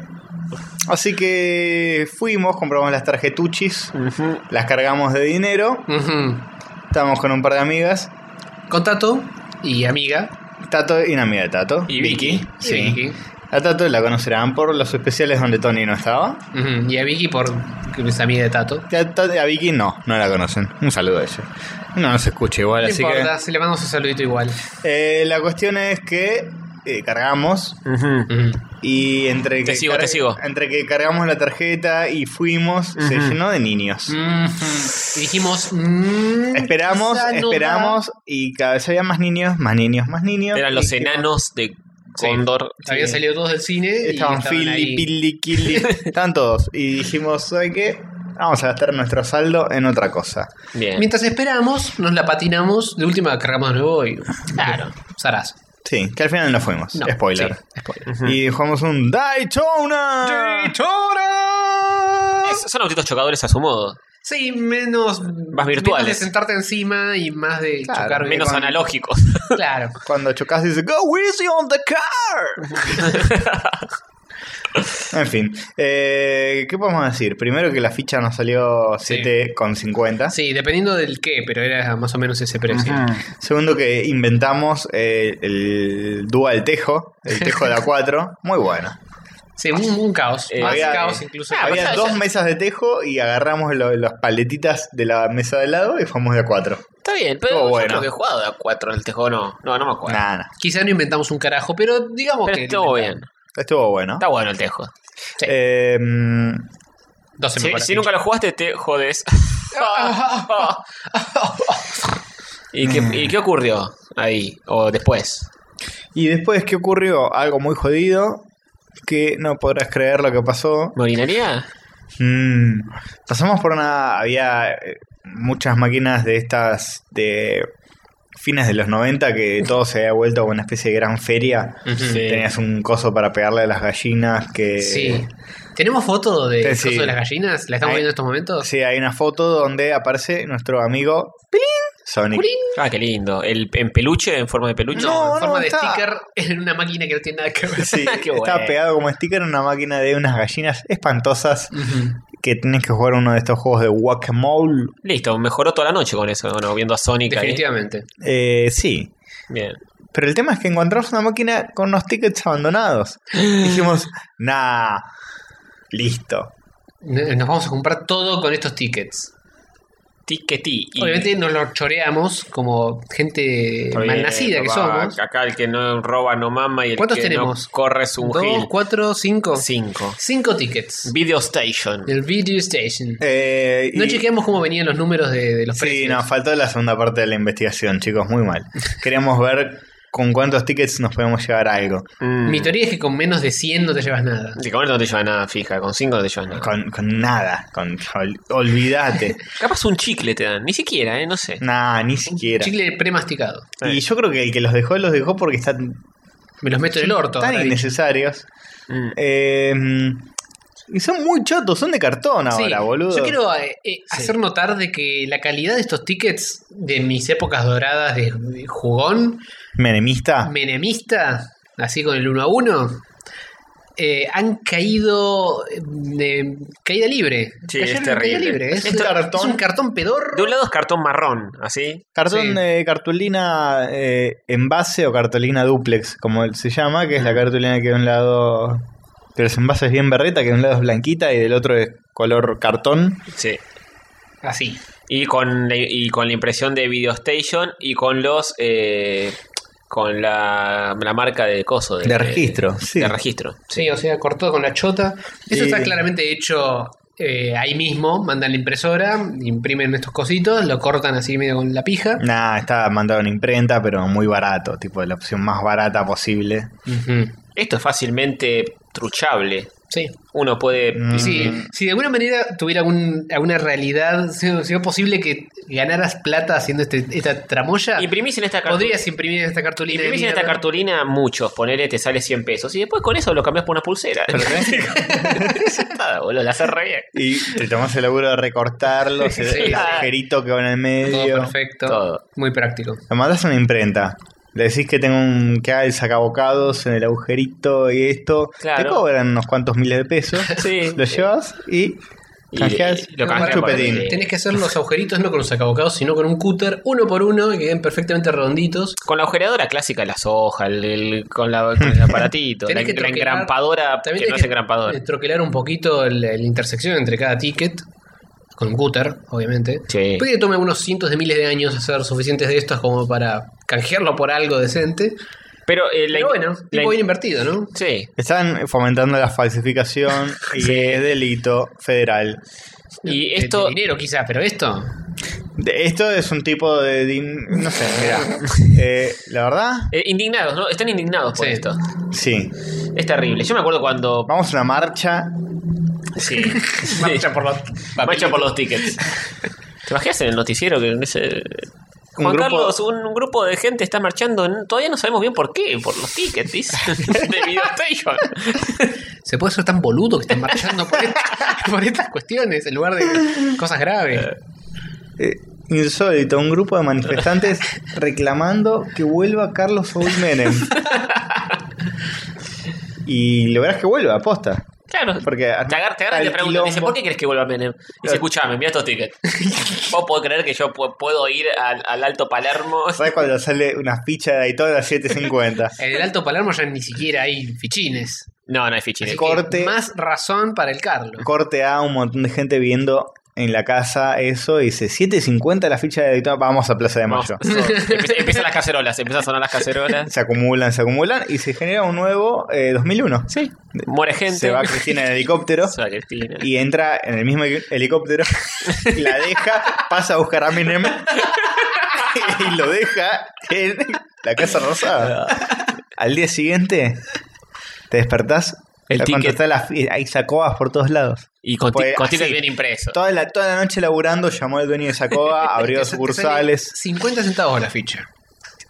así que fuimos, compramos las tarjetuchis,
Ujú.
las cargamos de dinero,
Ujú.
estábamos con un par de amigas,
Con Tato y amiga.
Tato y una amiga de Tato.
Y Vicky.
y
Sí.
Vicky.
A Tato la conocerán por los especiales donde Tony no estaba.
Ujú, Y a Vicky por que es amiga de Tato.
Y A, Ta- a Vicky no, no la conocen. Un saludo a ella. No nos escucha igual,
No
así
importa, se le mandamos un saludito igual.
que... eh, la cuestión es que eh, cargamos
Ujú.
Ujú.
y entre
Te
que
sigo, te sigo.
entre que cargamos la tarjeta y fuimos, se
Ujú.
llenó de niños.
Mm,
Ujú. Y dijimos. mm,
Esperamos,
quizá no
esperamos y cada vez había más niños, más niños, más niños.
Eran los
Y
enanos de Condor.
da. Habían salido todos del cine. y
Estaban Philly,
ahí.
Pili, Kili, estaban todos. Y dijimos, ¿sabes qué? Vamos a gastar nuestro saldo en otra cosa.
Bien.
Mientras esperamos, nos la patinamos. De última cargamos de nuevo y. Claro. Zarazo.
Sí, que al final no fuimos.
No,
Spoiler.
sí, spoiler.
Y jugamos un Daytona.
Es- son autitos chocadores a su modo.
Sí, menos.
Más virtuales.
menos de sentarte encima y más de
Claro,
chocar.
Porque
Menos
con-
analógicos.
Claro.
Cuando chocas dice, go easy on the car. en fin, eh, ¿qué podemos decir? Primero que la ficha nos salió
Sí.
7,50.
Sí, dependiendo del qué, pero era más o menos ese precio.
Segundo que inventamos eh, el dual tejo, el tejo de A4, muy bueno.
Sí, un, un caos.
Eh,
más
había,
caos
eh,
incluso.
ah,
Había
pasa-
dos mesas de tejo y agarramos lo- las paletitas de la mesa de al lado y fuimos de A4.
Está bien, pero
Estuvo
yo
Oh, bueno.
creo que he jugado a 4 en el tejo, no. No, no me acuerdo.
Nada, nada.
Quizá no inventamos un carajo, pero digamos
Pero
que.
estuvo bien.
estuvo bueno.
Está bueno el tejo.
Sí.
Eh, mm,
12
Si,
mejor
si
así.
nunca lo jugaste, te jodes. ¿Y, qué, y qué ocurrió ahí? ¿O después?
y después, ¿qué ocurrió? Algo muy jodido que no podrás creer lo que pasó.
¿Me orinaría?
Mm, pasamos por una. Había eh, muchas máquinas de estas de fines de los 90 que todo se había vuelto una especie de gran feria.
Ujú.
Tenías un coso para pegarle a las gallinas que...
Sí. ¿Tenemos foto de
Eh, Sí, sí.
coso de las gallinas? ¿La estamos
Ahí-
viendo en estos momentos?
Sí, hay una foto donde aparece nuestro amigo Pirín, Sonic.
Pirín.
Ah, qué lindo. ¿El, ¿En peluche? ¿En forma de peluche?
No,
No,
en forma
no,
de
está-
sticker en una máquina que no tiene nada que ver.
Sí,
Ah, Qué bueno.
está pegado como sticker en una máquina de unas gallinas espantosas que tenés que jugar uno de estos juegos de guacamole.
Listo, mejoró toda la noche con eso, ¿no? Viendo a Sonic ahí.
Definitivamente.
Eh, sí,
Bien.
pero el tema es que encontramos una máquina con unos tickets abandonados. Dijimos, nah, listo.
Nos vamos a comprar todo con estos tickets.
Tiquetí. Y
Obviamente nos lo choreamos como gente
está bien,
malnacida que
papá,
somos.
Acá el que no roba no mama y el
¿Cuántos
que
tenemos?
no corre es un
Dos,
gil.
cuatro, cinco.
Cinco.
Cinco tickets
Video Station.
del Video Station.
Eh,
No
y-
chequeamos cómo venían los números de, de los
Sí,
precios.
nos faltó la segunda parte de la investigación, chicos, muy mal. Queríamos ver con cuántos tickets nos podemos llevar algo.
Mm.
Mi teoría es que con menos de 100 no te llevas nada.
Sí, con él no te llevas nada fija, con cinco no te llevas nada.
Con, con nada, con ol- olvídate.
Capaz un chicle te dan, ni siquiera, ¿eh? No sé.
nah, ni siquiera.
Chicle premasticado.
Y yo creo que el que los dejó, los dejó porque están
Me los meto en el orto.
tan
ahora dicho.
innecesarios.
Mm.
Eh, y son muy chotos, son de cartón
Sí,
ahora, boludo.
Yo quiero eh, eh, hacer notar de que la calidad de estos tickets de mis épocas doradas de, de jugón,
Menemista.
menemista, así con el 1 a 1, eh, han caído eh, de caída libre.
Sí,
Cayeron
es
en
terrible. Este
Caída libre. Es,
Es
un cartón,
cartón.
es un cartón pedorro.
De un lado es cartón marrón, así.
Cartón,
Sí.
eh, cartulina eh, envase o cartulina duplex, como se llama, que es la cartulina que de un lado. Que los envases bien berreta, que de un lado es blanquita y del otro es color cartón.
Sí.
Así.
Y con la, y con la impresión de Video Station y con los. eh, con la, la marca de coso.
De registro, sí.
De registro.
Sí, o sea, cortó con la chota. Eso
Y-
está claramente hecho eh, ahí mismo. Mandan la impresora, imprimen estos cositos, lo cortan así medio con la pija.
Nah, está mandado en imprenta, pero muy barato, tipo la opción más barata posible.
Ujú.
Esto es fácilmente truchable.
Sí.
Uno puede.
Mm.
Sí, si de alguna manera tuviera algún- alguna realidad, si si fuera posible que ganaras plata haciendo este- esta tramoya,
Imprimís en esta cartulina.
podrías imprimir esta cartulina. de
Imprimís en esta
mierda.
cartulina muchos, ponele, te sale 100 pesos. Y después con eso lo cambias por una pulsera. Nada, boludo, la haces re bien.
Y te tomás el laburo de recortarlo, se-
Sí.
el agujerito que va en el
Todo
medio.
perfecto.
Todo.
Muy práctico.
Lo mandás a una imprenta. Le decís que tengo un, que haga el sacabocados en el agujerito y esto. Te
Claro.
cobran unos cuantos miles de pesos.
Sí.
Lo llevas y
Y-
canjeás
y lo
un
canjeás por
chupetín.
el-
Tenés que hacer los agujeritos no con un sacabocados, sino con un cúter, uno por uno, y que queden perfectamente redonditos.
Con la agujereadora clásica, las hojas, el, el- con, la, con el aparatito, la,
Tenés que
la
troquelar.
engrampadora, que
Ah, También
no
tenés
es
que
engrampadora.
eh, troquelar un poquito el- la intersección entre cada ticket. Con un cúter, obviamente.
Sí.
Puede que tome unos cientos de miles de años hacer suficientes de estos como para canjearlo por algo decente.
Pero, eh, la,
Pero bueno,
la-
tiempo bien invertido, ¿no?
Sí.
Están fomentando la falsificación y
Sí.
es delito federal.
Y
De-
esto,
de dinero quizás, pero esto...
De- esto es un tipo de... din- No sé, mirá. Eh, la verdad,
eh, indignados, ¿no? Están indignados por
Sí.
esto.
sí.
Es terrible. Yo me acuerdo cuando.
Vamos a una marcha.
Sí. Sí.
Marcha por los
Marcha por los tickets. ¿Te imaginas en el noticiero que en ese. eh, Juan
grupo-
Carlos, un, un grupo de gente está marchando. en- Todavía no sabemos bien por qué. Por los tickets, dice. De Video Station.
¿Se puede ser tan boludo que están marchando por, esta- por estas cuestiones en lugar de cosas graves?
Eh, insólito, un grupo de manifestantes reclamando que vuelva Carlos Saúl Menem. y lográs que vuelva, aposta.
Claro.
Porque
te agarran te, agarran y te
al
preguntan. Dice,
quilombo.
¿por qué crees que vuelva Menem? Dice, escuchame, mira estos tickets. Vos podés creer que yo pu- puedo ir al, al Alto Palermo.
¿Sabes cuando sale una ficha de Daytona 750?
En el Alto Palermo ya ni siquiera hay fichines.
No, no hay eh. fichines.
Así que
Corte.
Más razón para el Carlos.
Corte A, un montón de gente viendo en la casa eso y dice 750 la ficha de Daytona, vamos a Plaza de
Vamos,
Mayo.
so- empieza- Empiezan las cacerolas, empiezan a sonar las cacerolas.
Se acumulan, se acumulan y se genera un nuevo eh, 2001.
Sí. Muere gente.
Se va Cristina en helicóptero.
Se va Cristina.
y entra en el mismo helicóptero, la deja, pasa a buscar a Menem y lo deja en la Casa Rosada. Al día siguiente te despertás,
El
ya cuando
ticket.
está la fi- hay sacobas por todos lados.
Y con, ti-
Pues,
con tickets
así.
bien impreso.
Toda la, toda la noche laburando, llamó al dueño de Sacoba, abrió
Te- te
sucursales.
sale 50 centavos la ficha.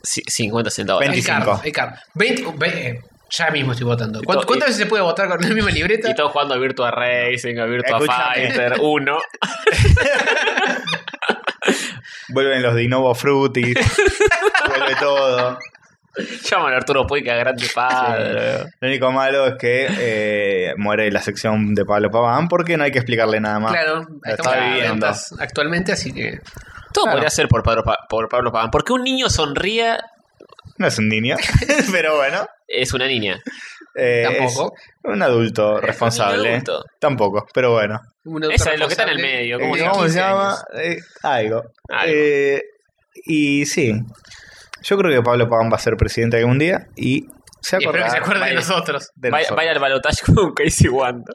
Sí, 50 centavos.
El
25.
Carlos, el Carlos. 20, o ve- eh, ya mismo estoy votando.
Y
¿Cuántas,
to-
cuántas
y-
veces se puede votar con la misma libreta?
Y todos jugando a Virtua Racing, a Virtua
Escúchame.
eh.
Fighter 1.
Vuelven los Dinovo Frutis, vuelve todo.
Llaman a Arturo Puig a grande padre.
Lo único malo es que eh, muere la sección de Pablo Paván porque no hay que explicarle nada más.
Claro,
La
estamos
está
en las
viviendo.
ventas actualmente, así que.
Todo
Claro.
podría ser por Pablo, Pa- por Pablo Paván. Porque un niño sonría
No es un niño, pero bueno.
es una niña.
Eh,
Tampoco.
es un adulto
Es
responsable.
un adulto.
Tampoco, pero bueno.
Un adulto
Esa es lo que está en el
responsable.
medio. ¿cómo
Eh,
se llama?
¿Cómo se
15
llama? Eh, algo.
Algo.
Eh, y sí, yo creo que Pablo Pagán va a ser presidente algún día y se
Y espero que
acordará
se acuerde de
Vaya.
nosotros.
de
Vaya,
nosotros.
vaya al balotaje con Casey Wanda.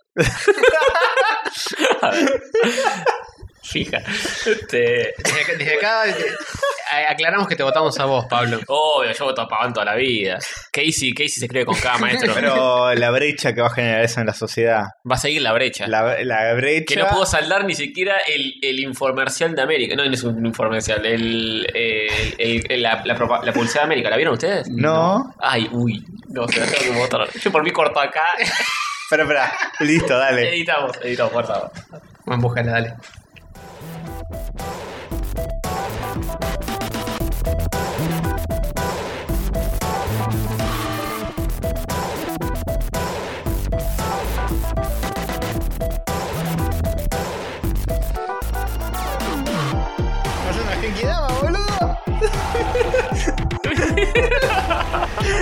Fija. Este,
Desde acá, desde acá, eh, aclaramos que te votamos a vos, Pablo.
obvio, yo voto a Paván toda la vida. Casey, Casey se escribe con K, maestro.
Pero la brecha que va a generar eso en la sociedad.
Va a seguir la brecha.
La, la brecha.
que no puedo saldar ni siquiera el, el informercial de América. No, no es un informercial. El, el- el- el- la, la propa- la publicidad de América. ¿La vieron ustedes?
No.
Ay, uy. No, se la tengo que votar. Yo por mí corto acá.
Espera, espera. Listo, dale.
Editamos, editamos, cortamos.
Bueno, búscala, dale.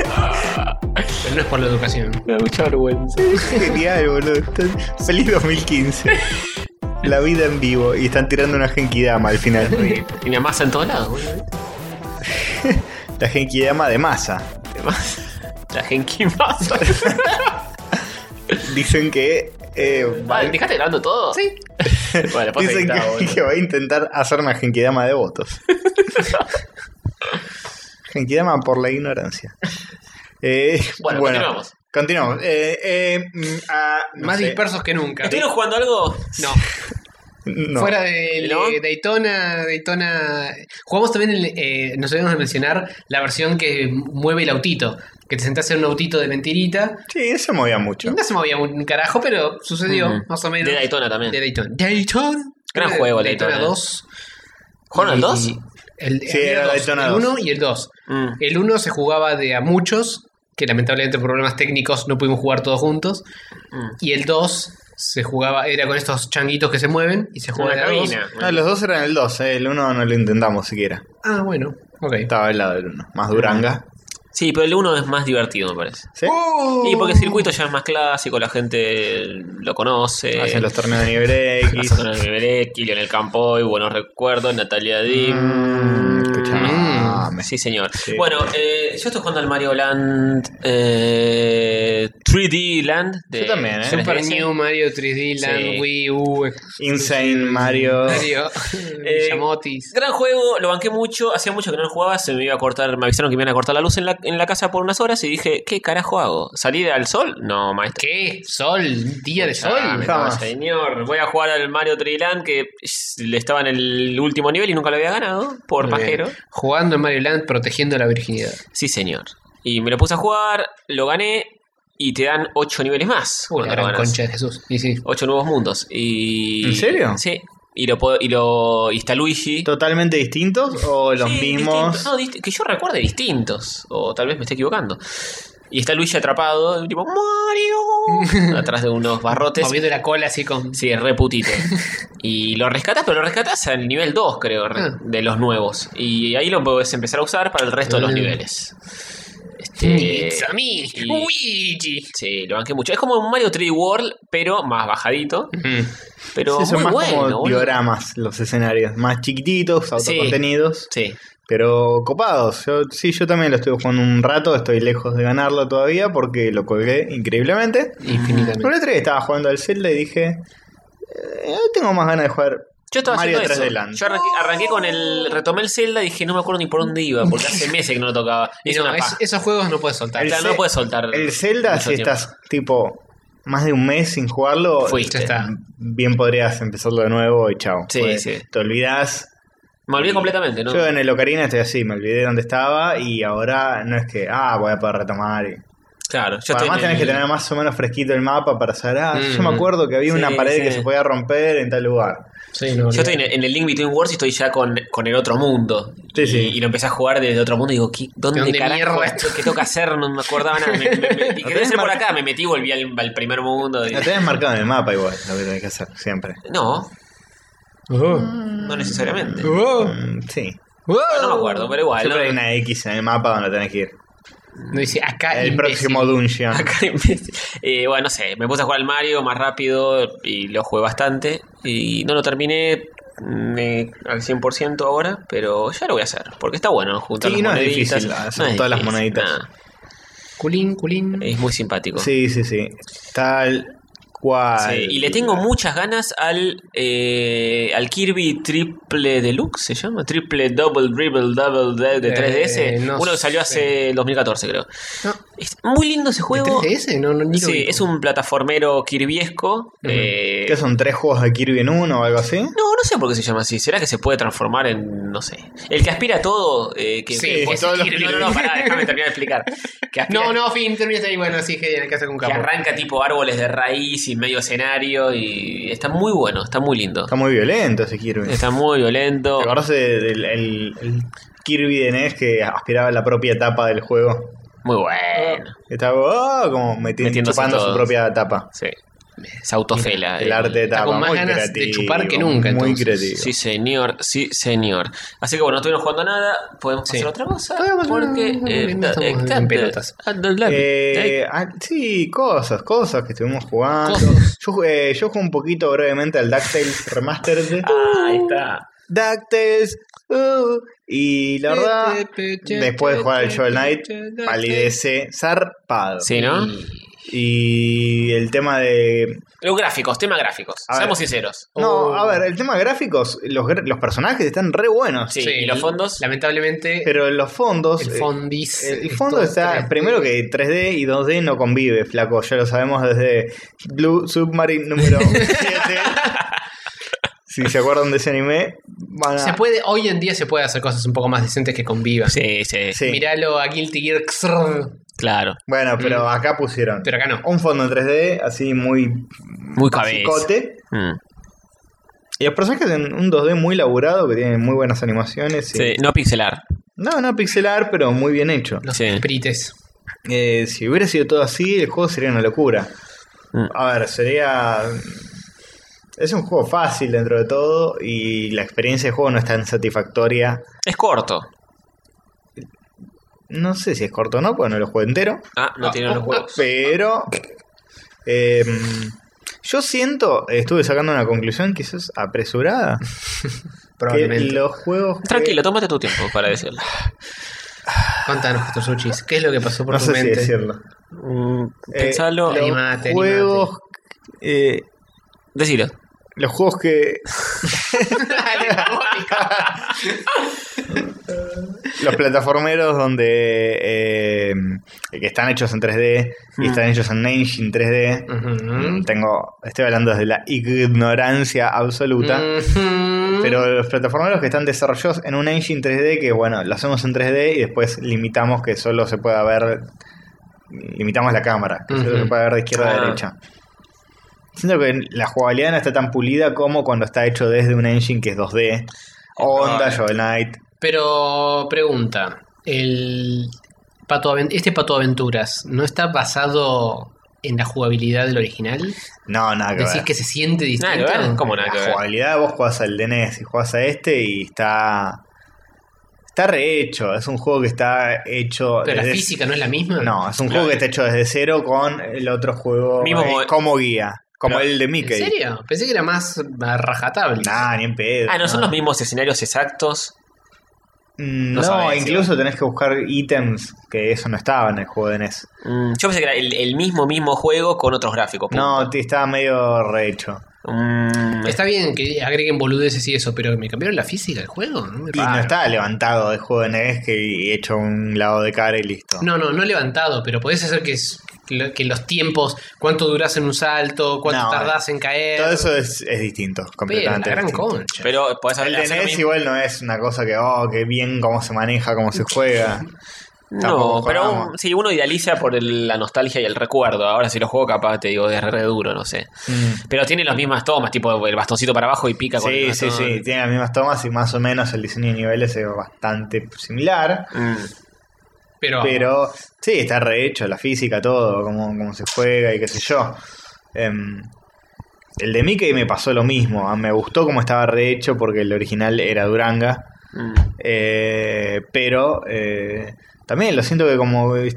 Pero no es por la educación.
Me da mucha vergüenza.
Genial, boludo. Están- Feliz 2015. La vida en vivo. Y están tirando una Genkidama al final.
Y mi mamá está en todos lados, boludo.
La Genkidama de masa.
Además, La Genki Masa.
Dicen que. eh, va-
Vale, ¿dejaste grabando todo? Sí. Bueno, después
dicen
editado,
que,
boludo.
que va a intentar hacer una Genkidama de votos. Genkidama por la ignorancia. Eh,
Bueno, continuamos.
Continuamos. Eh, eh, mm, ah, no
Más
sé.
dispersos que nunca.
¿Estuvieron jugando algo?
No.
No.
Fuera de,
¿No?
de Daytona, Daytona. Jugamos también, el, eh, nos olvidamos de mencionar la versión que mueve el autito. Que te sentás en un autito de mentirita.
Sí, eso movía mucho.
No se movía un carajo, pero sucedió,
Ujú.
más o menos.
De Daytona también.
De Daytona. Daytona.
Gran
Creo que
juego,
Daytona.
Daytona. ¿eh?
2.
¿Jugaron al
Y-
2?
El,
Sí,
había
era
dos,
Daytona
El
2.
1 y el 2.
Mm.
El 1 se jugaba de a muchos, que lamentablemente por problemas técnicos no pudimos jugar todos juntos.
Mm.
Y el 2 se jugaba, era con estos changuitos que se mueven y se jugaba
Una
de a dos.
cabina.
No, Ah, los dos eran el 2, el 1 no lo intentamos siquiera.
Ah, bueno, ok.
Estaba al lado del 1. Más Duranga.
Sí, pero el 1 es más divertido, me parece.
¿Sí?
Y porque el circuito ya es más clásico, la gente lo conoce.
Hacen los torneos de nivel X.
Nosotros en el Berek, Kilian en el campo y buenos recuerdos, Natalia Di.
Mm, escuchame.
Sí, señor.
Sí.
Bueno, eh, yo estoy jugando al Mario Land eh, 3D Land. De
Yo también, ¿eh?
¿se les
Super
parece?
New Mario 3D Land
Sí.
Wii U ex-
Insane Mario.
Mario
Eh,
Yamotis.
Gran juego, lo banqué mucho, hacía mucho que no lo jugaba, se me iba a cortar, me avisaron que me iban a cortar la luz en la, en la casa por unas horas y dije, ¿qué carajo hago? ¿Salir al sol? No, maestro.
¿Qué? ¿Sol? ¿Día de sol?
Ah, no,
Jamás.
señor, voy a jugar al Mario 3D Land que le estaba en el último nivel y nunca lo había ganado por
Muy bien.
pajero.
Jugando en Mario Land protegiendo la virginidad.
Sí, señor. Y me lo puse a jugar, lo gané y te dan 8 niveles más.
Uy, la
cuando lo
gran
ganas.
concha de Jesús. Y sí.
8 nuevos mundos. Y...
¿En serio?
Sí. Y lo puedo- y lo y está Luigi.
¿Totalmente distintos o los
Sí,
mismos?
distintos. No, dist- que yo recuerde distintos. O tal vez me esté equivocando. Y está Luigi atrapado, tipo Mario, atrás de unos barrotes.
Moviendo la cola así con.
Sí, re putito. y lo rescatas, pero lo rescatas al nivel 2, creo, re-
Ah.
de los nuevos. Y ahí lo puedes empezar a usar para el resto de los
Ah.
niveles. Este,
It's a me,
y-
Luigi.
Sí, lo banqué mucho. Es como un Mario 3D World, pero más bajadito.
Mm.
Pero
Sí, son
muy
más
bueno.
como
boludo.
dioramas los escenarios. Más chiquititos, autocontenidos.
Sí.
Pero copados. Yo, sí, yo también lo estoy jugando un rato. Estoy lejos de ganarlo todavía porque lo colgué increíblemente.
Infinitamente.
Pero el otro día estaba jugando al Zelda y dije. "Eh, tengo más ganas de jugar.
Yo estaba
Mario
haciendo
3D
eso.
Land.
Yo arranqué, arranqué con el. Retomé el Zelda y dije, no me acuerdo ni por dónde iba, porque hace meses que no lo tocaba.
Y
Es
no,
una
es-
paja.
esos juegos no puedes soltar.
El
Claro, no
Ce-
puedes soltar.
El Zelda,
mucho
si
tiempo.
estás tipo más de un mes sin jugarlo, este,
Fuiste.
Ya está.
bien podrías empezarlo de nuevo y chao. Pues,
Sí, sí.
Te olvidás.
Me olvidé completamente, ¿no?
Yo en el Ocarina estoy así, me olvidé dónde estaba y ahora no es que, ah, voy a poder retomar. y-
Claro, yo estoy.
Además
en el-
tenés que tener más o menos fresquito el mapa para saber, ah, yo
Mm.
me acuerdo que había
Sí,
una pared
sí.
que se podía romper en tal lugar.
Sí, no,
Yo estoy en el, en el Link Between Worlds y estoy ya con, con el otro mundo.
Sí,
y,
sí.
y lo empecé a jugar desde otro mundo y digo, ¿qué, ¿dónde,
¿Dónde
carajo
mierda
esto? ¿Qué tengo que hacer? No me acordaba nada. Me, me- me- y quería
tenés
hacer por
marca-
acá, me metí y volví al, al primer mundo. y-
Lo tenés marcado en el mapa igual, lo que tenés que hacer siempre.
No,
Uh.
Oh.
no necesariamente.
Oh.
Mm, sí.
Oh.
No me acuerdo, pero Uh. igual.
Siempre
no-
hay una X en el mapa donde tenés que ir.
No dice
Ah,
acá
El
imbécil.
próximo dungeon.
Acá, imbécil. Eh, bueno, no sé, me puse a jugar al Mario más rápido y lo jugué bastante. Y no lo terminé mm, al 100% ahora, pero ya lo voy a hacer. Porque está bueno juntar
Sí,
las
no es
moneditas.
difícil hacer todas las moneditas.
nada.
Culín, culín.
Es muy simpático.
Sí, sí, sí. Tal cual.
Sí, y le tengo muchas ganas al eh, al Kirby Triple Deluxe, ¿se llama? Triple Double Dribble Double de, de
Eh,
3DS.
no
Uno que salió
sé.
hace 2014, creo.
No,
Es muy lindo ese juego.
¿de 3DS? No, no, ni lo
Sí,
ubico.
es un plataformero kirbiesco. eh,
¿Qué son tres juegos de Kirby en uno o algo así?
no, no sé por qué se llama así. ¿Será que se puede transformar en, no sé? El que aspira a todo. eh, que,
Sí,
que-
todos los
Kirby. No, no, no, pará, déjame terminar de explicar. Que aspira-
No, no, fin, termina ahí. Bueno, sí, genial, que hacer con
Que
capo.
arranca tipo árboles de raíz y medio escenario. Y está muy bueno, está muy lindo.
Está muy violento ese Kirby.
Está muy violento.
¿Te acordás del el- el Kirby de NES que aspiraba a la propia tapa del juego?
Muy bueno.
Estaba oh, como meti-
Metiéndose
chupando su
todos.
propia tapa.
Sí. Se autofela.
El
eh.
arte de
está
tapa.
con más
muy
ganas de
creativo,
chupar que nunca,
Muy
entonces.
creativo.
Sí, señor. Sí, señor. Así que bueno, no estuvieron jugando nada. Podemos
Sí.
hacer otra cosa.
Podemos,
Porque.
no, no,
eh,
no estamos
eh,
en pelotas.
Ah, no, la-
Eh, ah, sí, cosas, cosas que estuvimos jugando. Yo, jugué- yo jugué un poquito brevemente al DuckTales Remastered.
Ah, ahí está. Eh,
DuckTales. uh, y la verdad, después de jugar al Shovel Knight, palidece zarpado.
Sí, ¿no?
Y el tema de.
Los gráficos, tema gráficos.
A ver.
Seamos sinceros.
No,
Oh.
a ver, el tema gráficos, los, gra- los personajes están re buenos.
Sí, ¿y los fondos?
Lamentablemente,
Pero los fondos.
el
eh,
fondis.
El
es
fondo
todo
está,
3D.
primero que 3D y 2D no convive, flaco, ya lo sabemos desde Blue Submarine número 7. si se acuerdan de ese anime, van a...
Se puede, hoy en día se puede hacer cosas un poco más decentes que convivan.
Ah. Sí, sí,
Sí.
Miralo a Guilty Gear Xrr,
Claro.
Bueno, pero
Mm.
acá pusieron
pero acá no.
un fondo en 3D, así muy
Muy cabeza.
chicote.
Mm.
Y los personajes en un 2D muy laburado, que tienen muy buenas animaciones. y-
Sí, no pixelar.
No, no pixelar, pero muy bien hecho.
Los
Sí.
sprites.
Eh, si hubiera sido todo así, el juego sería una locura.
Mm.
A ver, sería. Es un juego fácil dentro de todo y la experiencia de juego no es tan satisfactoria.
Es corto.
No sé si es corto o no, porque no lo juego entero.
Ah, no tiene los juegos.
Pero. eh, yo siento, estuve sacando una conclusión quizás apresurada. que
Probablemente.
los juegos. que-
Tranquilo, tómate tu tiempo para decirlo.
Contanos, Pastor Suchis, ¿qué es lo que pasó por
No
tu
sé si
mente?
decirlo.
Mm,
Eh,
Pensalo.
los
Animate,
juegos. eh,
Decilo.
los juegos que. Los plataformeros donde eh, que están hechos en 3D
Mm.
y están hechos en Engine 3D. Mm,
Ujú.
Tengo, estoy hablando desde la ignorancia absoluta.
Mm. Ujú.
Pero los plataformeros que están desarrollados en un engine 3D, que bueno, lo hacemos en 3D y después limitamos que solo se pueda ver. Limitamos la cámara, que solo
Ujú.
se puede ver de izquierda
Ah.
a derecha. Siento que la jugabilidad no está tan pulida como cuando está hecho desde un engine que es
Ah.
2D. Onda, Shovel Knight.
Pero pregunta, el Pato Aven- este Pato Aventuras no está basado en la jugabilidad del original?
No, nada que
¿Decís
ver.
que se siente
Nada que
distinto?
ver. ¿Cómo nada
la
que ver?
jugabilidad vos jugás al DNS y jugás a este y está. Está rehecho. Es un juego que está hecho.
Pero la
desde-
física no es la misma.
No, es un
Claro.
juego que está hecho desde cero con el otro juego
Mismo
eh,
mo-
como guía. Como
Claro.
el de
¿En
Mickey.
serio? Pensé que era más rajatable.
Nah, ni en pedo.
Ah, no son
no.
los mismos escenarios exactos.
Mm,
no
no,
sabés,
incluso tenés que buscar ítems que eso no estaba en el juego de E NES.
Mm, Yo pensé que era el, el mismo mismo juego con otros gráficos. punto.
No, te- estaba medio rehecho.
Mm,
Está bien que agreguen boludeces y eso, pero me cambiaron la física del juego. No, me
Y no
paro.
estaba levantado del juego de NES que he hecho un lado de cara y listo.
no, no, no he levantado, pero podés hacer que, es- que lo- que los tiempos, cuánto durás en un salto, cuánto
No, eh,
tardás en caer.
Todo eso es, es distinto,
eh, pero la
completamente.
gran
distinto.
concha.
pero podés
El
hacer lo
DNS
mismo.
igual no es una cosa que, oh, qué bien cómo se maneja, cómo se juega.
No,
Tampoco
pero
jugamos.
un- sí, uno idealiza por el- la nostalgia y el recuerdo. Ahora si lo juego capaz te digo de re duro, no sé.
Mm.
Pero tiene las mismas tomas, tipo el bastoncito para abajo y pica con el
Sí, sí,
bastón.
sí, tiene las mismas tomas y más o menos el diseño de niveles es bastante similar.
Mm. Ah.
Pero,
Pero sí, está rehecho la física, todo, cómo, cómo se juega y qué sé yo. Em, el de Mickey me pasó lo mismo, ah, me gustó cómo estaba rehecho porque el original era Duranga.
Mm.
Eh, pero eh, también lo siento que como eh,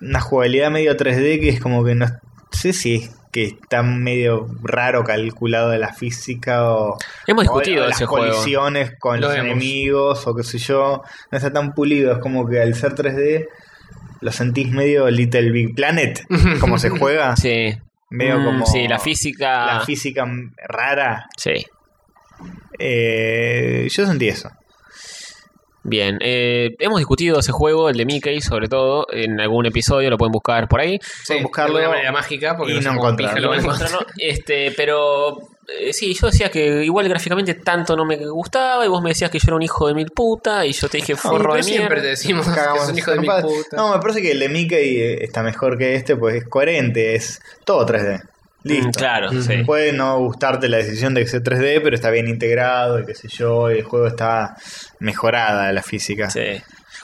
una jugabilidad medio 3D que es como que no sé si es que está medio raro calculado de la física o,
Hemos
o-
discutido
o las
ese juego.
colisiones con
Lo
los
vemos.
enemigos o qué sé yo, no está tan pulido, es como que al ser 3D lo sentís medio Little Big Planet, como se juega,
Sí.
medio
Mm,
como
Sí, la física.
la física rara.
sí.
Eh, yo sentí eso.
Bien, eh, hemos discutido ese juego, el de Mickey, sobre todo, en algún episodio, lo pueden buscar por ahí.
Sí,
buscarlo
de alguna manera mágica porque
y
sé
no
cómo
encontrarlo.
pija lo van a encontrar.
Encontrarlo, este, pero eh, sí, yo decía que igual gráficamente tanto no me gustaba, y vos me decías que yo era un hijo de mil puta, y yo te dije
Sí,
forro
pero
de
siempre te
mierda.
decimos que
Cagamos
es un hijo de mi
trompadas.
puta.
No, me parece que el de Mickey eh, está mejor que este, pues es coherente, es todo 3D. Listo.
Mm, Claro,
Mm.
sí.
Puede no gustarte la decisión de que sea 3D, pero está bien integrado y qué sé yo, y el juego está mejorada la física.
sí.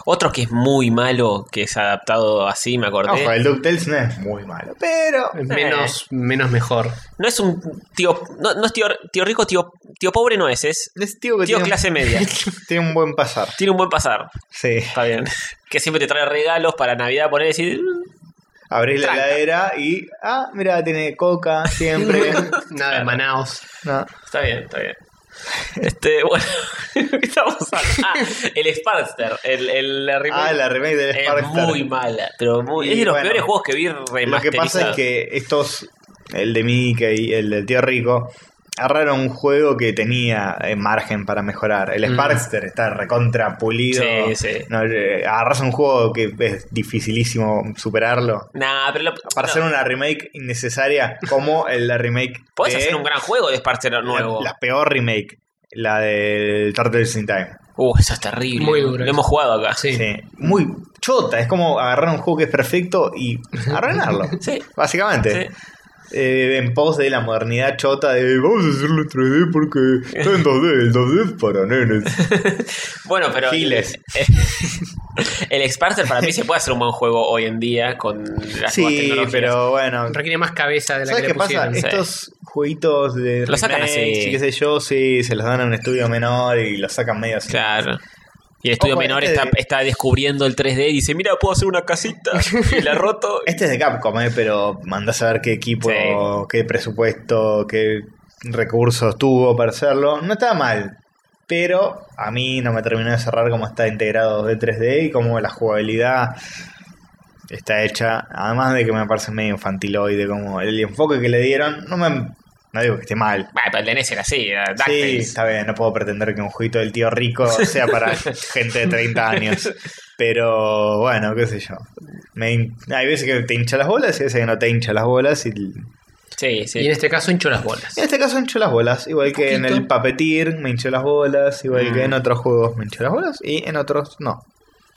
Otro que es muy malo, que es adaptado así, me acordé.
Ojo, el DuckTales no es muy malo, pero
Es Menos, menos mejor.
No es un tío, no, no es tío, tío rico, tío, tío pobre no es, es
es tío que
tío
tiene,
clase media.
tiene un buen pasar.
Tiene un buen pasar,
Sí,
está bien. Que siempre te trae regalos para Navidad, poner y decir, "Mm,
abrís la
Tranca.
heladera y. Ah, mira, tiene coca siempre.
Nada de Manaos.
No.
Está bien, está bien. Este, bueno, ¿qué estamos hablando? Ah, el Sparkster, el, el la remake
Ah, la remake del
es
Sparkstar.
muy mala, pero muy,
Y
es de los
bueno,
peores juegos que vi
Lo que
remasterizado.
pasa es que estos, el de Mickey y el del tío Rico, agarraron un juego que tenía eh, margen para mejorar. El
Mm.
Sparkster está recontra pulido.
Sí, sí.
No, eh, agarras un juego que es dificilísimo superarlo.
Nah, pero lo-
Para
no,
hacer una remake innecesaria, como el, la remake.
podés
de
hacer un gran juego de Sparkster
la-
nuevo.
La, peor remake, la del Turtles in Time.
Uh, eso es terrible.
Muy duro
Lo
eso.
hemos jugado acá.
Sí.
Sí, Muy chota, es como agarrar un juego que es perfecto y arruinarlo.
Sí,
Básicamente.
sí.
Eh, en pos de la modernidad chota de vamos a hacerlo en 3D porque está en 2D, el 2D es para nenes.
Bueno, pero.
Giles.
el Sparkster para mí se puede hacer un buen juego hoy en día con las nuevas
sí,
tecnologías.
pero bueno.
Requiere más cabeza de la
¿Sabes
que le
qué pasa?
pusieron.
Sí.
Estos jueguitos de
Lo sacan
remakes
así.
y qué sé yo, sí, se los dan a un estudio menor y los sacan medio así.
Claro. Y el estudio
Ojo,
menor
este
está,
de-
está descubriendo el 3D y dice, mira, puedo hacer una casita. Y la roto.
Este es de Capcom, eh, pero mandás a ver qué equipo,
Sí.
qué presupuesto, qué recursos tuvo para hacerlo. No está mal, pero a mí no me terminó de cerrar cómo está integrado de 3D y cómo la jugabilidad está hecha. Además de que me parece medio infantiloide, como el enfoque que le dieron, no me no digo que esté mal.
Bah, pero el de NES era así, era
Sí,
DuckTales.
está bien, no puedo pretender que un jueguito del tío rico sea para gente de 30 años. Pero bueno, qué sé yo. Me hin- hay veces que te hincha las bolas y hay veces que no te hincha las bolas. Y... En
Sí, sí.
Y en este caso hinchó las bolas.
este caso hinchó las bolas, igual que en el
Poquito.
Papetir me hinchó las bolas, igual
Mm.
que en otros juegos me hinchó las bolas y en otros no.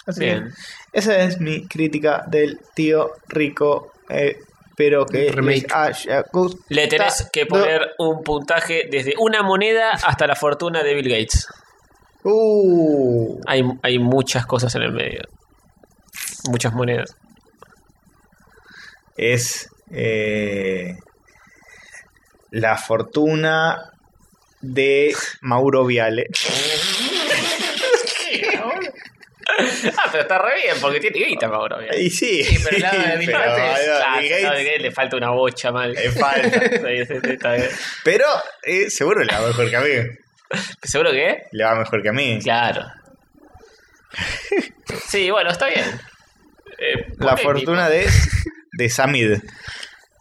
Así que
Bien.
esa es mi crítica del tío rico, eh, pero que
Remake.
les haya gustado.
Le tenés que poner un puntaje desde una moneda hasta la fortuna de Bill Gates.
Uh.
Hay, hay muchas cosas en el medio. Muchas monedas.
es eh, la fortuna de Mauro Viale.
Ah, pero está re bien, porque tiene guita, Mauro. bien.
Y sí,
Sí, pero al lado de Bill
pero,
Gates,
al lado de
Claro,
Bill
no,
Gates,
Bill Gates le falta una bocha mal.
le falta.
Sí, sí, sí, está bien.
Pero eh, seguro le va mejor que a mí.
¿Seguro que?
Le va mejor que a mí.
Claro. Sí, bueno, está bien. Eh,
La
polémico.
fortuna de, de Samid.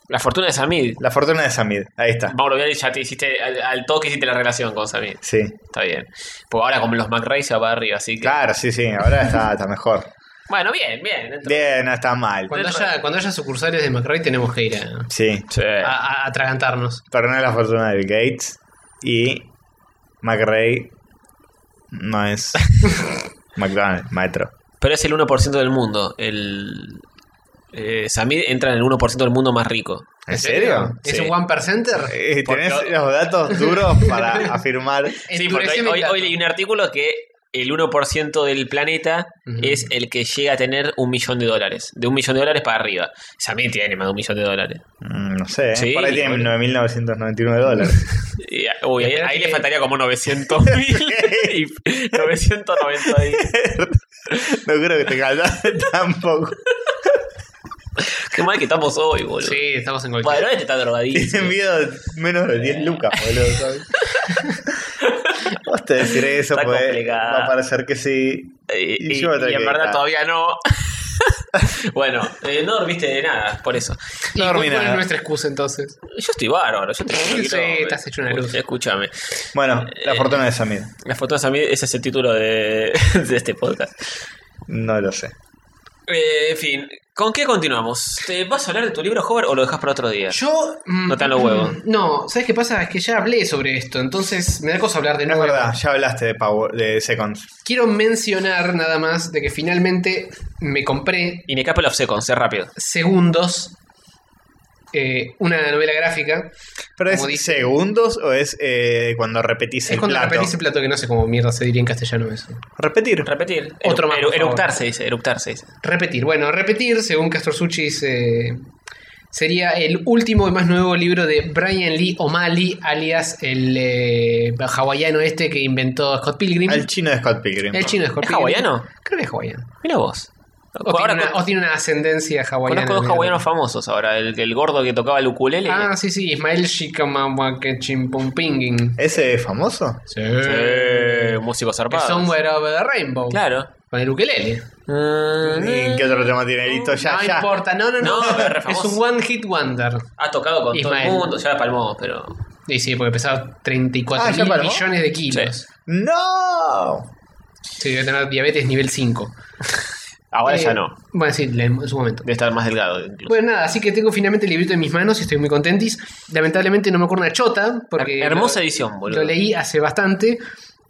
La fortuna de Samid.
La fortuna de Samid. Ahí está.
Mauro Vial ya te hiciste al, al toque hiciste la relación con Samid.
Sí.
Está bien. Pues ahora como los McRae se va para arriba, así que.
Claro, sí, sí. Ahora está, está mejor.
Bueno, bien, bien. dentro-
Bien, no está mal.
Cuando haya, cuando haya sucursales de McRae tenemos que ir a,
Sí.
Sí.
a- a atragantarnos.
Torneo de la fortuna de Bill Gates y McRae no es McDonald's, maestro.
Pero es el 1% del mundo. El. eh, Samid entra en el 1% del mundo más rico.
¿En serio?
¿Es
Sí.
un one percenter?
Eh,
Porque-
¿Tenés los datos duros para afirmar?
Sí, porque hoy,
Endureceme el
hoy-
dato.
hoy leí un artículo que el 1% del planeta
Ujú.
es el que llega a tener un millón de dólares. De un millón de dólares para arriba. Samir tiene más de un millón de dólares.
Mm, no sé, ¿eh?
Sí,
por ahí tienen
bueno.
9.999 dólares.
Y, ah, uy, ahí,
Esperate
ahí
que-
le faltaría como 900 mil. 990 y-
no creo que te caldas tampoco.
Qué mal que estamos hoy, boludo.
Sí, estamos en cualquier.
Bueno, este está drogadísimo.
Tienen miedo de menos de 10 lucas, boludo, ¿sabes? Vos te decir eso,
Está
pues
complicado.
va a parecer que sí.
Y,
Y
y-
yo me tengo
y en
que
verdad
editar.
todavía no. bueno, eh, no dormiste de nada, por eso.
¿Y
No
cuál
dormí
cuál es
nada.
nuestra excusa entonces?
Yo estoy bárbaro, yo te
Sí, te has hecho una luz.
Escúchame.
Bueno,
Eh,
la fortuna de Samir.
Las fotos a mí, ese es el título de, de este podcast.
No lo sé.
Eh, en fin, ¿con qué continuamos? ¿Te vas a hablar de tu libro, Hover, o lo dejas para otro día?
Yo. mm,
No te dan los huevos.
mm, No, ¿sabes qué pasa? Es que ya hablé sobre esto, entonces me da cosa hablar de
No es
nuevo.
verdad, ya hablaste de, Power, de Seconds.
Quiero mencionar nada más de que finalmente me compré
Y me escapa el obseco, sé rápido.
segundos eh, una novela gráfica.
¿Pero es
Como dice-
segundos o es eh, cuando repetís
es
el
cuando
plato?
repetís el plato que no sé cómo mierda se diría en castellano eso.
Repetir.
Repetir.
Otro más, por favor.
Eructar se dice, eructar se dice.
Repetir. Bueno, repetir, según Castor Suchis, eh, sería el último y más nuevo libro de Brian Lee O'Malley, alias el eh, hawaiano este que inventó Scott Pilgrim.
Al chino de Scott Pilgrim.
El chino de Scott
¿Es
Pilgrim.
hawaiano?
Creo que es hawaiano.
Mira vos.
O,
Ahora
tiene, una,
con-
o tiene una ascendencia hawaiana.
conozco dos
mira.
hawaianos famosos ahora. El, el gordo que tocaba el ukulele.
Ah, sí, sí, Ismael Shikamawakechimpumpingin.
¿Ese es famoso?
Sí.
Eh,
El
músico zarpado.
Somewhere Over the Rainbow.
Claro.
Con el ukelele.
Mm,
¿Y en qué otro tema tiene Lito? Ya,
no
ya.
importa, no, no, no.
No, pero re
es
famoso.
un one hit wonder.
Ha tocado con
Ismael.
todo el mundo, ya la palmó, pero.
Y sí, porque pesaba 34
Ah, ¿ya
mil
palmó?
millones de kilos.
¡No!
Uh. Sí. debe tener diabetes nivel 5.
Ahora
Eh,
ya no.
Bueno, sí, le- en su momento.
Debe estar más delgado incluso.
Bueno, nada, así que tengo finalmente el librito en mis manos y estoy muy contentis. Lamentablemente no me acuerdo una chota, porque...
Her- hermosa
lo-
edición, boludo.
Lo leí hace bastante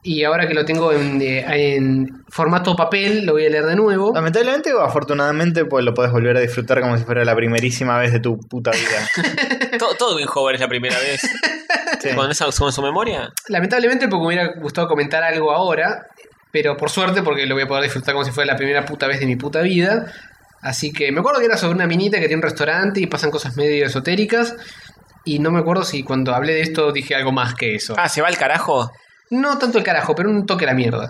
y ahora que lo tengo en, eh, en formato papel lo voy a leer de nuevo.
Lamentablemente o afortunadamente, pues lo podés volver a disfrutar como si fuera la primerísima vez de tu puta vida.
todo, Pues, todo bien joven es la primera vez.
Sí.
Con, esa, con su memoria.
Lamentablemente porque me hubiera gustado comentar algo ahora, pero por suerte porque lo voy a poder disfrutar como si fuera la primera puta vez de mi puta vida. Así que me acuerdo que era sobre una minita que tiene un restaurante y pasan cosas medio esotéricas. Y no me acuerdo si cuando hablé de esto dije algo más que eso.
Ah, se va al carajo.
No tanto el carajo, pero un toque a la mierda.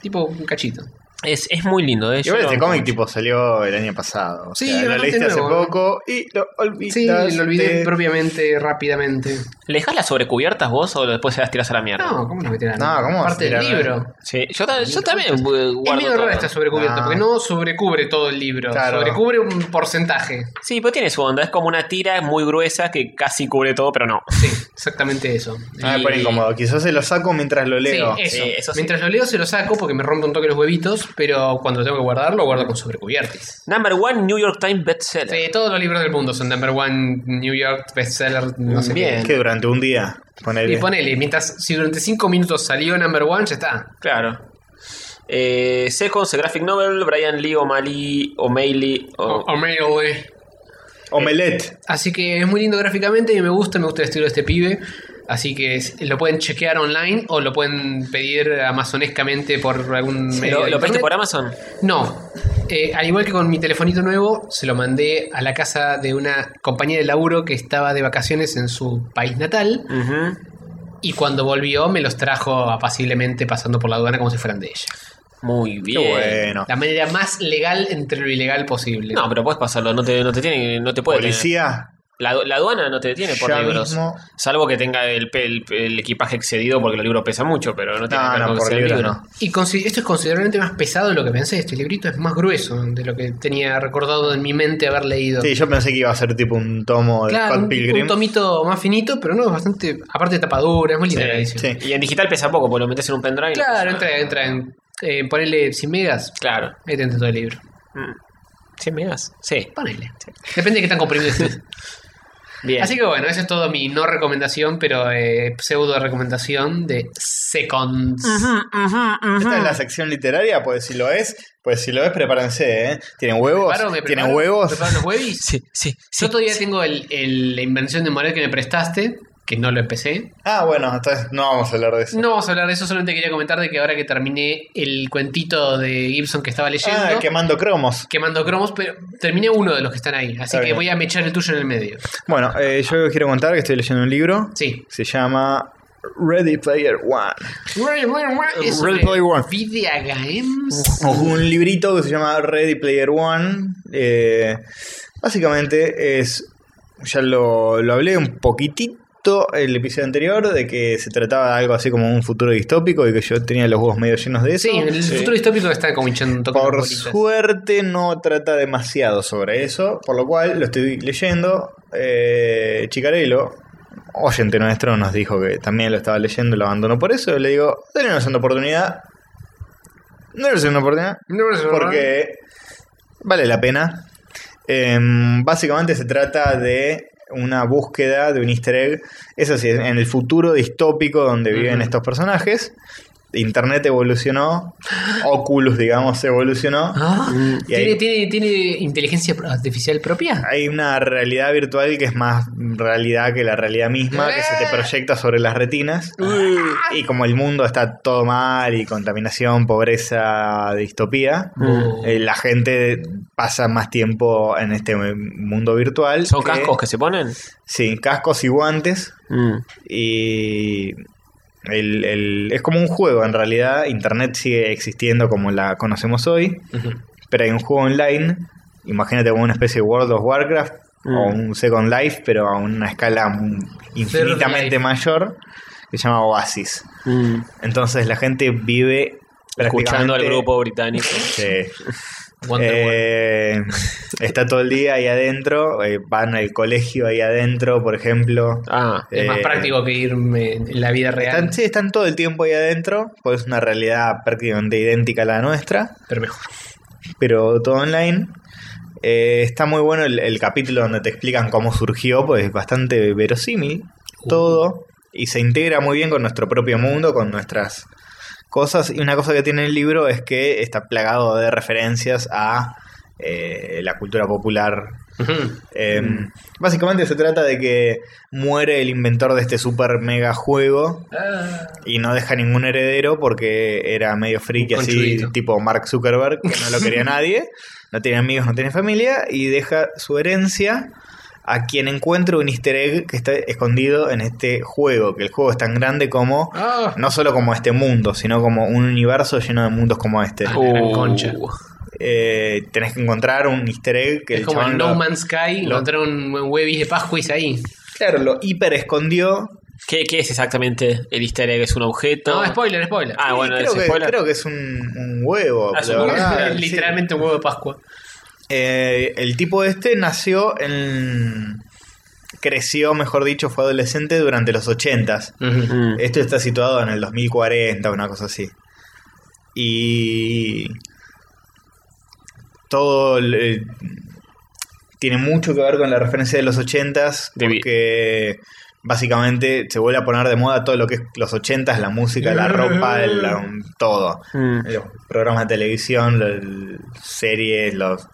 Tipo un cachito.
Mm. Es, es muy lindo, ¿eh? Yo
Igual
lo
este
banco
cómic
mucho.
tipo salió el año pasado. O
Sí,
sea, lo
bastante
leíste hace
nuevo, ¿no?
poco y lo olvidaste.
Sí, lo olvidé propiamente, rápidamente.
¿Le dejas las sobrecubiertas vos o después se las tiras a la mierda?
No, ¿cómo lo meterán?
No, ¿cómo vas a
Parte del
tirar?
libro.
Sí, yo, ta- yo también eh,
Es
guardo
medio rara
todo.
esta sobrecubierta,
Ah.
porque no sobrecubre todo el libro,
Claro.
sobrecubre un porcentaje.
Sí, pero tiene su onda. Es como una tira muy gruesa que casi cubre todo, pero no.
Sí, exactamente eso.
Ah, me pone incómodo. Quizás se lo saco mientras lo
Sí,
leo.
eso.
Sí, eh, eso sí.
Mientras lo leo se lo saco porque me rompe un toque los huevitos, pero cuando lo tengo que guardar lo guardo con sobrecubiertis.
Number one New York Times bestseller.
Sí, todos los libros del mundo son number one, New York, bestseller, no sé
Bien.
que durante un día.
qué.
Ponele.
Y ponele, mientras, si durante 5 minutos salió number one, ya está.
Claro. Eh, Seconds, a graphic novel, Brian Lee O'Malley, O'Malley, o-
O- Omeo, eh.
Omelette.
Así que es muy lindo gráficamente y me gusta, me gusta el estilo de este pibe. Así que es- lo pueden chequear online o lo pueden pedir amazonescamente por algún medio.
¿Lo,
de
lo pediste
internet.
por Amazon?
No. Eh, al igual que con mi telefonito nuevo, se lo mandé a la casa de una compañía de laburo que estaba de vacaciones en su país natal.
Ujú.
Y cuando volvió, me los trajo apaciblemente pasando por la aduana como si fueran de ella.
Muy
Qué
bien.
bueno.
La manera más legal entre lo ilegal posible.
No, pero puedes pasarlo, no te, no te tiene, no te puede.
Policía.
tener. La, la aduana no te detiene por
ya
libros.
mismo.
Salvo que tenga el, pe- el- el equipaje excedido porque los libros pesan mucho, pero no tiene que
No,
ver
no,
con que
por
sea
libros
libro.
no.
Y consi- esto es considerablemente más pesado de lo que pensé. Este librito es más grueso de lo que tenía recordado en mi mente haber leído.
Sí, yo pensé que iba a ser tipo un tomo de
claro,
Scott
un,
Pilgrim.
un tomito más finito, pero no, es bastante. Aparte de tapadura, es muy linda
Sí,
la edición.
sí.
Y en digital pesa poco, porque lo metes en un pendrive. y no pesa
Claro,
nada.
entra, entra en. Eh, ponele 100 megas,
Claro.
ahí te entra todo el libro.
Mm. ¿100 megas? Sí.
Ponele. Depende de qué tan comprimido estés.
Bien.
Así que bueno, esa es todo mi no recomendación, pero eh, pseudo recomendación de Seconds.
Esta es
Ah.
la sección literaria, pues si lo es, pues si lo es, prepárense, ¿eh? ¿Tienen huevos?
Preparo, me
¿Tienen
preparo,
huevos?
preparo los huevis?
Sí, sí, sí.
Yo todavía tengo el, el- la invención de Morel que me prestaste. que no lo empecé.
Ah, bueno, entonces no vamos a hablar de eso.
No vamos a hablar de eso, solamente quería comentar de que ahora que terminé el cuentito de Gibson que estaba leyendo,
ah, quemando cromos.
quemando cromos, pero terminé uno de los que están ahí, así
Está
que
bien.
voy a mechar el tuyo en el medio.
Bueno, eh, yo quiero contar que estoy leyendo un libro.
Sí.
Se llama Ready Player One.
Es
Ready
sobre
Player One.
Video Games.
O un librito que se llama Ready Player One. Eh, básicamente es. Ya lo, lo hablé un poquitito el episodio anterior de que se trataba de algo así como un futuro distópico y que yo tenía los huevos medio llenos de eso.
Sí, el futuro distópico está como hinchando un toque las
Por
bolitas.
suerte no trata demasiado sobre eso, por lo cual lo estoy leyendo. Eh, Chicarello, oyente nuestro, nos dijo que también lo estaba leyendo y lo abandonó por eso. Le digo, denle una segunda oportunidad. No es una oportunidad
No, no, no, no.
porque vale la pena. Em, básicamente se trata de una búsqueda de un easter egg, eso sí, en el futuro distópico donde viven estos personajes. Internet evolucionó, Oculus, digamos, evolucionó.
Ah,
Mm, Y
¿tiene,
ahí-
tiene, ¿Tiene inteligencia artificial propia?
Hay una realidad virtual que es más realidad que la realidad misma, que se te proyecta sobre las retinas. Y como el mundo está todo mal y contaminación, pobreza, distopía,
Mm.
eh, la gente pasa más tiempo en este mundo virtual.
¿Son
que-
cascos que se ponen?
Sí, cascos y guantes.
Mm.
Y el- el- es como un juego, en realidad. Internet sigue existiendo como la conocemos hoy. Pero hay un juego online. Imagínate como una especie de World of Warcraft o un Second Life, pero a una escala mu-
Life.
infinitamente mayor. Que se llama Oasis.
Mm.
Entonces la gente vive
Escuchando al
prácticamente-
grupo británico.
Sí.
Wonderwall.
Eh, está todo el día ahí adentro, eh, van al colegio ahí adentro, por ejemplo.
Ah,
es más
eh,
práctico que irme en la vida real,
Están, sí, están todo el tiempo ahí adentro, pues es una realidad prácticamente idéntica a la nuestra,
pero mejor.
pero todo online. Eh, está muy bueno el, el capítulo donde te explican cómo surgió, pues es bastante verosímil todo y se integra muy bien con nuestro propio mundo, con nuestras cosas. Y una cosa que tiene el libro es que está plagado de referencias a eh, la cultura popular
Ujú.
Eh, Básicamente se trata de que muere el inventor de este super mega juego
Ah,
y no deja ningún heredero porque era medio friki así,
Conchudito.
tipo Mark Zuckerberg, que no lo quería nadie, no tiene amigos, no tiene familia y deja su herencia a quien encuentra un easter egg que está escondido en este juego, que el juego es tan grande como,
ah.
no solo como este mundo, sino como un universo lleno de mundos como este.
Ah. La
Uh.
gran concha.
Eh, tenés que encontrar un easter egg que
es
el
como
chabón
en No
lo-
Man's Sky,
lo-
encontraron un huevis de Pascuis ahí.
Claro, lo hiper escondió.
¿Qué, qué es exactamente el easter egg? ¿Es un objeto?
No, spoiler, spoiler.
Ah,
Sí,
bueno,
creo,
¿es
que,
spoiler?
creo que es un, un huevo.
Ah, es
la
un huevo,
verdad, sí.
Literalmente un huevo de Pascua.
Eh, el tipo este nació en. Creció, mejor dicho, fue adolescente durante los 80s.
Mm.
Esto está situado en el 2040, una cosa así. Y. Todo. el- el- tiene mucho que ver con la referencia de los 80s,
De vi-
porque básicamente se vuelve a poner de moda todo lo que es los 80s, la música, la ropa, el- la- todo.
Mm.
Los programas de televisión, las series, los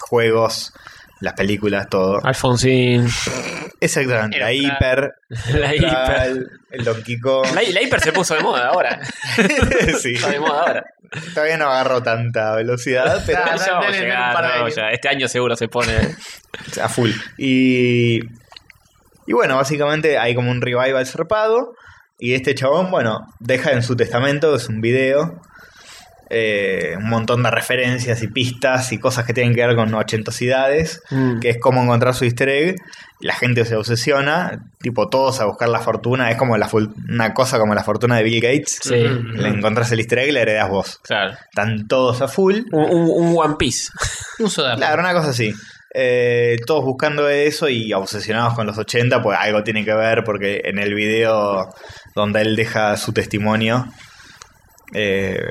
juegos, las películas, todo.
Ah. Alfonsín.
Exactamente, la
Era-
hiper,
La hiper.
el, el Don Quico.
La, la hiper se puso de moda ahora.
Sí.
Está de moda ahora.
Todavía no agarró tanta velocidad, pero
Ah,
ya vamos a
dale, dale
llegar,
un par de
no,
años.
ya. Este año seguro se pone.
a full. Y, y bueno, básicamente hay como un revival zarpado. Y este chabón, bueno, deja en su testamento, es un video, eh, un montón de referencias y pistas y cosas que tienen que ver con ochentosidades, que es como encontrar su easter egg. La gente se obsesiona, tipo todos a buscar la fortuna, es como la fol- una cosa como la fortuna de Bill Gates.
Sí,
Ujú.
Le encontrás el easter egg y le heredás vos.
claro.
Están todos a full.
Un, un- un One Piece.
Un soda.
Claro, una cosa así. Eh, todos buscando eso y obsesionados con los 80, pues algo tiene que ver, porque en el video donde él deja su testimonio, eh,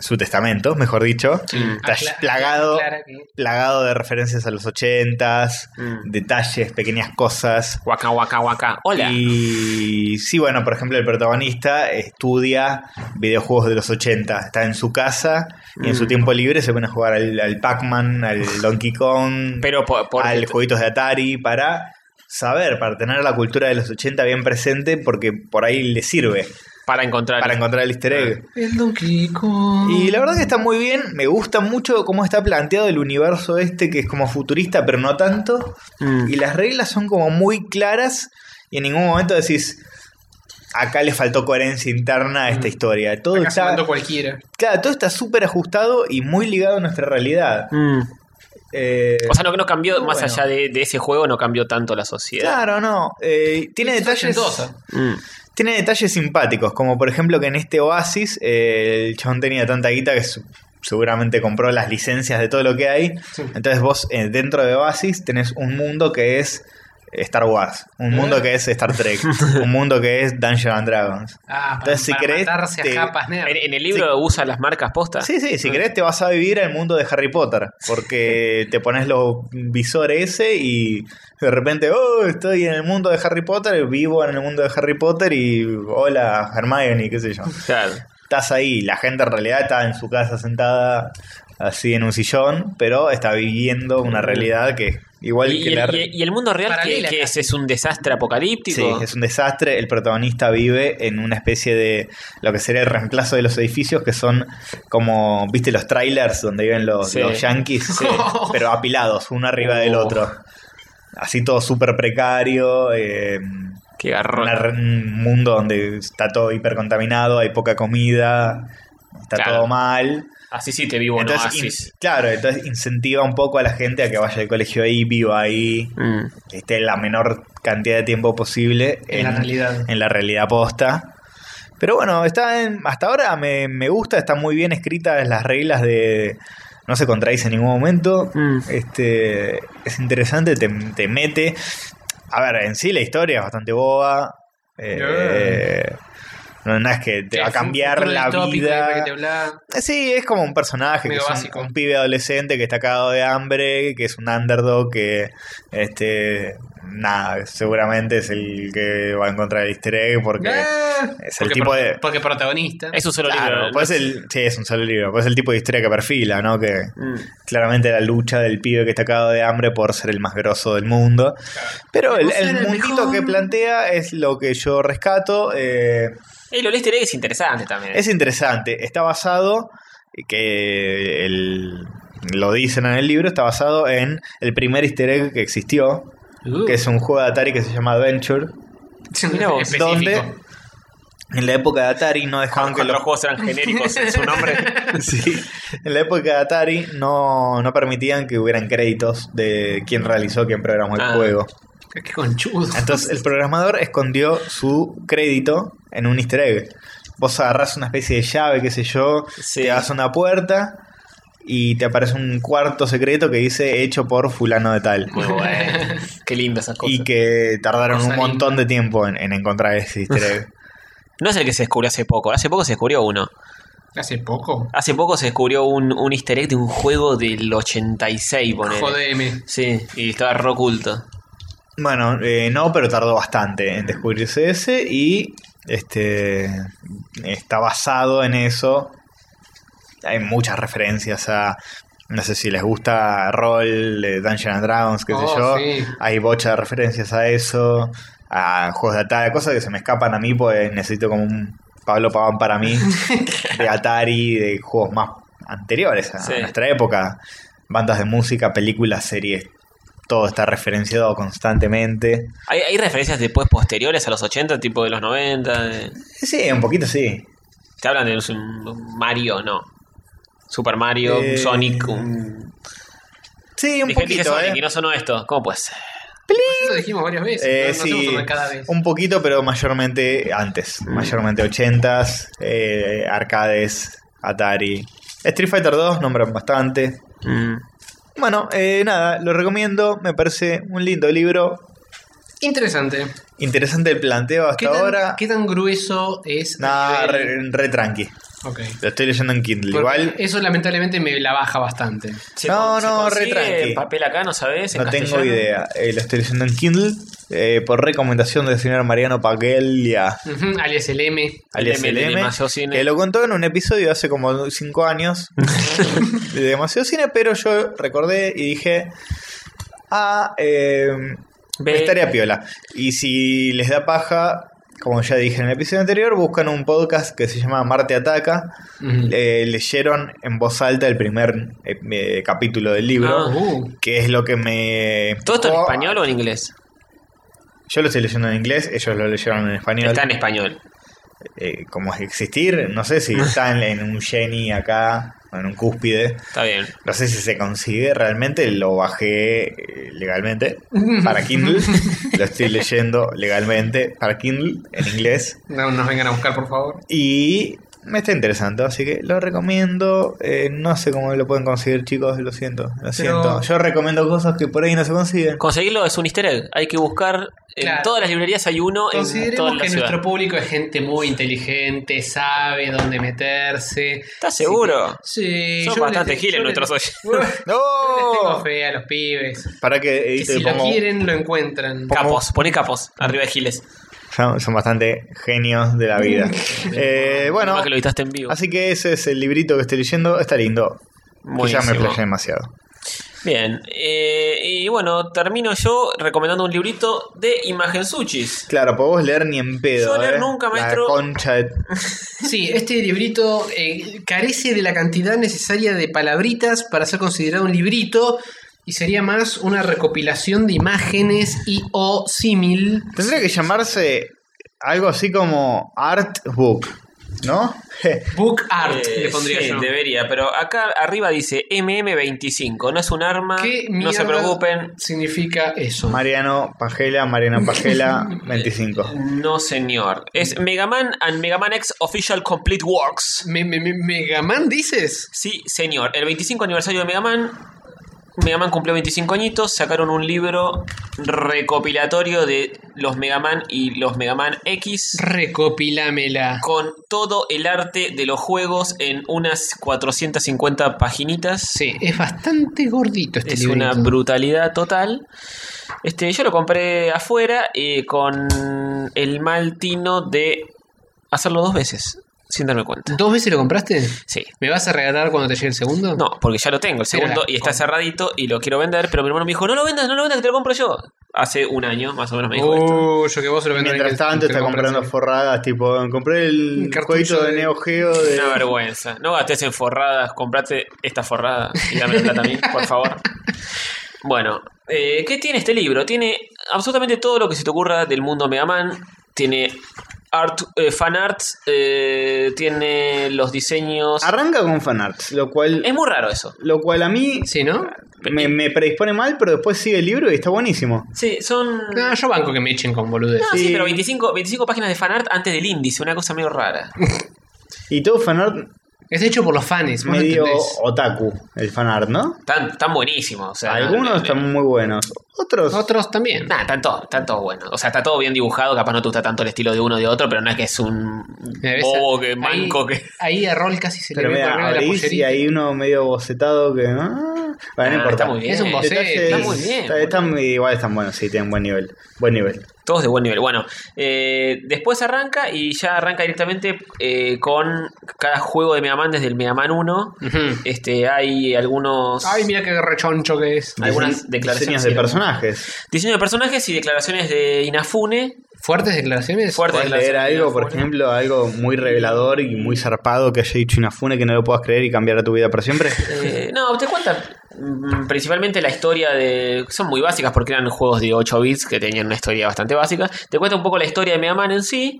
su testamento, mejor dicho,
Mm.
está
Acla-
plagado,
aclara Ah, que-
plagado de referencias a los 80,
Mm.
detalles, pequeñas cosas.
Waka, waka, waka. Hola.
Y sí, bueno, por ejemplo, el protagonista estudia videojuegos de los 80. Está en su casa y en su
Mm.
tiempo libre se pone a jugar al, al Pac-Man, al Donkey Kong,
Pero por, este, por-
al jueguitos de Atari para saber, para tener la cultura de los 80 bien presente, porque por ahí le sirve
Para encontrar.
para encontrar el easter egg.
Ah.
El Don Quijote.
Y la verdad que está muy bien, me gusta mucho cómo está planteado el universo este, que es como futurista, pero no tanto.
Mm.
Y las reglas son como muy claras y en ningún momento decís, acá le faltó coherencia interna a esta
Mm.
historia. Todo
Acá se
está,
mandó cualquiera.
claro, todo está súper ajustado y muy ligado a nuestra realidad. Eh,
Mm. O sea, no, no cambió,
Muy
más
bueno.
allá de, de ese juego, no cambió tanto la sociedad. Mm.
claro, no. eh, tiene
Es
detalles...
ochentosa.
Tiene detalles simpáticos, como por ejemplo que en este Oasis eh, el chabón tenía tanta guita que su- seguramente compró las licencias de todo lo que hay.
Sí.
Entonces vos eh, dentro de Oasis tenés un mundo que es Star Wars, un mundo que es Star Trek, un mundo que es Dungeons and Dragons.
Ah, para,
Entonces, si
para
querés,
matarse
te-
a japas nerd.
En, en el libro usa las marcas postas.
Sí, sí, si querés te vas a vivir al mundo de Harry Potter, porque te pones los visores ese y de repente, oh, estoy en el mundo de Harry Potter, vivo en el mundo de Harry Potter y hola Hermione, qué sé yo.
Claro.
estás ahí, la gente en realidad está en su casa sentada así en un sillón, pero está viviendo una realidad que igual
Y,
que
y
la...
el, y- y el mundo real que,
Paralela
que es,
casi.
es un desastre
Sí,
apocalíptico.
es un desastre, el protagonista vive en una especie de lo que sería el reemplazo de los edificios que son como, viste los trailers donde viven los,
Sí.
los yankees, pero apilados, uno arriba del
Oh.
otro. Así todo súper precario, eh,
Qué garrón.
una re- un mundo donde está todo hipercontaminado, hay poca comida, está
Claro.
todo mal.
Así sí te vivo,
Entonces,
no
in- claro, entonces incentiva un poco a la gente a que vaya al colegio ahí, viva ahí,
Mm,
esté la menor cantidad de tiempo posible
En la realidad.
en la realidad posta. Pero bueno, está en- hasta ahora me, me gusta, está muy bien escritas las reglas de... No se contradice en ningún momento.
Mm.
mm.
Este, es interesante, te, te mete... A ver, en sí la historia es bastante boba. eh, No no es que te va a
Sí, fue un
cambiar
futuro
la
distópico,
vida.
iba que te hablaba.
Eh, Sí, es como un personaje, que
Medio
es un-
básico.
Un, pibe adolescente que está cagado de hambre, que es un underdog, que este nada, seguramente es el que va a encontrar el easter egg porque
Ah,
es el
porque
tipo
pro-
de...
Porque protagonista.
Es un solo
Claro,
libro.
pues el, sí, es un solo libro, pues el tipo de historia que perfila, ¿no? Que
Mm.
claramente la lucha del pibe que está cagado de hambre por ser el más grosso del mundo. Pero el,
Por ser
el
el
mundito
mejor.
que plantea es lo que yo rescato. Eh,
El Olester es interesante también.
es interesante, está basado, eh, que el- lo dicen en el libro, está basado en el primer easter egg que existió,
Uh,
que es un juego de Atari que se llama Adventure,
Mira vos,
específico.
donde en la época de Atari no dejaban que
Cuando
los
los juegos eran genéricos en su nombre.
sí, en la época de Atari no, no permitían que hubieran créditos de quién realizó, quién programó el
Ah.
juego.
Qué- Qué conchudo.
Entonces el programador escondió su crédito en un easter egg. Vos agarrás una especie de llave, qué sé yo,
Sí.
te vas a una puerta y te aparece un cuarto secreto que dice hecho por fulano de tal.
Muy bueno. Qué lindas esas cosas.
Y que tardaron
Cosa
un montón de tiempo en, en encontrar ese easter egg.
No es el que se descubrió hace poco. Hace poco se descubrió uno.
Hace poco.
Hace poco se descubrió un, un easter egg de un juego del 86, ponele.
Jodeme.
Sí, y estaba re oculto.
bueno, eh, no, pero tardó bastante en descubrirse ese y este está basado en eso. Hay muchas referencias a... No sé si les gusta Roll, eh, Dungeons and Dragons, qué sé
Oh,
yo.
sí.
Hay bocha de referencias a eso, a juegos de Atari, cosas que se me escapan a mí, pues necesito como un Pablo Paván para mí, de Atari, de juegos más anteriores a
Sí.
nuestra época. Bandas de música, películas, series, todo está referenciado constantemente.
Hay, hay referencias después posteriores a los 80, tipo de los 90. de-
Sí, un poquito sí.
Te hablan de un Mario, no. Super Mario, un
Eh,
Sonic, un...
Sí, un
Dije- dije
poquito, eh.
Sonic y no sonó esto. ¿Cómo puede ser?
Lo dijimos varias veces.
Eh,
no, no
sí,
hacemos una cada vez.
un poquito, pero mayormente antes. Mayormente 80s, eh, arcades, Atari. Street Fighter 2 nombran bastante.
Mm.
Bueno, eh, nada, lo recomiendo. Me parece un lindo libro.
Interesante.
Interesante el planteo hasta
¿Qué tan,
ahora.
¿Qué tan grueso es? el
Nada,
nivel?
re, re tranqui.
Ok.
Lo estoy leyendo en Kindle.
Porque
Igual
eso lamentablemente me la baja bastante.
¿Se
No,
con- se
no, re
consigue
tranqui.
papel acá, no sabes?
no tengo idea. Eh, lo estoy leyendo en Kindle eh, por recomendación del señor Mariano Paglia.
Ujú, Alias el M.
Alias
LM,
el M,
Demasiado Cine.
que lo contó en un episodio hace como 5 años de Demasiado Cine, pero yo recordé y dije, ah, eh,
Ve-
Estaría piola. Y si les da paja, como ya dije en el episodio anterior, buscan un podcast que se llama Marte Ataca.
Mm.
Ujú.
Le- leyeron en voz alta el primer eh, eh, capítulo del libro,
Ah.
Uh,
que es lo que me...
¿Todo esto en
empujó a-
español o en inglés?
Yo lo estoy leyendo en inglés, ellos lo leyeron en español.
Está en español.
Eh, como es existir, no sé si están en un Jenny acá, o en un cúspide.
Está bien.
No sé si se consigue realmente, lo bajé eh, legalmente para Kindle. lo estoy leyendo legalmente para Kindle en inglés.
no nos vengan a buscar, por favor.
Y me está interesando, así que lo recomiendo. Eh, no sé cómo lo pueden conseguir, chicos, lo siento, lo siento. Yo recomiendo cosas que por ahí no se consiguen.
Conseguirlo es un easter egg. Hay que buscar. En
Claro.
todas las librerías hay uno. En toda
Consideremos
la
que
ciudad.
nuestro público es gente muy inteligente, sabe dónde meterse.
¿Estás seguro?
Sí,
Son
yo
bastante
les-
giles
yo les-
nuestros oyentes.
Yo les
¡No!
tengo fe a los pibes.
Para que
Que
edite
si lo
pongo-
quieren, lo
¿Cómo?
encuentran.
Capos, pone capos arriba de Giles.
son, son bastante genios de la vida. Eh, bueno,
Más que lo editaste en vivo.
así que ese es el librito que estoy leyendo. Está lindo. Que ya me
Buenísimo.
playé demasiado.
Bien. eh, y bueno, termino yo recomendando un librito de Imagen Suchis.
Claro, podemos leer ni en pedo.
Yo leer
¿eh?
nunca,
La
maestro.
concha de-
Sí, este librito eh, carece de la cantidad necesaria de palabritas para ser considerado un librito y sería más una recopilación de imágenes y o símil.
Tendría que llamarse algo así como Art Book, ¿no?
Book art,
Eh,
le pondría
sí,
yo.
debería, pero acá arriba dice MM25. No es un arma.
¿Qué
No se
mierda
preocupen.
Significa eso.
Mariano Pajela, Mariano Pajela 25.
No, señor. Es Megaman and Megaman X Official Complete Works.
Me, me- me- ¿Megaman dices?
Sí, señor. El 25 aniversario de Megaman. Megaman cumplió 25 añitos. Sacaron un libro recopilatorio de los Megaman y los Megaman X.
Recopilámela.
Con todo el arte de los juegos en unas 450 paginitas.
Sí, es bastante gordito este
Es
librito.
una brutalidad total. Este, yo lo compré afuera eh, con el mal tino de hacerlo dos veces, sin darme cuenta.
¿Dos veces lo compraste?
Sí.
¿Me vas a regalar cuando te llegue el segundo?
No, porque ya lo tengo, el
Pero
segundo,
la
y está
compra.
cerradito y lo quiero vender, pero mi hermano me dijo, no lo vendas, no lo vendas, que te lo compro yo. Hace un año, más o menos, me dijo esto.
Oh, yo que vos se lo vendrás
Mientras
que-
tanto
que lo
está comprando
compras.
forradas, tipo, compré el
Un cartucho
jueguito de
de-
Neo Geo de...
Una vergüenza. No gastes en forradas, comprate esta forrada y dame la plata a mí, por favor. Bueno, eh, ¿qué tiene este libro? Tiene absolutamente todo lo que se te ocurra del mundo Mega Man. Tiene art, eh, fan arts, eh, tiene los diseños.
Arranca con fanarts, lo cual,
Es muy raro eso.
lo cual a mí
Sí, ¿no?
Ah.
me, me predispone mal, pero después sigue el libro y está buenísimo.
Sí, son.
No, yo banco que me echen con boludez.
No, sí,
Sí.
pero 25, 25 páginas de fanart antes del índice, una cosa medio rara.
Y todo fanart
Es hecho por los fans, vos lo
medio
entendés.
otaku, el fanart, ¿no?
Tan, tan buenísimo. O sea,
Algunos
le- le-
están muy buenos, otros...
Otros también.
Nada, están todos, están todos buenos. O sea, está todo bien dibujado, capaz no te gusta tanto el estilo de uno o de otro, pero no es que es un
Me ves a-
bobo que
ahí-
manco que.
Ahí a Rol casi se
Pero
le ve por
mira,
arriba de la
abrís y
pollerita.
hay uno medio bocetado que. ah, bueno, no
Ah,
importa.
está muy bien.
Es un boceto,
Detalles-
está muy bien.
está- están- igual están buenos, sí, tienen buen nivel. Buen nivel.
Todos de buen nivel. Bueno, eh, después arranca y ya arranca directamente eh, con cada juego de Mega Man desde el Mega Man 1.
Ujú.
Este, hay algunos
Ay, mira qué rechoncho que es.
Algunas
Dise- Diseños
declaraciones
de
sí,
personajes.
diseños de personajes y declaraciones de Inafune.
¿Fuertes declaraciones?
Fuerte.
Puedes
declaraciones
leer
de
algo,
Inafune.
por ejemplo, algo muy revelador y muy zarpado que haya dicho Inafune que no lo puedas creer y cambiará tu vida para siempre.
Eh, no, te cuenta mm, principalmente la historia de. Son muy básicas porque eran juegos de 8 bits que tenían una historia bastante básica. Te cuenta un poco la historia de Mega Man en sí.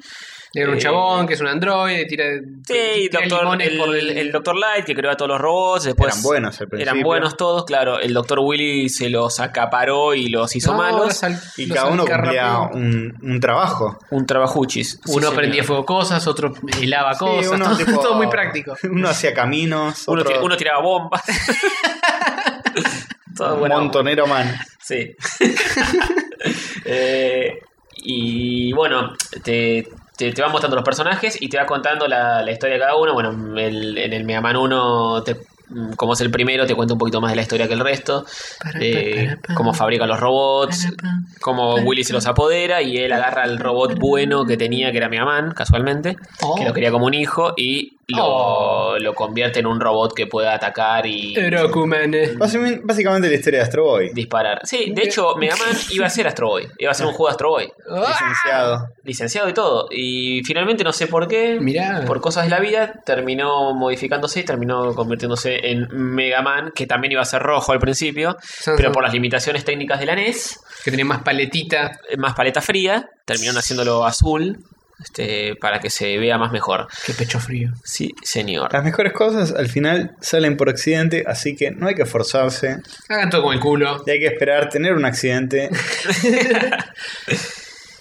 Era un
Eh,
chabón que es un androide, tira,
Sí, y
tira
doctor,
limones
el,
por
el, Doctor Light que creó a todos los robots. Después
Eran buenos al principio.
Eran buenos todos, claro. El Doctor Willy se los acaparó y los hizo
No,
malos.
los al-
Y
los
cada uno cumplía
alcarrapeó.
un, un trabajo.
Un trabajuchis. Sí,
Uno
señor.
prendía fuego cosas, otro helaba
Sí,
cosas,
uno,
todo,
tipo,
todo muy práctico.
Uno hacía caminos,
Uno,
otro
tira- uno tiraba bombas. Todo Ah, bueno.
montonero man.
Sí. Eh, y bueno, te, te, te va mostrando los personajes y te va contando la, la historia de cada uno. Bueno, el- en el Mega Man 1, te- mm, como es el primero, te cuenta un poquito más de la historia que el resto. De cómo fabrica los robots, cómo Willy se los apodera y él agarra al robot bueno que tenía, que era Mega Man, casualmente,
Oh.
que lo quería como un hijo y lo,
Oh. Eh,
lo convierte en un robot que pueda atacar y
Rokuman.
Básicamente, básicamente la historia de Astro Boy.
disparar. Sí, de hecho, Mega Man iba a ser Astro Boy. Iba a ser un juego de Astro Boy.
Ah.
Licenciado.
Licenciado y todo. Y finalmente, no sé por qué,
Mirá.
por cosas de la vida, terminó modificándose y terminó convirtiéndose en Mega Man, que también iba a ser rojo al principio,
Son-
pero
son-
por las limitaciones técnicas de la NES,
Que tiene más paletita.
eh, más paleta fría, terminaron haciéndolo azul. Este, para que se vea más mejor.
Qué pecho frío.
Sí, señor.
Las mejores cosas al final salen por accidente, así que no hay que forzarse.
Hagan todo con el culo.
Y hay que esperar tener un accidente.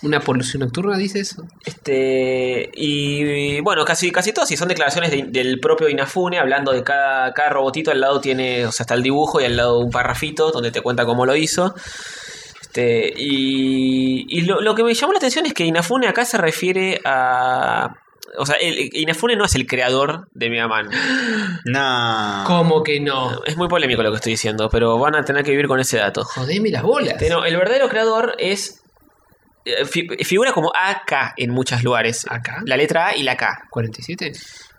¿Una polución nocturna dices?
Ah. Este, y, bueno, casi, casi todos, y son declaraciones de- del propio Inafune, hablando de cada, cada robotito, al lado tiene, o sea, está el dibujo y al lado un parrafito donde te cuenta cómo lo hizo. Este, y y lo, lo que me llamó la atención es que Inafune acá se refiere a... O sea, el- Inafune no es el creador de Mega Man.
Nah.
¿Cómo que no?
Es muy polémico lo que estoy diciendo, pero van a tener que vivir con ese dato.
Jodeme las bolas.
Este, no, el verdadero creador es. eh, fi- figura como AK en muchos lugares.
¿AK?
La letra A y la K.
¿47?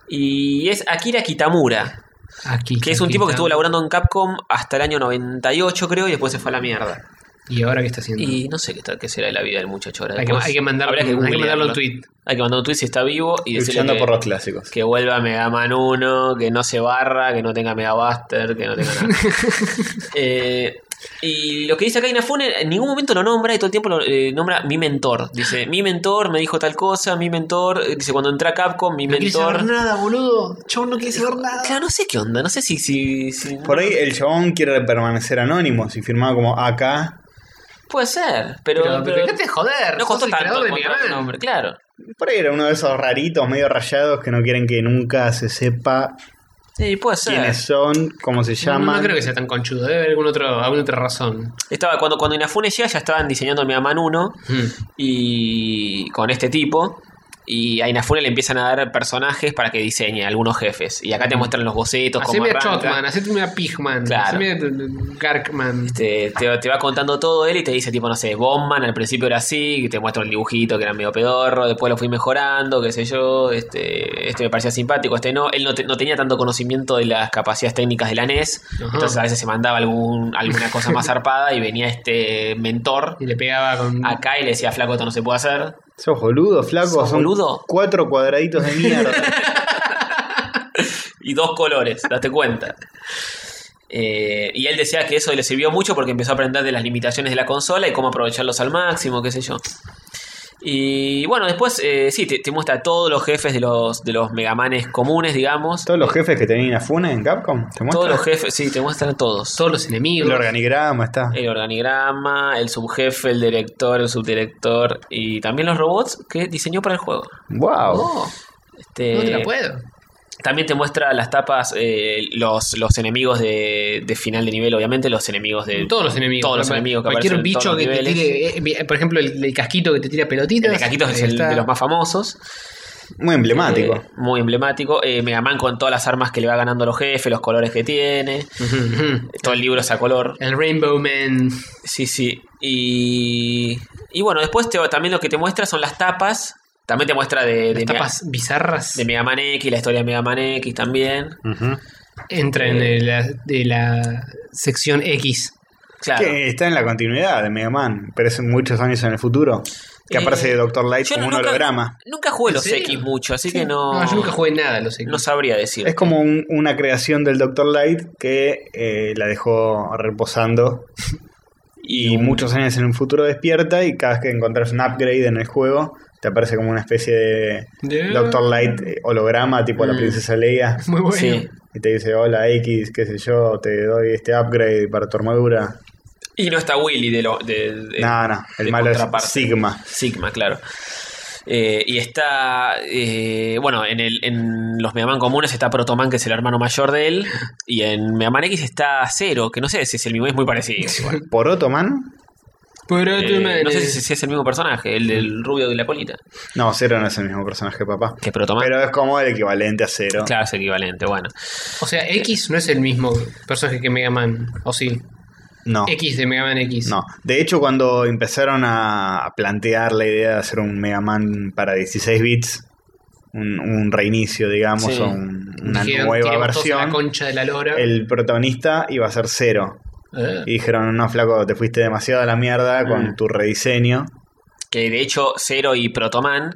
Y es Akira Kitamura,
Aquí.
que es un
aquí
tipo que
está.
estuvo laburando en Capcom hasta el año 98, creo, y después se fue a la mierda.
¿Y ahora qué está haciendo?
Y no sé qué, tal, qué será de la vida del muchacho ahora.
hay, que,
después.
hay que mandarlo,
Habrá
hay que mandarlo
googlearlo.
un tweet.
Hay que mandar un tweet si está vivo y decirle
Luchando
que,
por los clásicos.
que vuelva a Mega Man 1, que no se barra, que no tenga Mega Buster, que no tenga nada. Eh, y lo que dice acá Inafune, en ningún momento lo nombra y todo el tiempo lo eh, nombra mi mentor. Dice, mi mentor me dijo tal cosa, mi mentor, eh, dice, cuando entré a Capcom, mi mentor...
nada, boludo. Chon no quiere saber
Claro, no sé qué onda, no sé si... si, si-
Por ahí el chabón quiere permanecer anónimo, si firmaba como AK.
Puede ser, pero...
Pero, pero,
pero-
dejate de joder.
no
sos
costó
el
tanto
creador de
encontrar
Mega
el
Man.
nombre, claro.
Por ahí era uno de esos raritos, medio rayados, que no quieren que nunca se sepa
Sí, puede ser.
quiénes son, cómo se
No,
llaman.
no, no creo que sea tan conchudo. Debe haber algún otro, alguna otra razón.
Estaba, cuando, cuando Inafune llega ya estaban diseñando el Mega Man 1
Hmm.
y con este tipo. Y a Inafune le empiezan a dar personajes para que diseñe algunos jefes. Y acá te muestran los bocetos, cómo
Haceme a
arranca.
Chotman, haceme a Pigman,
Claro.
haceme a Garkman.
Este, te, te va contando todo él y te dice, tipo, no sé, Bomman al principio era así, que te muestro el dibujito que era medio pedorro, después lo fui mejorando, qué sé yo, este, este me parecía simpático, este no. Él no, te- no tenía tanto conocimiento de las capacidades técnicas de la NES,
Ajá.
entonces a veces se mandaba algún, alguna cosa más zarpada y venía este mentor
Y le pegaba con.
acá y le decía, flaco, esto no se puede hacer.
¿Sos boludo, flaco?
¿Sos
Son
boludo?
Cuatro cuadraditos de mierda.
y dos colores, date cuenta. Eh, y él decía que eso le sirvió mucho porque empezó a aprender de las limitaciones de la consola y cómo aprovecharlos al máximo, qué sé yo. Y bueno, después eh, sí, te, te muestra todos los jefes de los, de los Megamanes comunes, digamos.
Todos los jefes que tenían Inafune en Capcom, ¿te
Todos
muestran?
los jefes, sí, te muestran todos.
Todos los enemigos.
El organigrama está.
El organigrama, el subjefe, el director, el subdirector y también los robots que diseñó para el juego.
Wow.
No,
Este,
no te la puedo.
También te muestra las tapas, eh, los, los enemigos de, de final de nivel, obviamente, los enemigos de.
Todos los enemigos.
eh, Todos los
Cual-
enemigos que
Cualquier
aparecen en
bicho
todos los
que te
niveles.
tire. eh, eh, por ejemplo, el, el casquito que te tira pelotitas.
El de Caquitos es
ahí
el
está.
de los más famosos.
Muy emblemático.
Eh, muy emblemático. Eh, Mega Man con todas las armas que le va ganando a los jefes, los colores que tiene.
Ujú, ujú.
Todo el libro es a color.
El Rainbow Man.
Sí, sí. Y. Y bueno, después te- también lo que te muestra son las tapas. También te muestra de, de,
Las
Mega,
tapas bizarras.
de Mega Man X, la historia de Mega Man X también.
Ujú.
Entra en
eh,
el- la, de la sección X.
Claro.
Que está en la continuidad de Mega Man, pero es muchos años en el futuro. Que
Eh,
aparece Doctor Light
Yo
como
no-
un
nunca-
holograma.
Nunca jugué
¿En
los
serio?
X mucho, así que no.
No, yo nunca jugué nada, los X.
No sabría decir.
Es como un- una creación del Doctor Light que eh, la dejó reposando. Y muchos años en el futuro despierta y cada vez que encontrás un upgrade en el juego, te aparece como una especie de
De-
Doctor Light eh, holograma, tipo la
Mm.
princesa Leia.
Muy bueno.
Sí.
Y te dice, hola X, qué sé yo, te doy este upgrade para tu armadura.
Y no está Willy de lo, de, de-
no, no, el
este, de
malo es
contraparte.
Sigma.
Sigma, claro. Eh, y está, eh, bueno, en, el, en los Megaman comunes está Protoman, que es el hermano mayor de él, y en Megaman X está Zero, que no sé si es el mismo, es muy parecido. igual.
Por Otoman?
Por
Eh,
otro
no sé
manera.
si, si es el mismo personaje, el del rubio de la colita,
No, Cero no es el mismo personaje, papá.
que Protoman,
Pero es como el equivalente a Cero.
claro, es equivalente, bueno.
O sea, X no es el mismo personaje que Mega Man. O sí.
No.
X de Mega Man X.
No, de hecho cuando empezaron a a plantear la idea de hacer un Mega Man para 16 bits, un, un reinicio, digamos,
Sí.
o un- una
Dijeron,
nueva
"Tiremos todos a La
versión,
concha de la lora.
el protagonista iba a ser cero.
Eh.
Y dijeron, no, flaco, te fuiste demasiado a la mierda
Mm.
con tu rediseño.
Que de hecho, Zero y Protoman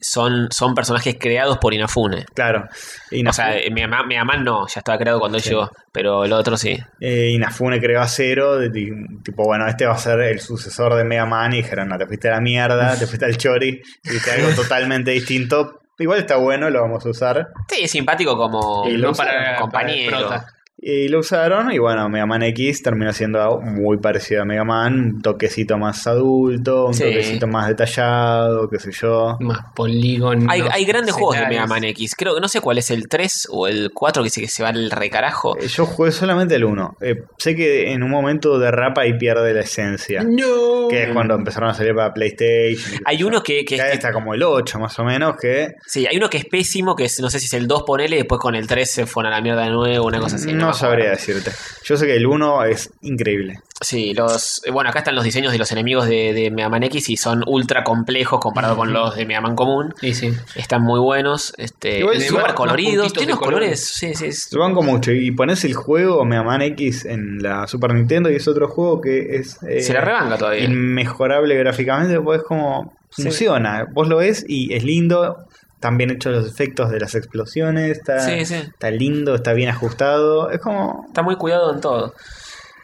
son, son personajes creados por Inafune.
Claro. Inafune,
O sea, mi mamá, mi mamá no, ya estaba creado cuando él llegó, pero el otro sí.
eh, Inafune creó a cero, de ti- tipo, bueno, este va a ser el sucesor de Mega Man. Y dijeron, no, te fuiste a la mierda, te fuiste al chori, hiciste algo totalmente distinto. Igual está bueno, lo vamos a usar.
Sí, es simpático como,
Y
como
lo usaron
para-
para el
compañero.
prota.
Y lo usaron y bueno, Mega Man X terminó siendo algo muy parecido a Mega Man, un toquecito más adulto, un
Sí.
toquecito más detallado, qué sé yo.
Más polígonos.
hay, hay grandes juegos de Mega
escenarios.
Man X. Creo que no sé cuál es el 3 o el 4 que se, que se va al recarajo.
Eh, Yo jugué solamente el 1. sé que en un momento derrapa y pierde la esencia.
No.
Que es cuando empezaron a salir para PlayStation. y qué
Hay
sé yo.
uno que, que es-
Ya Eh. está como el 8 más o menos, que
sí, hay uno que es pésimo, que es- no sé si es el 2 ponele, y después con el 3 se fueron a la mierda de nuevo, una cosa así.
no,
me acuerdo.
sabría decirte. Yo sé que el 1 es increíble.
Sí, los. eh, Bueno, acá están los diseños de los enemigos de, de Mega Man X y son ultra complejos comparado con los de Mega Man común.
Sí, sí.
Están muy buenos, este,
Igual
le
súper
van
coloridos,
unos puntitos
tiene
de
unos colores.
colores.
Sí, sí, es-
Supongo mucho. Y pones el juego Mega Man X en la Super Nintendo y es otro juego que es... eh,
se la rebanca todavía.
inmejorable gráficamente, pues como
Sí.
funciona. Vos lo ves y es lindo. Están bien hechos los efectos de las explosiones. Está,
Sí, sí.
está lindo, está bien ajustado. Es como.
Está muy cuidado en todo.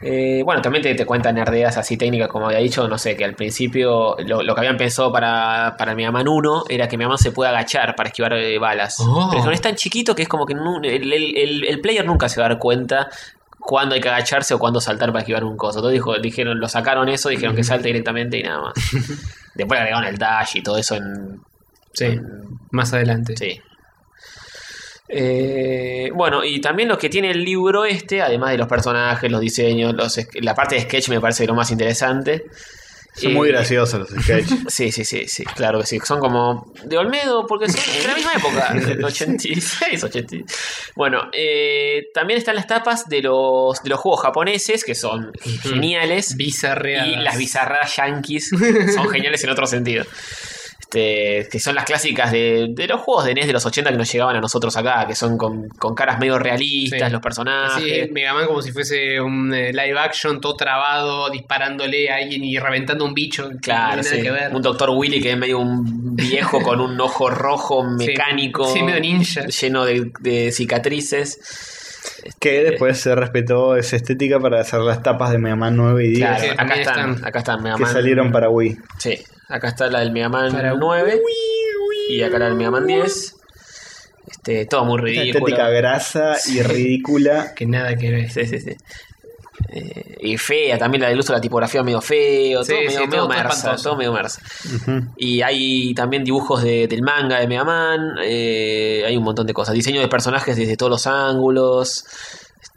Eh, bueno, también te, te cuentan nerdeadas así técnicas, como había dicho, no sé, que al principio lo, lo que habían pensado para, para Mega Man 1 era que Mega Man se pueda agachar para esquivar eh, balas.
Oh.
Pero como es tan chiquito que es como que nu- el, el- el- el player nunca se va a dar cuenta cuándo hay que agacharse o cuándo saltar para esquivar un coso. Entonces dijo, dijeron, lo sacaron eso, dijeron que salte directamente y nada más. Después agregaron el dash y todo eso en...
Sí. Más adelante.
Sí. Eh, bueno, y también lo que tiene el libro este, además de los personajes, los diseños, los, es- la parte de sketch me parece lo más interesante.
Son
Eh,
muy graciosos los sketches.
Sí, sí, sí, sí, claro que sí. Son como de Olmedo, porque son de la misma época, del 86, 86. Bueno, eh, también están las tapas de los, de los juegos japoneses, que son geniales.
Bizarreadas.
Y las bizarradas yankees son geniales en otro sentido. Este, que son las clásicas de, de los juegos de NES de los 80 que nos llegaban a nosotros acá, que son con, con caras medio realistas,
Sí.
los personajes.
Sí, Mega Man como si fuese un eh, live action todo trabado, disparándole a alguien y reventando un bicho. que
Claro,
no tiene nada
sí.
que ver.
un doctor Willy que es medio un viejo con un ojo rojo
Sí.
mecánico,
Sí, medio ninja.
lleno de, de cicatrices.
que después se respetó esa estética para hacer las tapas de Mega Man 9 y 10
Claro,
Sí,
acá
también
están,
están.
acá están Mega
que
Man.
salieron para Wii.
Sí, acá está la del Mega Man
Para-
9 y acá la del Mega Man 10. Este, todo muy
Una
ridículo.
estética grasa y ridícula.
Que nada que ver.
Sí, sí, sí. Eh, y fea, también la del uso de la tipografía medio feo,
Sí,
todo medio,
sí,
medio
todo- todo
mersa,
espantoso.
todo medio mersa.
Ujú.
Y hay también dibujos de- del manga de Mega Man, eh, hay un montón de cosas, diseño de personajes desde todos los ángulos,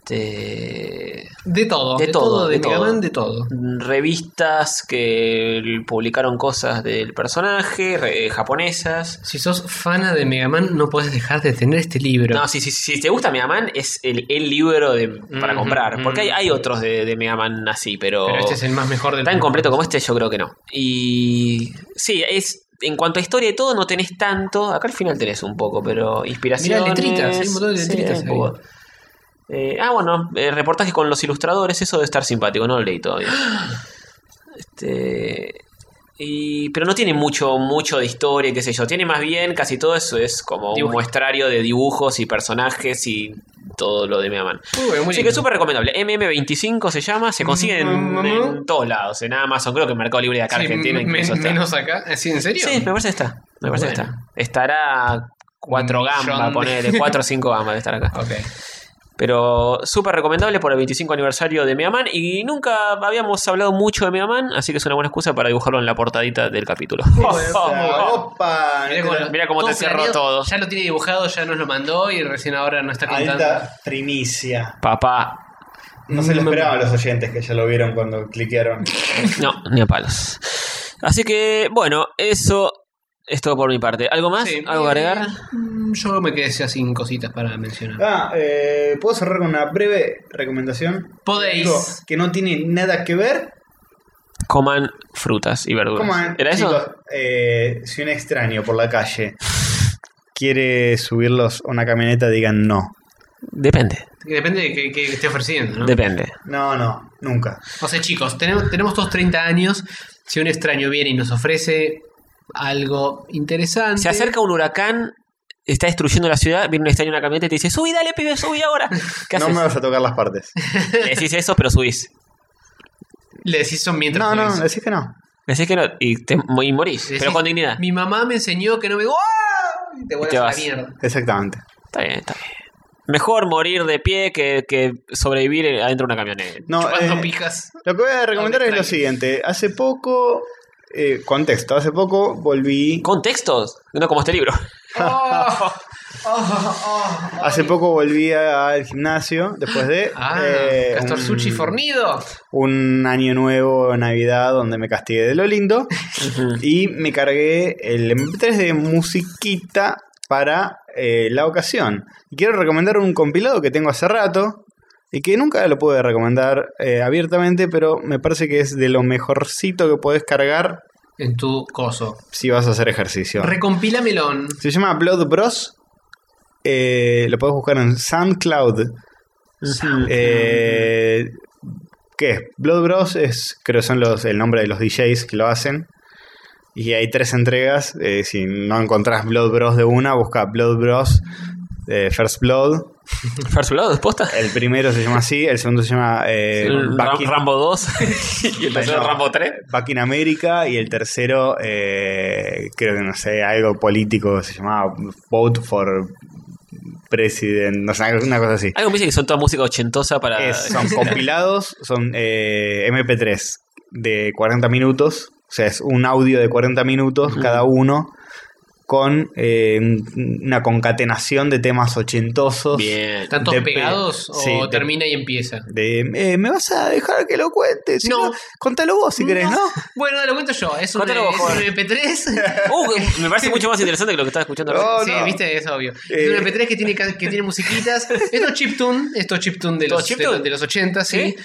este,
De todo.
De todo,
De
de
Mega
todo.
Man, de todo.
revistas que publicaron cosas del personaje, re- eh, japonesas.
Si sos fana de Mega Man, no puedes dejar de tener este libro.
No, sí, sí, sí, si te gusta Mega Man es el, el libro de- para
Ujú,
comprar, porque hay,
ujú.
hay otros de, de Mega Man así,
Pero este es el más mejor del
Tan completo como este, yo creo que no. Y. Sí, es. En cuanto a historia y todo, no tenés tanto. Acá al final tenés un poco, pero inspiración.
letritas, hay un montón de letritas ahí.
ah, bueno, eh, reportajes con los ilustradores, eso debe estar simpático, no lo leí todavía. Este. Y, pero no tiene mucho, mucho de historia, qué sé yo. Tiene más bien, casi todo eso es como
Dibujo.
un muestrario de dibujos y personajes y todo lo de Mega Man.
Muy bueno, muy
Sí, que
lindo.
es súper recomendable. MM25 se llama, se consigue en,
Mm,
en
mm.
todos lados, en Amazon, creo que en Mercado Libre de acá
Sí,
Argentina
men-
incluso está.
menos acá. ¿Ah, ¿Sí, ¿En serio?
Sí, me parece que está. Me parece que
Bueno. Mm,
está. Estará cuatro
Un millón
gambas,
de-
ponele, cuatro o cinco gambas de estar acá.
Ok.
Pero súper recomendable por el 25 aniversario de Mega Man y nunca habíamos hablado mucho de Mega Man, así que es una buena excusa para dibujarlo en la portadita del capítulo.
¡Opa!
Mirá cómo lo-
Mirá cómo te cerró
planeado,
todo.
Ya lo tiene dibujado, ya nos lo mandó y recién ahora nos está contando.
Alta primicia.
Papá. Mm,
No se lo esperaban los oyentes que ya lo vieron cuando cliquearon.
No, ni a palos. Así que, bueno, eso es todo por mi parte. ¿Algo más?
Sí.
¿Algo que agregar?
Mm, Yo me quedé ya sin cositas para mencionar.
Ah, eh, ¿puedo cerrar con una breve recomendación?
Podéis.
Algo que no tiene nada que ver.
Coman frutas y verduras.
Coman,
¿Era eso?
chicos, eh, si un extraño por la calle quiere subirlos a una camioneta, digan no.
Depende.
Depende de qué, qué esté ofreciendo, ¿no?
Depende.
No, no, nunca.
O sea, chicos, tenemos, tenemos todos 30 años. Si un extraño viene y nos ofrece algo interesante.
Se acerca un huracán, está destruyendo la ciudad, viene un extraño en una camioneta y te dice, subí, dale, pibe, subí ahora. ¿Qué
No
haces?
me vas a tocar las partes.
Le decís eso, pero subís.
Le decís eso mientras.
No, no,
subís.
decís que no.
Le decís que no, y, te, y morís,
Le
pero
decís,
con dignidad.
Mi mamá me enseñó que no me. ¡Ah! Y te vuelves
te
a la
vas.
mierda.
Exactamente.
Está bien, está bien. Mejor morir de pie que, que sobrevivir adentro de una camioneta.
No,
Chupando
eh,
pijas.
Lo que voy a recomendar es
Donde
lo
está.
siguiente. Hace poco, eh, contexto, hace poco volví.
¿Contextos? No como este libro.
Oh, oh, oh, oh.
Hace poco volví a- al gimnasio después de
Ah,
eh,
Castor
un-
Sushi fornido.
un año nuevo, Navidad, donde me castigué de lo lindo y me cargué el MP3 de musiquita para eh, la ocasión. Y quiero recomendar un compilado que tengo hace rato y que nunca lo pude recomendar eh, abiertamente, pero me parece que es de lo mejorcito que podés cargar
En tu coso.
si vas a hacer ejercicio.
Recompila melón.
Se llama Blood Bros. Eh, lo podés buscar en SoundCloud. Eh, ¿Qué es? Blood Bros es, creo que son los, el nombre de los DJs que lo hacen. Y hay tres entregas. eh, si no encontrás Blood Bros de una, busca Blood Bros. eh, First Blood.
First Blood, posta.
El primero se llama así, el segundo se llama eh,
El Ram-
Back, in,
Rambo 2 y el tercero
No.
Rambo 3.
Back in America y el tercero, eh, creo que no sé, algo político se llamaba Vote for President, no sé, una cosa así.
Algo me dice que son toda música ochentosa para.
Es- son compilados, son eh, MP3 de 40 minutos, o sea, es un audio de 40 minutos cada uno con eh, un- una concatenación de temas ochentosos.
Bien.
¿Están todos
De pe-
pegados o
sí, de-
termina y empieza?
De, eh, ¿Me vas a dejar que lo cuente? Si
No.
no, contalo vos si querés, ¿no?
Bueno, lo cuento yo. Es un,
Contalo vos,
es un
joven.
MP3.
Uh, me parece mucho más interesante que lo que estás escuchando.
No,
ahora.
sí,
no.
viste, es obvio.
Eh.
Es un MP3 que tiene, ca- que tiene musiquitas. Esto es chiptune. Esto es chiptune de
¿Todo
los, de,
chiptune?
de los 80, sí.
¿Sí?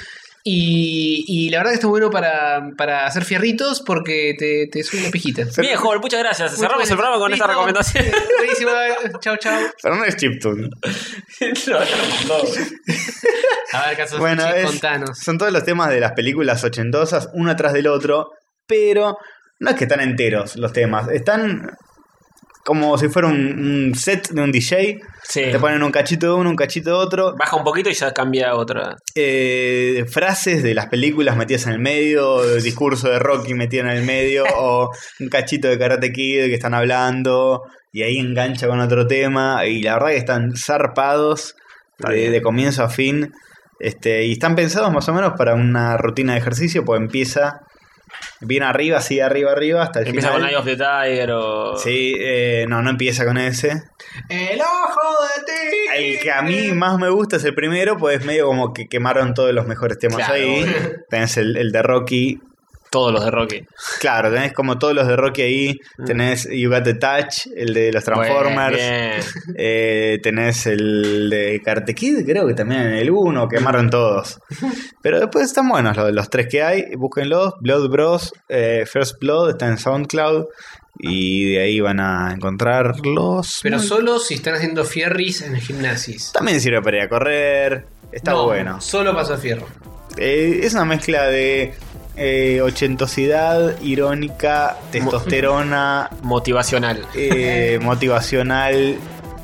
Y, y la verdad que está bueno para, para hacer fierritos porque te, te sube la pijita.
Bien, joven, muchas gracias.
Muchas
Cerramos el
gracias.
programa con esta
Listo.
recomendación.
Buenísimo. Chao, chao.
Pero no es chiptune.
No, no, no.
A ver, Katsushi,
Bueno, es-
contanos.
son todos los temas de las películas ochentosas, uno atrás del otro, pero no es que están enteros los temas, están como si fuera un, un set de un DJ.
Sí.
Te ponen un cachito de uno, un cachito de otro.
Baja un poquito y ya cambia a otra.
eh, frases de las películas metidas en el medio, discurso de Rocky metido en el medio, o un cachito de Karate Kid que están hablando, y ahí engancha con otro tema, y la verdad que están zarpados
Está
de,
bien.
de comienzo a fin, este, y están pensados más o menos para una rutina de ejercicio, pues empieza bien arriba, sigue arriba, arriba, hasta el
Empieza con
final.
Eye of the Tiger o.
Sí, eh, no, no empieza con ese.
El ojo de ti.
El que a mí más me gusta es el primero, pues medio como que quemaron todos los mejores temas
Claro,
ahí.
boludo.
Tenés el, el de Rocky.
Todos los de Rocky.
Claro, tenés como todos los de Rocky ahí. Tenés You Got the Touch, el de los Transformers.
Bien.
Eh, tenés el de Karate Kid, creo que también en el 1, quemaron todos. Pero después están buenos los, los tres que hay, búsquenlos. Blood Bros, eh, First Blood está en SoundCloud y de ahí van a encontrarlos.
Pero solo si están haciendo fierris en el gimnasio.
También sirve para ir a correr, está
No,
bueno.
Solo paso a fierro.
Eh, es una mezcla de eh, ochentosidad, irónica, testosterona,
Motivacional.
eh, motivacional,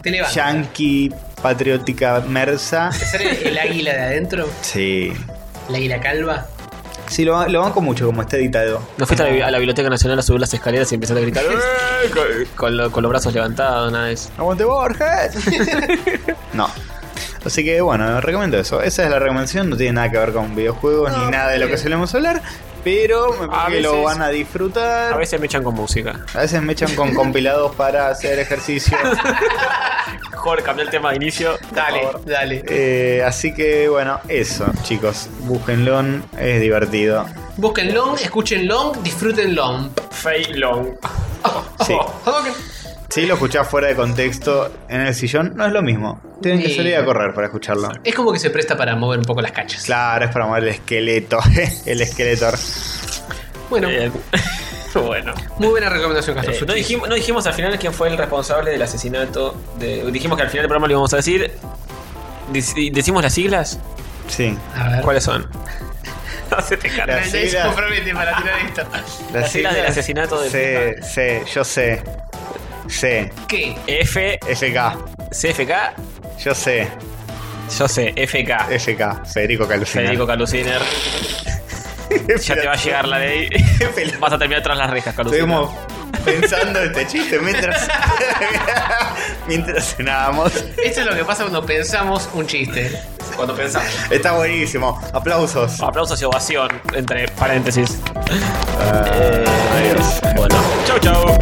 Te levanta.
yankee, patriótica, mersa.
Te sale el águila de adentro,
Sí.
el águila calva.
Sí, lo, lo banco mucho como está editado.
No fuiste a la, bi- a la Biblioteca Nacional a subir las escaleras y empezaste a gritar "Eh", con- con, lo- con los brazos levantados, nada de eso.
¡Aguante Borges! no. Así que bueno, recomiendo eso. Esa es la recomendación, no tiene nada que ver con videojuegos ni nada de lo que solemos hablar, pero me
A
parece que lo
veces-
van a disfrutar.
A veces me echan con música.
A veces me echan con compilados para hacer ejercicio.
Jorge, cambié el tema de inicio.
Dale,
Por favor.
dale.
Eh, así que bueno, eso, chicos. Búsquenlo, es divertido.
Busquen long, escuchen long, disfruten long.
Fei Long.
Sí.
Oh.
Si lo escuchás fuera de contexto en el sillón, no es lo mismo. Tienen que
Sí.
salir a correr para escucharlo.
Es como que se presta para mover un poco las cachas.
Claro, es para mover el esqueleto, el esqueletor.
Bueno,
Eh, bueno.
Muy buena recomendación,
Eh,
Castro. Sutil.
no, dijimos, no dijimos al final quién fue el responsable del asesinato. De, dijimos que al final del programa lo íbamos a decir. Dec- ¿Decimos las siglas?
Sí.
A ver.
¿Cuáles son? no se te carga.
Las
Nadie se
siglas-
compromete para tirar esto.
Las siglas del asesinato de
C, C, yo sé. C,
¿Qué?
F,
FK.
CFK,
Yo sé,
yo sé, FK.
FK. Federico Calucina.
Federico Caluciner. Ya te va a llegar la ley. Vas a terminar tras las rejas, Caluciner.
Estuvimos pensando este chiste mientras. mientras cenábamos.
Esto es lo que pasa cuando pensamos un chiste.
Cuando pensamos.
Está buenísimo. Aplausos.
Aplausos y ovación, entre paréntesis.
Ah, adiós.
Bueno, chau, chau.